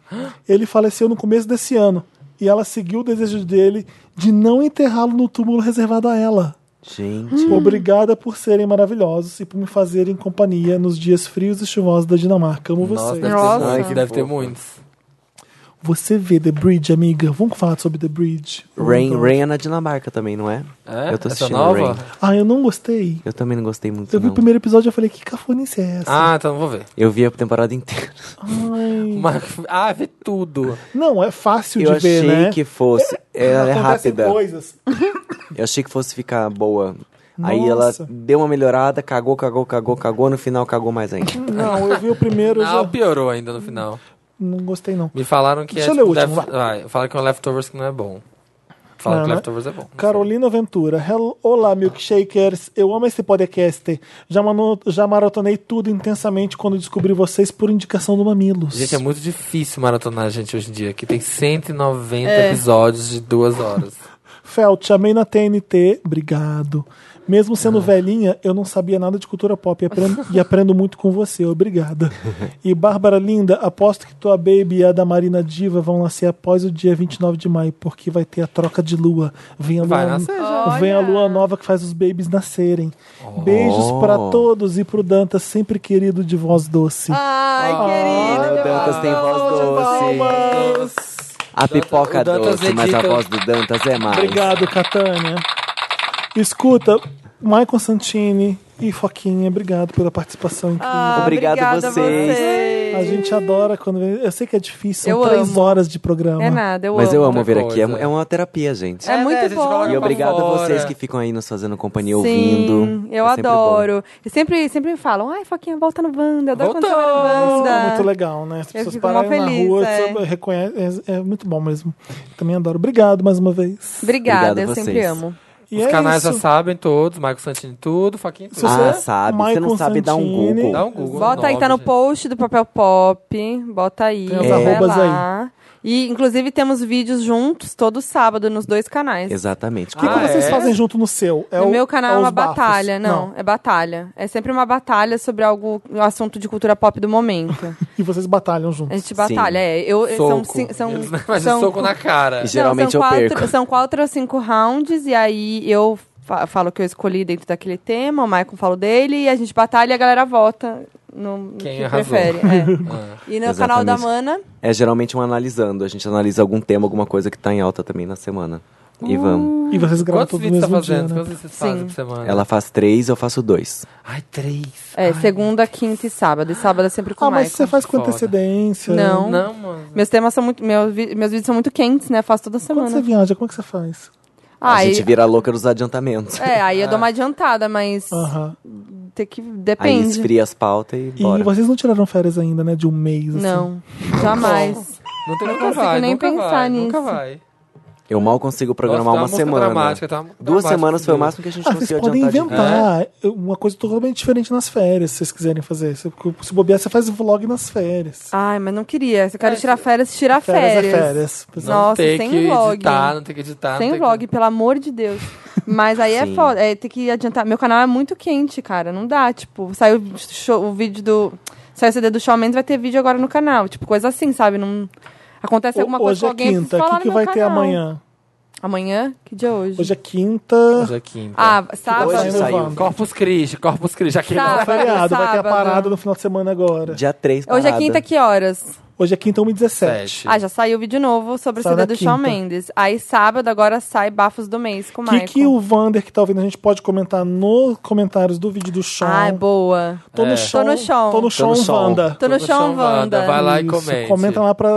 A: Ele faleceu no começo desse ano e ela seguiu o desejo dele de não enterrá-lo no túmulo reservado a ela.
B: Gente.
A: Obrigada por serem maravilhosos e por me fazerem companhia nos dias frios e chuvosos da Dinamarca. Amo
C: Nossa,
A: vocês.
B: né?
C: deve ter, muitos, deve ter muitos.
A: Você vê The Bridge, amiga? Vamos falar sobre The Bridge.
B: Rain,
A: Vamos.
B: Rain é na Dinamarca também, não é?
C: É?
B: Eu tô
C: Essa
B: assistindo
C: nova?
B: Rain.
A: Ah, eu não gostei.
B: Eu também não gostei muito,
A: Eu vi
B: não.
A: o primeiro episódio e falei, que cafonice é essa?
C: Ah, então vou ver.
B: Eu vi a temporada inteira.
A: Ai.
C: Marco, ah, vê tudo.
A: Não, é fácil
B: eu
A: de ver,
B: achei
A: né?
B: que fosse... Ela é
A: Acontecem
B: rápida.
A: coisas.
B: Eu achei que fosse ficar boa. Aí ela
A: Nossa.
B: deu uma melhorada, cagou, cagou, cagou, cagou. No final, cagou mais ainda.
A: Não, eu vi o primeiro eu
C: Ah,
A: já...
C: piorou ainda no final.
A: Não gostei, não.
C: Me falaram que
A: Deixa
C: é.
A: eu ler o
C: tipo,
A: último,
C: left- Vai, falaram que é um leftovers que não é bom. Falaram
A: Não,
C: que
A: né?
C: leftovers é bom.
A: Carolina Ventura, Hello, olá milkshakers, eu amo esse podcast. Já, mano- já maratonei tudo intensamente quando descobri vocês por indicação do Mamilos.
C: Gente, é muito difícil maratonar a gente hoje em dia, que tem 190
A: É.
C: episódios de duas horas.
A: Felt, amei na TNT, obrigado. Mesmo
C: Ah.
A: sendo velhinha, eu não sabia nada de cultura pop e aprendo, e aprendo muito com você, obrigada. E Bárbara Linda, aposto que tua baby e a da Marina Diva vão nascer após o dia 29 de maio, porque vai ter a troca de lua. Vem a lua,
C: Vai nascer,
A: vem a lua nova que faz os babies nascerem. Beijos pra
C: Oh.
A: todos e pro Dantas, sempre querido de voz doce.
D: Ai, querido.
B: Ah, o Dantas tem voz doce. A pipoca
C: o Dantas
B: doce, mas a
C: edita.
B: voz do Dantas é mais.
A: Obrigado, Catânia. Escuta, Michael Santini e Foquinha, obrigado pela participação incrível.
D: Ah,
B: Obrigado
D: obrigada a
B: vocês.
A: A gente adora quando. Eu sei que é difícil, são
D: Eu
A: três
D: amo.
A: horas de programa.
D: É nada, eu
B: Mas eu
D: amo.
B: amo vir aqui. É,
C: coisa.
B: é uma terapia, gente.
D: É muito
C: né, a gente
D: bom.
C: coloca
B: E
C: pra
B: obrigado a
C: fora.
B: vocês que ficam aí nos fazendo companhia,
D: Sim,
B: ouvindo.
D: eu
B: É sempre bom.
D: adoro. E sempre, sempre me falam, ai, Foquinha, volta no Wanda. Eu adoro quando você vai no
A: É
D: Wanda.
A: muito legal, né? As pessoas
D: fico mó
A: pararem na
D: feliz,
A: rua,
D: é.
A: só reconhecem. É, é muito bom mesmo. Também adoro. Obrigado mais uma vez.
D: Obrigada,
B: Obrigado a
D: eu
B: vocês.
D: sempre amo.
A: E
C: Os
A: é
C: canais já
A: isso.
C: sabem todos, Marco Santini tudo, Faquinha tudo.
A: você é
B: Ah, sabe. Você não
A: Michael
B: sabe dar um
A: Santini,
B: Google.
C: Dá um Google.
D: Bota aí, tá no post do Papel Pop. Bota aí,
A: Tem os
D: vai
A: arrobas
D: lá. E, inclusive, temos vídeos juntos todo sábado nos dois canais.
B: Exatamente.
A: O que, que
C: Ah,
A: vocês
C: é?
A: fazem junto no seu? É
D: no
A: o-
D: meu canal é
A: os
D: uma
A: bafos?
D: batalha. Não, é batalha. É sempre uma batalha sobre algo, um assunto de cultura pop do momento.
A: E vocês batalham juntos.
D: A gente batalha, é. Eu, eu- são, cin- são,
C: Mas um
D: são,
C: soco na cara.
D: Não,
B: Geralmente
D: são
B: eu
D: quatro,
B: perco.
D: São quatro ou cinco rounds, e aí eu fa- falo o que eu escolhi dentro daquele tema, o Maicon fala o dele, e a gente batalha e a galera vota no no
C: Quem
D: que
C: arrasou.
D: prefere. é.
C: Ah.
D: E no canal da
B: Exatamente.
D: Mana,
B: É geralmente um analisando. A gente analisa algum tema, alguma coisa que tá em alta também na semana. E
D: Uh.
B: vamos.
A: E vocês gravam
C: Quantos
A: tudo no
C: vídeos tá
A: mesmo
C: fazendo?
A: dia, né?
C: Quantos vídeos vocês fazem
D: Sim.
C: por semana?
B: Ela faz três, eu faço dois.
C: Ai, três.
D: é
C: Ai,
D: segunda, quinta e sábado. E sábado é sempre com
A: Ah,
D: o Maicon.
A: mas você faz com
C: Foda.
A: antecedência?
D: Não.
C: Não, mano.
D: Meus temas são muito. Meu, vi- meus vídeos são muito quentes, né? Eu faço toda
A: Quando
D: semana.
A: você viaja, como é que você faz?
B: a
D: Ah, aí-
B: gente vira louca nos adiantamentos.
D: É, aí eu dou
C: Ah.
D: uma adiantada, mas
A: Aham.
D: tem que.
B: Aí
D: Depende.
B: esfria as pautas e
A: E
B: bora.
A: vocês não tiraram férias ainda, né? De um mês, assim?
D: Não, jamais.
C: Não tem
D: Não
C: nunca
D: consigo
C: vai,
D: nem
C: nunca
D: pensar
C: vai,
D: nisso.
C: Nunca vai.
B: Eu mal consigo programar
C: Nossa, tá
B: uma
C: música
B: semana. né?
C: dramática, tá uma música
B: Duas
C: dramática
B: semanas
C: que
B: foi o
C: deu.
B: máximo que a gente
A: Ah, vocês
B: conseguiu
A: podem
B: adiantar de
A: inventar É uma coisa totalmente diferente nas férias, se vocês quiserem fazer. Se, se bobear, você faz vlog nas férias.
D: Ai, mas não queria. Se eu quero tirar férias, tirar Ah, férias.
A: Férias é férias.
D: Não.
A: pessoal.
D: Nossa,
C: É, tem
D: sem
C: que
D: vlog.
C: editar, não tem que editar. não
D: Sem
C: tem que-
D: vlog, pelo amor de Deus. Mas aí é
B: Sim.
D: foda, é, tem que adiantar. Meu canal é muito quente, cara, não dá. Tipo, saiu o show- o vídeo do. Saiu o CD do Shawn Mendes, vai ter vídeo agora no canal. Tipo, coisa assim, sabe? Não... Acontece alguma coisa
A: hoje
D: com
A: é
D: alguém, eu preciso
A: quinta. O
D: falar
A: que,
D: no
A: que
D: meu
A: vai ter
D: canal.
A: amanhã?
D: Amanhã? Que dia é hoje?
A: Hoje é quinta.
C: Hoje é quinta.
D: Ah, sábado.
B: Hoje
C: é
A: Saindo
B: saiu.
A: vamos.
C: Corpus Christi, Corpus Christi. Aqui
D: Tá.
C: não.
D: Sábado,
A: Feriado, vai ter a
D: sábado.
A: parada no final de semana agora.
B: Dia 3,
D: Hoje é quinta, que horas?
A: Hoje é quinta, 1h17.
C: Sete.
D: Ah, já saiu o vídeo novo sobre o
A: Sai
D: CD
A: na
D: do Shawn
A: quinta.
D: Mendes. Aí sábado agora sai Bafos do Mês com o
A: O que,
D: Michael.
A: que o Vander que tá ouvindo a gente pode comentar nos comentários do vídeo do Sean?
D: Ai, boa.
A: Tô no
C: É.
A: Sean.
D: Tô no Sean.
A: Tô no
B: no
A: Sean,
B: Sean.
A: Wanda.
D: Tô no
C: Tô no
D: Shawn
C: Shawn Wanda,
D: Wanda.
C: vai lá. e
A: Isso,
C: comente.
A: Comenta lá pra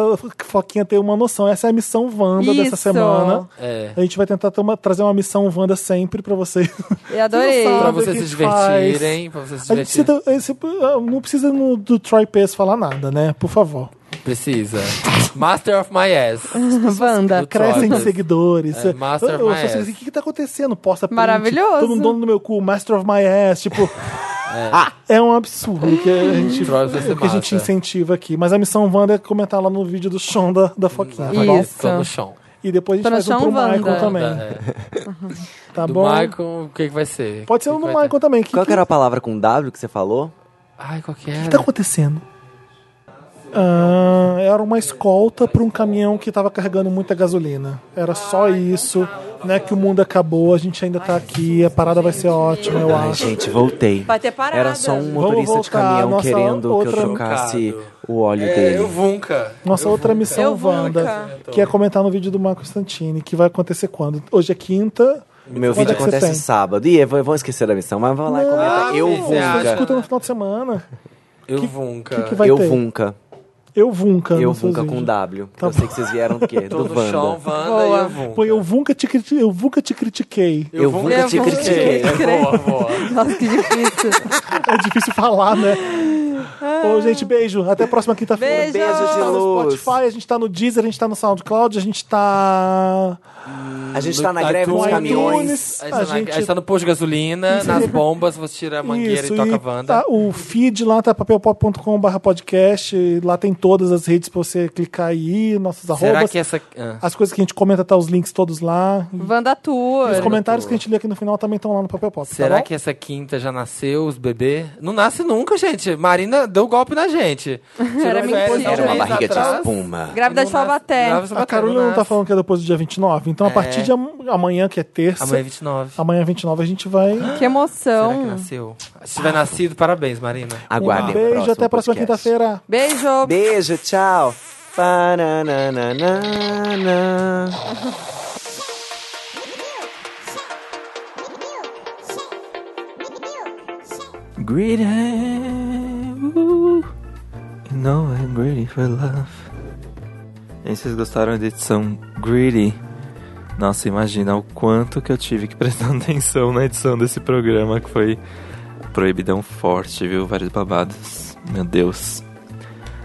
A: Foquinha ter uma noção. Essa é a missão Wanda dessa
D: Isso.
A: semana.
C: É.
A: A gente vai tentar ter uma- trazer uma missão Wanda sempre pra vocês.
D: Eu adorei.
A: Vocês não
C: Pra
A: sabem o
C: vocês
A: que
C: se
A: faz.
C: divertirem, pra vocês se
A: A gente
C: divertirem.
A: precisa, esse- tá, ah, não precisa no- do Troy Pace falar nada, né? Por favor.
C: Precisa. Master of my ass.
D: Wanda.
C: Do
A: Crescem
C: Troy.
A: de seguidores.
C: É, Master
A: eu,
C: of
A: eu
C: my
A: sou assim,
C: ass.
A: o que, que tá acontecendo? Posta print,
D: Maravilhoso.
A: Todo mundo dono do meu cu, Master of my ass. Tipo, é. um absurdo que a gente,
C: Troy vai ser
A: o que a gente
C: massa.
A: incentiva aqui. Mas a missão Wanda é comentar lá no vídeo do Sean da, da Foquinha. tá bom?
D: Isso.
C: Tô no chão.
A: E depois a gente
D: Tô no
A: faz um
D: Sean
A: pro
D: Wanda.
A: Michael também.
C: É.
A: Tá
C: Do
A: bom?
C: Michael, o que, que vai ser?
A: Pode ser
C: Que
A: um
C: que
A: do
C: vai ter?
A: Michael também. O que,
B: Qual
A: que,
B: que é? era a palavra com W que você falou?
C: Ai, qual que era?
A: tá acontecendo? Ah, era uma escolta para um caminhão que tava carregando muita gasolina. Era só isso. né, que o mundo acabou, a gente ainda tá aqui, a parada vai ser ótima, eu
B: Ai,
A: acho.
B: gente, voltei.
D: Vai ter parada.
B: Era só
A: Vamos
B: um motorista de
A: voltar,
B: caminhão
A: nossa
B: querendo que
A: outra-
B: eu trocasse o óleo
A: É,
B: dele.
A: eu
L: Vunca.
A: Nossa outra missão
D: Eu vou
A: Wanda,
D: nunca.
A: que é comentar no vídeo do Marco Constantini, que vai acontecer quando? Hoje é quinta.
B: Meu
A: Quando
B: vídeo
A: é que você
B: acontece
A: tem?
B: sábado. Ih, vão vão esquecer da missão, mas vão lá e comenta. eu
A: Não, Ah, você
B: Vunca.
A: escuta no final de semana.
L: Eu Vunca.
A: que que vai
B: eu
A: ter? Tá
B: Vunca.
A: Eu Vunca.
B: Eu
A: nos seus
B: Vunca com
A: vídeos.
B: W. que eu sei que vocês vieram do quê? Do
L: Todo
B: Wanda.
L: chão, Wanda e eu Vunca.
A: Pô, eu Vunca te, criti- eu Vunca te critiquei.
B: Eu Vunca te
C: É,
B: critiquei.
L: Boa, boa.
D: Nossa, que difícil.
A: É difícil falar, né? Ô, gente, beijo. Até a próxima quinta-feira.
D: Beijo. Beijo de
A: A gente tá no
B: luz.
A: Spotify, a gente tá no Deezer, a gente tá no SoundCloud, a gente tá.
B: A gente tá na
L: No
B: greve dos
A: iTunes.
B: caminhões.
L: Aí
A: A
L: tá, na-
A: gente-
L: aí tá no posto de gasolina, nas bombas, você tira a mangueira e toca a Wanda.
A: tá- o feed lá tá papelpop.com.br podcast. Lá tem todas as redes pra você clicar aí, nossos
L: Será
A: arrobas.
L: que essa. ah.
A: As coisas que a gente comenta, tá os links todos lá.
D: Wanda Tour.
A: Os comentários que a gente lê aqui no final também estão lá no Papel Pop. tá
L: Será
A: bom?
L: que é? essa quinta já nasceu os bebês? Não nasce nunca, gente. Marina deu golpe na gente.
D: Era mentira.
B: Era uma
D: Mês
B: barriga de
L: atrás.
B: espuma.
D: Grávida de Taubaté.
A: A Carolina não tá falando que é depois do dia 29? Então, a
L: É.
A: partir de am- amanhã, que é terça,
L: Amanhã é 29.
B: Então-
A: amanhã 29, a gente vai.
D: Que
L: Será que
D: emoção.
L: nasceu? Se tiver nascido, parabéns, Marina.
A: Um
B: Aguardem. o
A: beijo, até a próxima
B: podcast.
A: quinta-feira.
D: Beijo.
B: Beijo, tchau. Parananana.
C: Great You know I'm greedy for love. E aí, vocês gostaram da edição Greedy? Nossa, imagina o quanto que eu tive que prestar atenção na edição desse programa, que foi proibidão forte, viu? Vários babados. Meu Deus.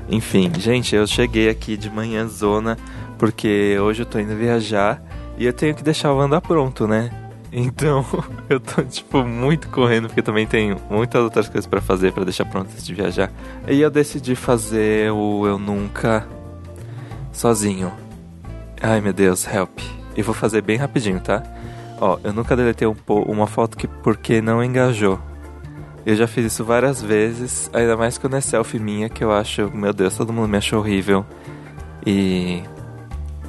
C: Enfim, gente, eu cheguei aqui de manhã zona, porque hoje eu tô indo viajar e eu tenho que deixar o Wanda pronto, né? Então, eu tô, tipo, muito correndo, porque também tenho muitas outras coisas pra fazer pra deixar pronto antes de viajar. E eu decidi fazer o Eu Nunca sozinho. Ai, meu Deus, help. E vou fazer bem rapidinho, tá? Ó, eu nunca deletei um po- uma foto que porque não engajou. Eu já fiz isso várias vezes, ainda mais quando é selfie minha, que eu acho, meu Deus, todo mundo me acha horrível. E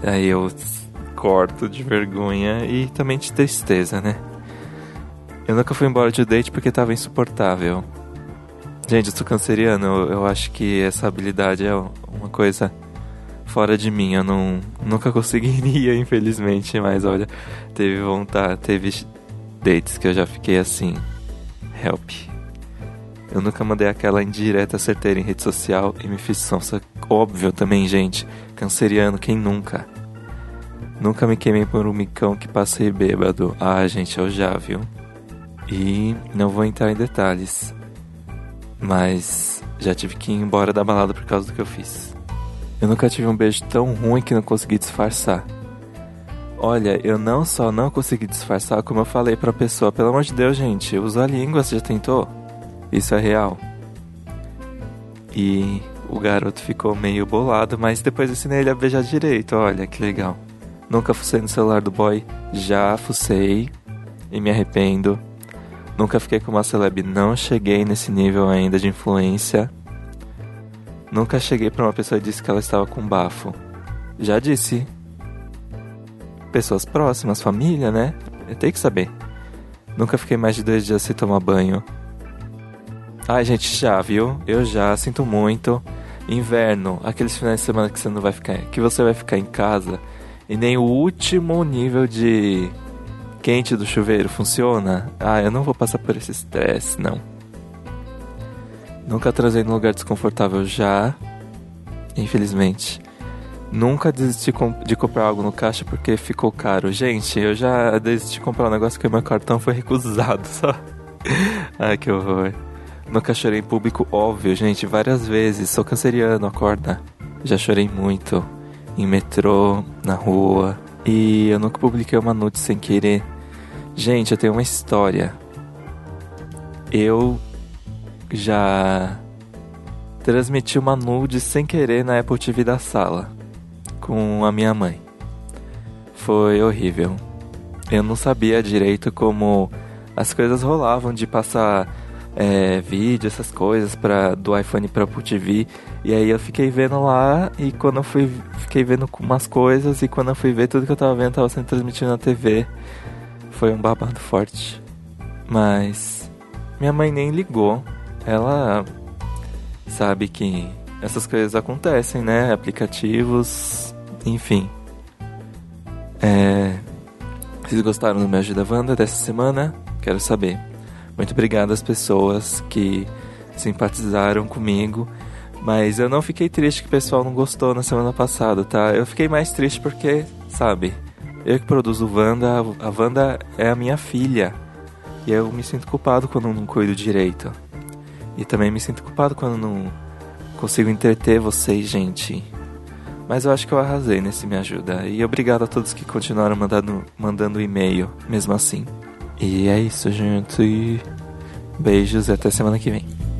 C: aí eu corto de vergonha e também de tristeza, né? Eu nunca fui embora de um date porque tava insuportável. Gente, eu sou canceriano, eu- eu acho que essa habilidade é uma coisa fora de mim. Eu não, nunca conseguiria, infelizmente, mas olha, teve vontade, teve dates que eu já fiquei assim. Help. Eu nunca mandei aquela indireta certeira em rede social e me fiz sonsa. Óbvio também, gente. Canceriano, quem nunca? Nunca me queimei por um micão que passei bêbado. Ah, gente, eu já, viu? E não vou entrar em detalhes. Mas já tive que ir embora da balada por causa do que eu fiz. Eu nunca tive um beijo tão ruim que não consegui disfarçar. Olha, eu não só não consegui disfarçar, como eu falei pra pessoa, pelo amor de Deus, gente, usa a língua, você já tentou? Isso é real. E o garoto ficou meio bolado, mas depois eu ensinei ele a beijar direito, olha que legal. Nunca fucei no celular do boy, já fucei e me arrependo. Nunca fiquei com uma celeb, não cheguei nesse nível ainda de influência. Nunca cheguei pra uma pessoa e disse que ela estava com bafo. Já disse. Pessoas próximas, família, né? Eu tenho que saber. Nunca fiquei mais de dois dias sem tomar banho. Ai, gente, já, viu? Eu já sinto muito. Inverno, aqueles finais de semana que você não vai ficar, que você vai ficar em casa e nem o último nível de quente do chuveiro funciona. Ah, eu não vou passar por esse estresse, não. Nunca transei num lugar desconfortável já. Infelizmente. Nunca desisti com- de comprar algo no caixa porque ficou caro. Gente, eu já desisti de comprar um negócio que meu cartão foi recusado, só. Ai, que horror. Nunca chorei em público, óbvio, gente, várias vezes. Sou canceriano, acorda. Já chorei muito. Em metrô, na rua. E eu nunca publiquei uma nude sem querer. Gente, eu tenho uma história. Eu já transmiti uma nude sem querer na Apple TV da sala com a minha mãe. Foi horrível. Eu não sabia direito como as coisas rolavam de passar é, vídeo, essas coisas pra, do iPhone pra Apple TV. E aí eu fiquei vendo lá e quando eu fui. Fiquei vendo umas coisas e quando eu fui ver tudo que eu tava vendo tava sendo transmitido na TV. Foi um babado forte. Mas minha mãe nem ligou. Ela sabe que essas coisas acontecem, né? Aplicativos, enfim. É, Vocês gostaram do Me Ajuda Wanda dessa semana? Quero saber. Muito obrigado às pessoas que simpatizaram comigo. Mas eu não fiquei triste que o pessoal não gostou na semana passada, tá? Eu fiquei mais triste porque, sabe, eu que produzo Wanda, a Wanda é a minha filha. E eu me sinto culpado quando eu não cuido direito. E também me sinto culpado quando eu não consigo entreter vocês, gente. Mas eu acho que eu arrasei nesse Me Ajuda. E obrigado a todos que continuaram mandando, mandando e-mail, mesmo assim. E é isso, gente. Beijos e até semana que vem.